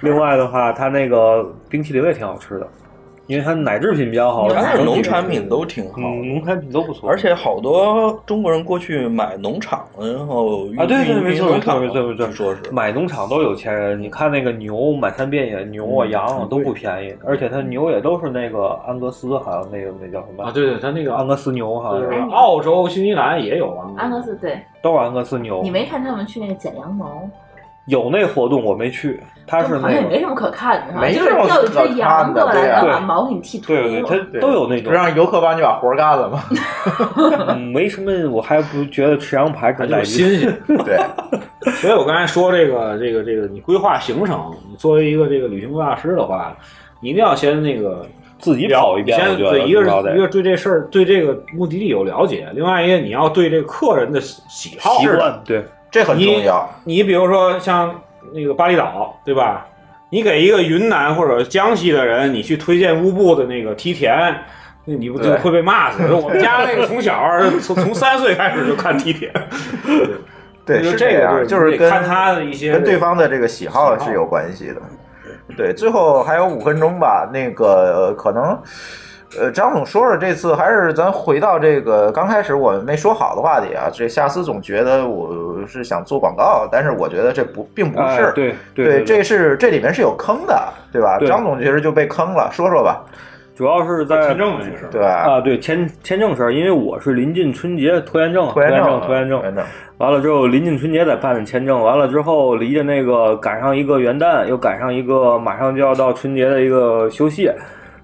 Speaker 5: 另外的话，它那个冰淇淋也挺好吃的，因为它奶制品比较好，
Speaker 3: 它的农产品都挺好，
Speaker 5: 嗯农产品都不错，
Speaker 3: 而且好多中国人过去买农场，然后
Speaker 5: 啊，对对，
Speaker 3: 运
Speaker 5: 没
Speaker 3: 运
Speaker 5: 错
Speaker 3: 农
Speaker 5: 没错
Speaker 3: 场
Speaker 5: 没错没错，
Speaker 3: 说是
Speaker 5: 买农场都有钱人。你看那个牛满山遍野，牛啊
Speaker 2: 嗯
Speaker 5: 羊啊
Speaker 2: 很
Speaker 5: 都
Speaker 2: 贵
Speaker 5: 不便宜，而且它牛也都是那个安格斯，好像那个那叫什么
Speaker 2: 啊，对对，它那个
Speaker 5: 安格斯牛好像
Speaker 2: 啊就是
Speaker 5: 是
Speaker 2: 澳洲、新西兰也有啊。
Speaker 6: 安格斯对，
Speaker 5: 都是安格斯牛
Speaker 6: 你。没看他们去那个剪羊毛，
Speaker 5: 有那活动我没去，它是
Speaker 6: 好像也
Speaker 5: 那
Speaker 6: 没
Speaker 5: 个
Speaker 6: 什么可看的，
Speaker 5: 没
Speaker 6: 就是
Speaker 5: 什么
Speaker 6: 调一
Speaker 5: 可
Speaker 6: 只羊
Speaker 5: 看的
Speaker 6: 过来，
Speaker 5: 对
Speaker 6: 然
Speaker 5: 啊
Speaker 6: 后把毛给你剃秃。
Speaker 5: 对对，它都有那种
Speaker 1: 不让游客帮你把活儿干了 吗？
Speaker 5: 嗯没什么，我还不觉得吃羊排更带
Speaker 2: 有
Speaker 5: 劲。
Speaker 2: 新鲜，
Speaker 1: 对。
Speaker 2: 所以我刚才说这个这个这个，你规划行程，你作为一个这个旅行规划师的话，你一定要先那个
Speaker 5: 自己跑一遍
Speaker 2: 先
Speaker 5: 我觉得
Speaker 2: 对，一个
Speaker 5: 至少
Speaker 2: 是
Speaker 5: 得
Speaker 2: 一个对这事儿对这个目的地有了解，另外一个你要对这个客人的喜好
Speaker 5: 习惯，对，
Speaker 1: 这很重要。
Speaker 2: 你比如说像那个巴厘岛，对吧？你给一个云南或者江西的人，你去推荐乌布的那个梯田。那你不就
Speaker 1: 对
Speaker 2: 会被骂死？我们家那个从小从从三岁开始就看梯 田，
Speaker 1: 对，
Speaker 2: 就是这个
Speaker 1: 样，
Speaker 2: 对
Speaker 1: 就
Speaker 2: 你
Speaker 1: 是
Speaker 2: 得
Speaker 1: 跟
Speaker 2: 看他的一些
Speaker 1: 跟对方的这个喜好是有关系的。对，最后还有五分钟吧，那个呃可能呃，张总说说这次，还是咱回到这个刚开始我们没说好的话题啊。这夏思总觉得我是想做广告，但是我觉得这不并不是，
Speaker 5: 哎对
Speaker 1: 对
Speaker 5: 对对对
Speaker 1: 这是这里面是有坑的，对吧？
Speaker 5: 对
Speaker 1: 张总其实就被坑了，说说吧。
Speaker 5: 主要是在签证
Speaker 2: 的事
Speaker 1: 对
Speaker 5: 啊，对签签证事儿，因为我是临近春节拖延症啊，
Speaker 1: 拖
Speaker 5: 拖
Speaker 1: 延
Speaker 5: 延
Speaker 1: 症
Speaker 5: 症，
Speaker 1: 啊
Speaker 5: 拖延症，
Speaker 1: 症。
Speaker 5: 完了之后，临近春节再办的签证，完了之后离着那个赶上一个元旦，又赶上一个马上就要到春节的一个休息，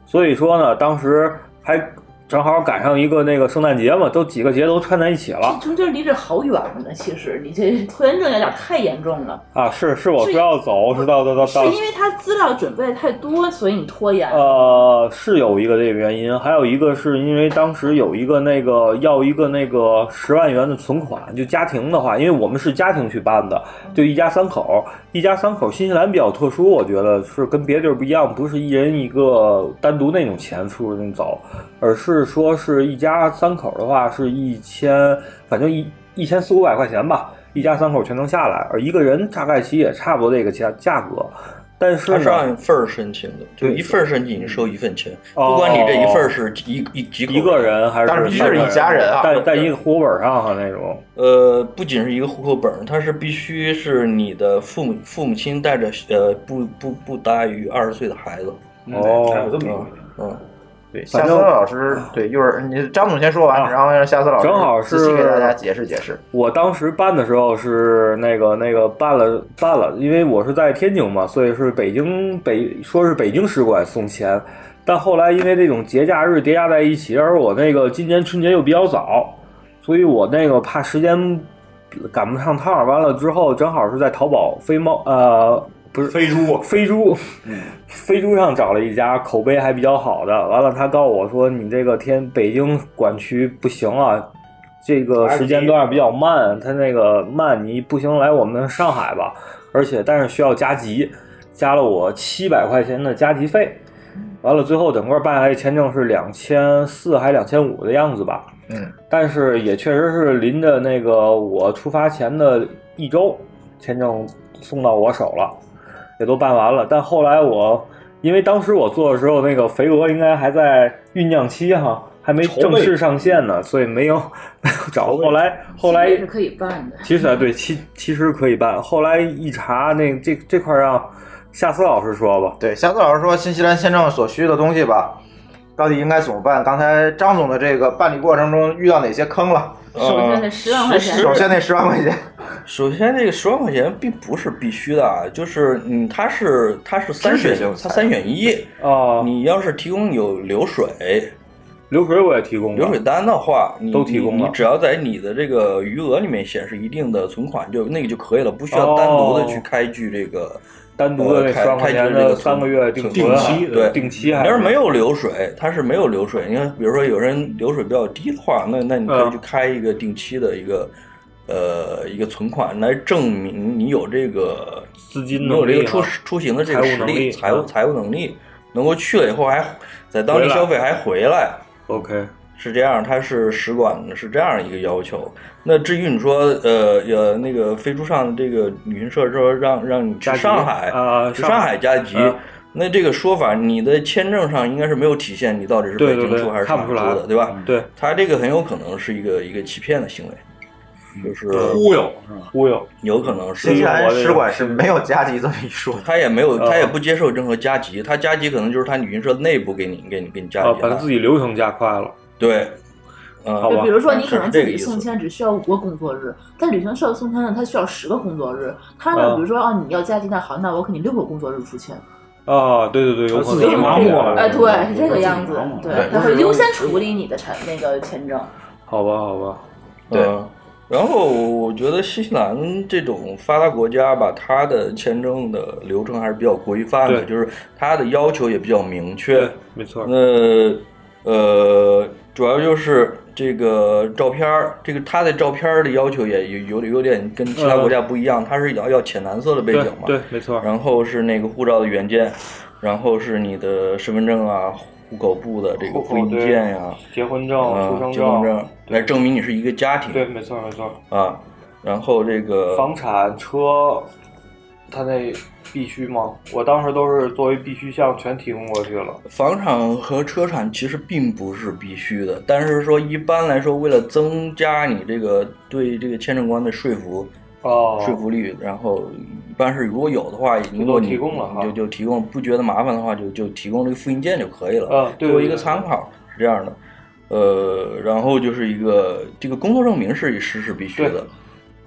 Speaker 5: 所以说呢，当时还正好赶上一个那个圣诞节嘛，都几个节都串在一起了
Speaker 6: 中间离这好远呢。其实你这 拖延症有点太严重了，
Speaker 5: 啊。是是，我说要走，是到到到
Speaker 6: 是
Speaker 5: 到。
Speaker 6: 因为他资料准备太多，所以你拖延。
Speaker 5: 呃，是有一个这个原因，还有一个是因为当时有一个那个要一个那个十万元的存款，就家庭的话，因为我们是家庭去办的，就一家三口，一家三口，新西兰比较特殊，我觉得是跟别的地儿不一样，不是一人一个单独那种钱出去走，而是说是一家三口的话是一千，反正一一千四五百块钱吧，一家三口全能下来，而一个人大概其实也差不多这个价价格。但是
Speaker 3: 它
Speaker 5: 呢
Speaker 3: 是按份儿申请的，就一份儿申请你收一份钱，
Speaker 5: 哦
Speaker 3: 不管你这一份儿是一一几口
Speaker 5: 一个人还是
Speaker 3: 但是
Speaker 5: 三个
Speaker 3: 是一家人啊
Speaker 5: 在在一个户口本上哈啊那种。
Speaker 3: 呃，不仅是一个户口本儿，它是必须是你的父母父母亲带着呃不不不大于二十岁的孩子。
Speaker 1: 嗯
Speaker 5: 哦
Speaker 1: 还有这么一个
Speaker 3: 嗯，嗯，
Speaker 5: 对
Speaker 1: 夏思老师，对，一会儿你张总先说完，然后让夏思老师
Speaker 5: 啊正好是
Speaker 1: 仔细给大家解释解释。
Speaker 5: 我当时办的时候是那个那个办了办了，因为我是在天津嘛，所以是北京北说是北京使馆送钱，但后来因为这种节假日叠加在一起，而我那个今年春节又比较早，所以我那个怕时间赶不上趟儿，完了之后正好是在淘宝飞猫呃不是飞猪嗯飞猪， 飞猪上找了一家口碑还比较好的，完了他告诉我说你这个天北京管区不行啊，这个时间段比较慢，他那个慢你不行来我们上海吧，而且但是需要加急，加了我七百块钱的加急费，完了最后整个办下来签证是两千四还两千五的样子吧，
Speaker 1: 嗯，
Speaker 5: 但是也确实是临着那个我出发前的一周，签证送到我手了，也都办完了。但后来我因为当时我做的时候，那个肥鹅应该还在酝酿期哈，还没
Speaker 6: 备
Speaker 5: 正式上线呢，所以没有没有找。后来后来
Speaker 6: 其实也是可以办的。
Speaker 5: 其实啊，对，其其实可以办。后来一查，那这这块儿让夏思老师说吧。
Speaker 1: 对，夏思老师说新西兰签证所需的东西吧，到底应该怎么办？刚才张总的这个办理过程中遇到哪些坑了？
Speaker 6: 首先那10万块钱
Speaker 1: 首先那十万块钱，
Speaker 3: 首先这个十万块钱并不是必须的啊，就是嗯，它是它是三选，它三选一
Speaker 5: 哦。
Speaker 3: 你要是提供有流水，
Speaker 5: 流水我也提供，
Speaker 3: 流水单的话，你
Speaker 5: 都提供
Speaker 3: 你
Speaker 5: 了
Speaker 3: 你只要在你的这个余额里面显示一定的存款就那个就可以了，不需要单独的去开具这
Speaker 5: 哦
Speaker 3: 个。
Speaker 5: 单独的那
Speaker 3: 呃开
Speaker 5: 十万块钱的
Speaker 3: 开具这个存
Speaker 5: 三个月定
Speaker 3: 存
Speaker 5: 期呃
Speaker 3: 款对
Speaker 5: 定期还
Speaker 3: 你
Speaker 5: 是
Speaker 3: 要是没有流水，它是没有流水。你看，比如说有人流水比较低的话，那
Speaker 5: 嗯
Speaker 3: 那你可以去开一个定期的一个呃一个存款，来证明你有这个
Speaker 5: 资金
Speaker 3: 你有
Speaker 5: 能力
Speaker 3: 这个
Speaker 5: 啊
Speaker 3: 出出行的这个
Speaker 5: 财务
Speaker 3: 实
Speaker 5: 能
Speaker 3: 力、
Speaker 5: 力
Speaker 3: 财务
Speaker 5: 嗯
Speaker 3: 财务能力，能够去了以后还在当
Speaker 5: 回
Speaker 3: 地
Speaker 5: 来
Speaker 3: 消费还回来。
Speaker 5: OK，
Speaker 3: 是这样，它是使馆是这样一个要求。那至于你说，呃呃，那个飞猪上这个旅行社说让让你去
Speaker 5: 加急
Speaker 3: 上海
Speaker 5: 啊
Speaker 3: 去
Speaker 5: 上
Speaker 3: 上海加急，
Speaker 5: 嗯
Speaker 3: 那这个说法，你的签证上应该是没有体现你到底是
Speaker 5: 对
Speaker 3: 北
Speaker 5: 对
Speaker 3: 京出
Speaker 5: 对
Speaker 3: 还是
Speaker 5: 看
Speaker 3: 上
Speaker 5: 不
Speaker 3: 海
Speaker 5: 出
Speaker 3: 出
Speaker 5: 来嗯
Speaker 3: 的，对吧？嗯
Speaker 5: 对，
Speaker 3: 它这个很有可能是一个一个欺骗的行为，就是
Speaker 5: 忽悠忽悠，
Speaker 3: 有可能
Speaker 5: 嗯
Speaker 3: 是
Speaker 1: 新西兰使馆是没有加急这么一说的。
Speaker 3: 他也没有，
Speaker 1: 啊
Speaker 3: 他也不接受任何加急，他加急可能就是他旅行社内部给你给你给你加急
Speaker 5: 啊
Speaker 3: 了，，
Speaker 5: 把自己哦流程加快了。
Speaker 3: 对，嗯，
Speaker 6: 就比如说，你可能
Speaker 3: 是
Speaker 6: 自
Speaker 3: 这个
Speaker 6: 己
Speaker 3: 意思
Speaker 6: 送签只需要五个工作日，但旅行社送签呢，它需要十个工作日。他呢，
Speaker 5: 嗯
Speaker 6: 比如说，哦，你要加急，那好，那我肯定六个工作日出签。
Speaker 5: 啊，对对对，有可能
Speaker 6: 就是
Speaker 5: 麻木了。
Speaker 6: 哎，对，是这个样子，对
Speaker 5: 对，
Speaker 6: 他会优先处理你的产那个签证。
Speaker 5: 好吧，好吧，
Speaker 3: 对。然后我觉得新西兰这种发达国家吧，它的签证的流程还是比较规范的，
Speaker 5: 对
Speaker 3: 就是它的要求也比较明确。
Speaker 5: 没错。
Speaker 3: 那呃，主要就是这个照片儿，这个它的照片儿的要求也有有有点跟其他国家不一样，它是要要浅蓝色的背景嘛，
Speaker 5: 对，对没错。
Speaker 3: 然后是那个护照的原件，然后是你的身份证啊、户口簿的这个复印件呀、
Speaker 10: 结婚
Speaker 5: 哦
Speaker 10: 证、
Speaker 3: 啊、
Speaker 10: 出生
Speaker 3: 结婚证
Speaker 10: 证，，
Speaker 3: 来证明你是一个家庭
Speaker 10: 对，没错没错。
Speaker 3: 啊。然后这个
Speaker 10: 房产、车，他那必须吗？我当时都是作为必须项全提供过去了。
Speaker 3: 房产和车产其实并不是必须的，但是说一般来说，为了增加你这个对这个签证官的说服
Speaker 10: 哦
Speaker 3: 说服力，然后一般是如果有的话，如果你提供了就就提供，不觉得麻烦的话，就就提供这个复印件就可以了，
Speaker 10: 嗯对对
Speaker 3: 作为一个
Speaker 10: 对
Speaker 3: 参考是这样的。呃，然后就是一个这个工作证明是是是必须的，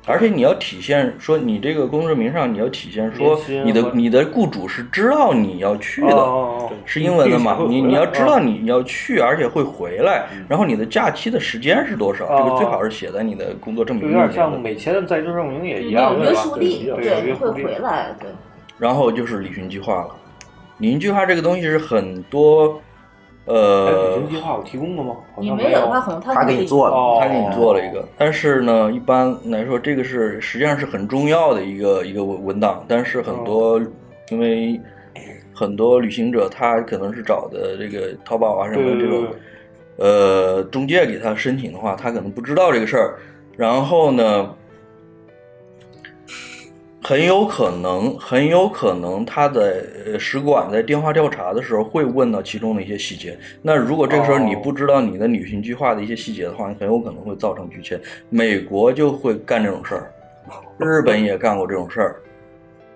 Speaker 3: 而且你要体现说你这个工作证明上你要体现说
Speaker 10: 年薪
Speaker 3: 你的
Speaker 10: 和
Speaker 3: 你的雇主是知道你要去的，
Speaker 10: 哦哦哦
Speaker 3: 是英文的嘛
Speaker 10: 并且会？
Speaker 3: 你
Speaker 10: 回来嗯
Speaker 3: 你要知
Speaker 10: 啊
Speaker 3: 道你要去，而且会回来，然后你的假期的时间是多少？这个最好是写在你的工作嗯证明
Speaker 10: 哦就
Speaker 3: 里
Speaker 10: 有点
Speaker 3: 面
Speaker 10: 像
Speaker 3: 的。
Speaker 10: 美签的在职证明也
Speaker 6: 嗯
Speaker 10: 一样，对吧？对，有约束力。
Speaker 6: 来，对。
Speaker 3: 然后就是旅行计划了。旅行计划这个东西是很多，呃，
Speaker 10: 哎旅行计划我提供过吗？好
Speaker 6: 你
Speaker 10: 像
Speaker 6: 没
Speaker 10: 有
Speaker 6: 有的话，可能他会
Speaker 10: 哦
Speaker 3: 他给你做了一个。但是呢，一般来说，这个是实际上是很重要的一个一个文文档，但是很多、
Speaker 10: 哦
Speaker 3: 因为很多旅行者他可能是找的这个淘宝啊什么
Speaker 10: 对对
Speaker 3: 这种呃中介给他申请的话，他可能不知道这个事儿，然后呢。很有可能，很有可能他的呃使馆在电话调查的时候会问到其中的一些细节。那如果这个时候你不知道你的旅行计划的一些细节的话，你很有可能会造成拒签。美国就会干这种事儿，日本也干过这种事儿，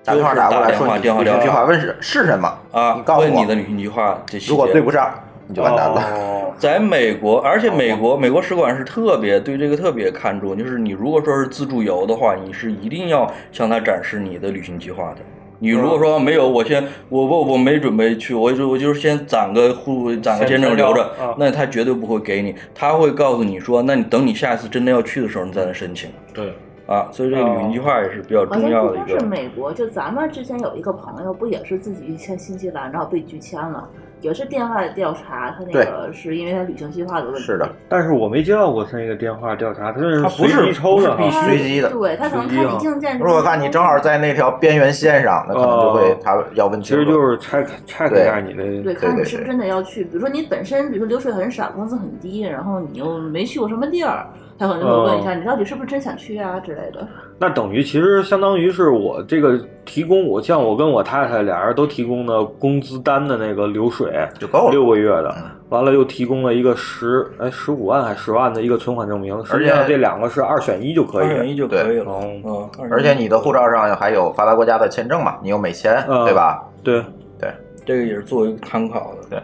Speaker 1: 打电话
Speaker 3: 就是
Speaker 1: 打过来
Speaker 3: 电
Speaker 1: 说
Speaker 3: 话
Speaker 1: 你
Speaker 3: 电话
Speaker 1: 旅行
Speaker 3: 调
Speaker 1: 计
Speaker 3: 查
Speaker 1: 划问是是什么，
Speaker 3: 啊，
Speaker 1: 告诉
Speaker 3: 问
Speaker 1: 我
Speaker 3: 你的旅行计划这细节，
Speaker 1: 如果对不上你就完蛋了。
Speaker 3: 在美国，而且美国美国使馆是特别对这个特别看重，就是你如果说是自助游的话，你是一定要向他展示你的旅行计划的。你如果说没有，我先我我我没准备去，我就我就是先攒个户攒个签证留着
Speaker 10: 先存着啊，
Speaker 3: 那他绝对不会给你，他会告诉你说，那你等你下一次真的要去的时候，你再来申请。
Speaker 2: 对，
Speaker 3: 啊，所以这个旅行计划也是比较
Speaker 6: 好
Speaker 3: 重
Speaker 6: 像
Speaker 3: 要
Speaker 6: 不
Speaker 3: 的一
Speaker 6: 光
Speaker 3: 个
Speaker 6: 是。美国，就咱们之前有一个朋友，不也是自己签新西兰，然后被拒签了，也是电话调查，他那个是因为他旅行计划的问题。
Speaker 10: 的，但是我没接到过他那个电话调查，他这是
Speaker 1: 它不是
Speaker 10: 随机抽的哈，
Speaker 1: 不是必须随机啊的
Speaker 6: 对他可能看你硬件
Speaker 1: 如果看你正好在那条边缘线上，那可能就会
Speaker 10: 哦
Speaker 1: 他要问
Speaker 10: 其
Speaker 1: 清楚。
Speaker 10: 实就是拆拆
Speaker 1: 对
Speaker 10: 一下你的
Speaker 6: 对，看你是不是
Speaker 1: 对
Speaker 6: 真的要去。比如说你本身，比如说流水很少，工资很低，然后你又没去过什么地儿，他可能就会问一下
Speaker 1: 嗯
Speaker 6: 你到底是不是真想去啊之类的。
Speaker 10: 那等于其实相当于是我这个提供，我像我跟我太太俩人都提供的工资单的那个流水
Speaker 1: 就够了
Speaker 10: 六个月的，完了又提供了一个十哎十五万还是十万的一个存款证明，实际
Speaker 1: 而
Speaker 10: 上
Speaker 1: 且
Speaker 10: 这两个是二选一就可以，
Speaker 1: 二选
Speaker 3: 一就可以
Speaker 10: 了。嗯，
Speaker 1: 而且你的护照上还有发达国家的签证嘛，你有美签，对吧？
Speaker 10: 对
Speaker 1: 对，
Speaker 3: 这个也是作为参考的。
Speaker 1: 对，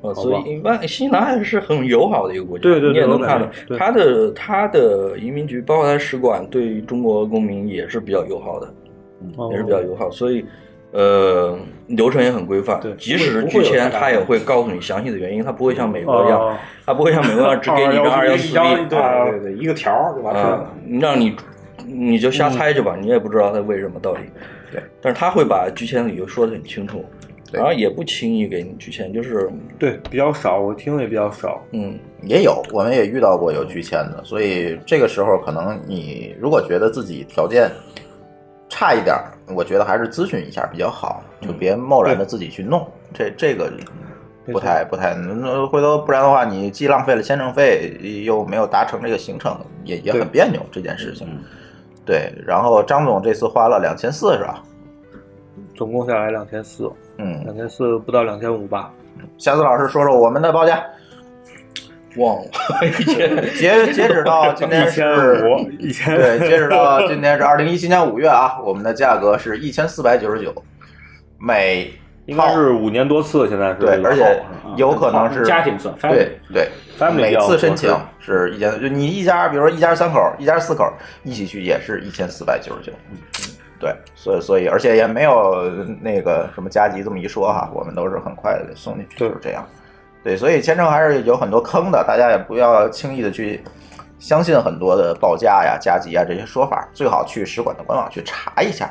Speaker 3: 呃，
Speaker 1: 好
Speaker 3: 所
Speaker 1: 吧
Speaker 3: 以一般新西兰还是很友好的一个国家，
Speaker 10: 对对对
Speaker 3: 你也能
Speaker 10: 我感
Speaker 3: 看
Speaker 10: 觉
Speaker 3: 到
Speaker 10: 对
Speaker 3: 它的它的移民局，包括它使馆对中国公民也是比较友好的，
Speaker 10: 嗯
Speaker 3: 也是比较友好，所以呃流程也很规范。对，即使
Speaker 10: 不会
Speaker 3: 拒
Speaker 10: 有太
Speaker 3: 签，
Speaker 10: 大
Speaker 3: 它也
Speaker 10: 问
Speaker 3: 会告诉你详细的原因，它不会像美国一样
Speaker 10: 哦，
Speaker 3: 它不会像美国一样只给你一张二幺四 B，
Speaker 2: 214对对对，一个条儿就完事儿
Speaker 3: 啊
Speaker 2: 了。，
Speaker 3: 让你你就瞎猜去吧，你也不知道他为什么到底。
Speaker 1: 嗯对，
Speaker 3: 但是他会把拒签理由说的很清楚，然后也不轻易给你拒签，就是
Speaker 10: 嗯对比较少，我听也比较少。
Speaker 3: 嗯，
Speaker 1: 也有，我们也遇到过有拒签的，所以这个时候可能你如果觉得自己条件差一点儿，我觉得还是咨询一下比较好，就别贸然的自己去弄，这这个不太不太，那回头不然的话，你既浪费了签证费，又没有达成这个行程，也也很别扭这件事情。对，然后张总这次花了两千四是吧？
Speaker 10: 总共下来两千四，
Speaker 1: 嗯，
Speaker 10: 两千四不到两千五吧。
Speaker 1: 夏子老师说说我们的报价。
Speaker 3: 忘了，
Speaker 1: 截截止到今 天是
Speaker 10: 1500一千
Speaker 1: 对，截止到今天是二零一七年五月啊，我们的价格是一千四百九十九每
Speaker 10: 应该是五年多次，现在是
Speaker 1: 对，而且
Speaker 10: 嗯
Speaker 1: 有可能是
Speaker 2: 家庭算
Speaker 1: 对对
Speaker 10: family
Speaker 1: 每次申请
Speaker 10: 要合
Speaker 1: 是一千，就你一家，比如说一家三口、一家四口一起去也是一千四百九十九，嗯对，所以所以而且也没有那个什么加急这么一说哈，我们都是很快的送进去，就是这样。对，所以签证还是有很多坑的，大家也不要轻易的去相信很多的报价呀、加急啊这些说法，最好去使馆的官网去查一下。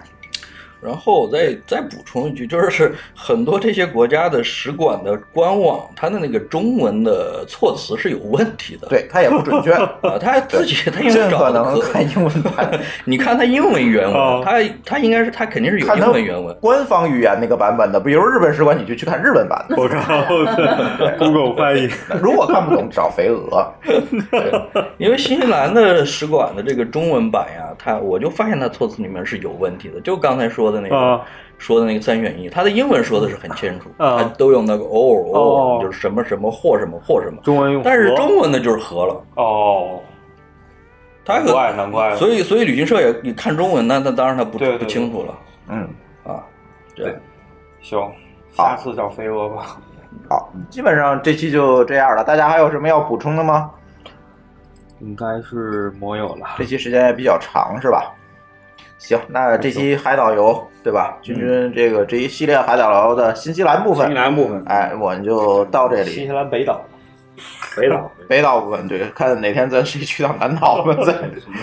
Speaker 3: 然后我再再补充一句，就是很多这些国家的使馆的官网，它的那个中文的措辞是有问题的，
Speaker 1: 对，它也不准确
Speaker 3: 啊，它自己它英
Speaker 1: 尽
Speaker 3: 文找
Speaker 1: 可
Speaker 3: 的
Speaker 1: 能看英文版， 哦
Speaker 3: 你看它英文原文，它它应该是它肯定是有
Speaker 1: 看它
Speaker 3: 英文原文，
Speaker 1: 官方语言那个版本的，比如日本使馆，你就去看日本版的。
Speaker 10: 我靠 ，Google 翻译。
Speaker 1: 如果看不懂，找肥鹅。
Speaker 3: 因为新西兰的使馆的这个中文版呀，它我就发现它措辞里面是有问题的，就刚才说说的那个、
Speaker 10: 啊
Speaker 3: 说的那个三选一，他的英文说的是很清楚，他都用那个 or
Speaker 10: 哦
Speaker 3: or，就是什么什么或什么或什么，
Speaker 10: 中文用和，
Speaker 3: 但是中文的就是和了。
Speaker 10: 哦，
Speaker 3: 他
Speaker 10: 难怪难怪，
Speaker 3: 所以所以旅行社也你看中文，那那当然他不不清楚了。
Speaker 1: 嗯
Speaker 3: 啊，对，
Speaker 10: 行，下次找飞蛾吧。
Speaker 1: 好，基本上这期就这样了。大家还有什么要补充的吗？
Speaker 10: 应该是没有了。
Speaker 1: 这期时间也比较长，是吧？行，那这期海岛游，对吧？君君这个这一系列海岛游的新西兰部分，
Speaker 2: 新西兰部分，
Speaker 1: 哎，我们就到这里。
Speaker 10: 新西兰北岛，
Speaker 2: 北岛，
Speaker 1: 北岛部分，对，看哪天咱谁去趟南岛吧，再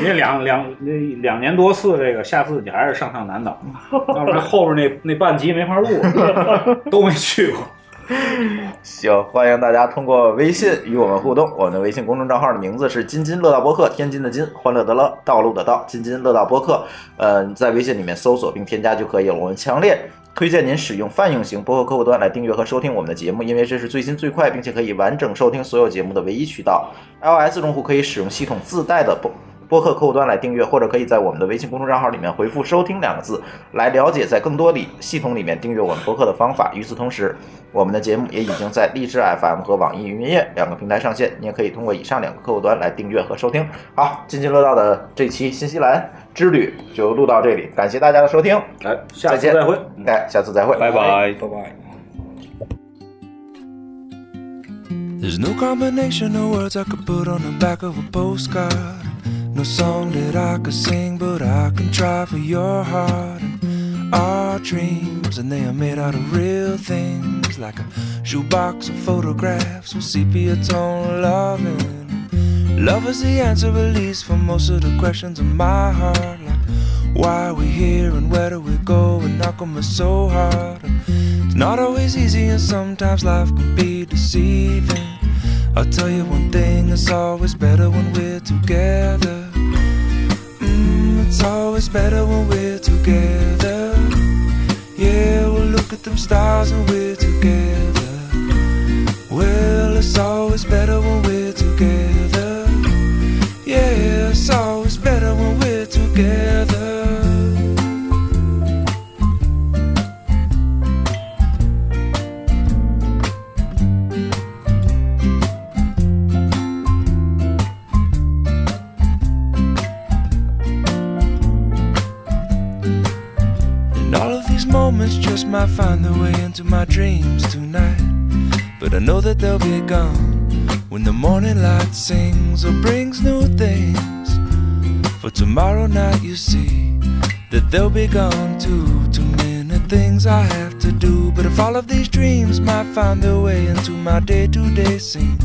Speaker 2: 你这两两那两年多次这个，下次你还是上趟 南岛，要不然后边那那半集没法录，都没去过。
Speaker 1: 行，欢迎大家通过微信与我们互动。我们的微信公众账号的名字是“津津乐道播客”，天津的津，欢乐的乐，道路的道，津津乐道播客。呃，在微信里面搜索并添加就可以了。我们强烈推荐您使用泛用型播客客户端来订阅和收听我们的节目，因为这是最新最快，并且可以完整收听所有节目的唯一渠道。iOS 用户可以使用系统自带的播播客客户端来订阅，或者可以在我们的微信公众账号里面回复“收听”两个字，来了解在更多里系统里面订阅我们播客的方法。与此同时，我们的节目也已经在荔枝 FM 和网易云音乐两个平台上线，你也可以通过以上两个客户端来订阅和收听。好，津津乐道的这期新西兰之旅就录到这里，感谢大家的收听，
Speaker 2: 哎，下
Speaker 1: 次再会，哎，下次再会，拜
Speaker 10: 拜，
Speaker 2: 拜拜。
Speaker 11: There's no combination of words I could put on the back of a postcard. No song that I could sing, but I can try for your heart. And our dreams, and they are made out of real things like a shoebox of photographs with sepia tone loving. Love is the answer, at least, for most of the questions in my heart. Like, why are we here and where do we go? And knock 'em us so hard. It's not always easy, and sometimes life can be deceiving. I'll tell you one thing it's always better when we're together. Mm, it's always better when we're together. Yeah, we'll look at them stars when we're together. Well, it's always better when we're together. Yeah, it's always better when we're together. And all of these moments just might find their way into my dreams tonight. But I know that they'll be gone when the morning light sings or brings new things. For tomorrow night, you see that they'll be gone too. Too many things I have to do. But if all of these dreams might find their way into my day to day scene,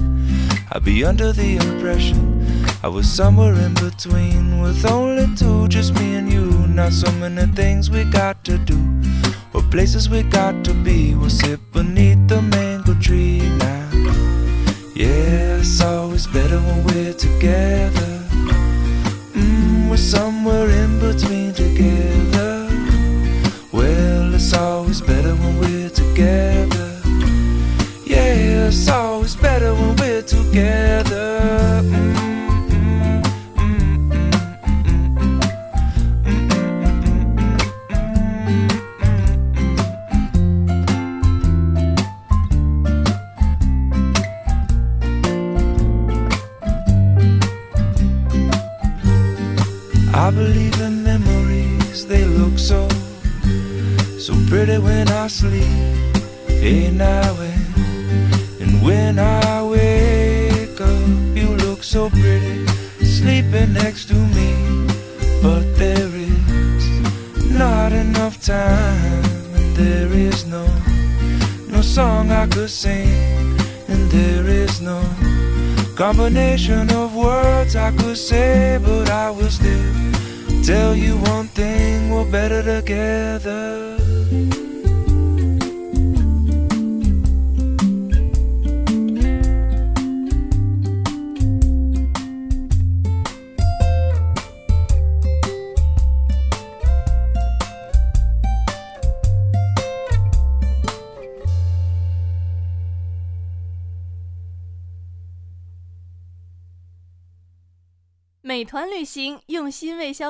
Speaker 11: I'd be under the impression I was somewhere in between with only two, just me and you. Not so many things we got to do, or places we got to be. We'll sit beneath the mango tree now. Yeah, it's always better when we're together. Mm, we're somewhere in between together. Well, it's always better when we're together. Yeah, it's always better when we're together. Mm. I believe in memories, they look so, so pretty when I sleep. Hey, now, and, and when I wake up, you look so pretty, sleeping next to me. But there is not enough time, and there is no, no song I could sing, and there is no combination of words I could say, but I will still tell you one thing we're better together.
Speaker 7: 美团旅行用心为消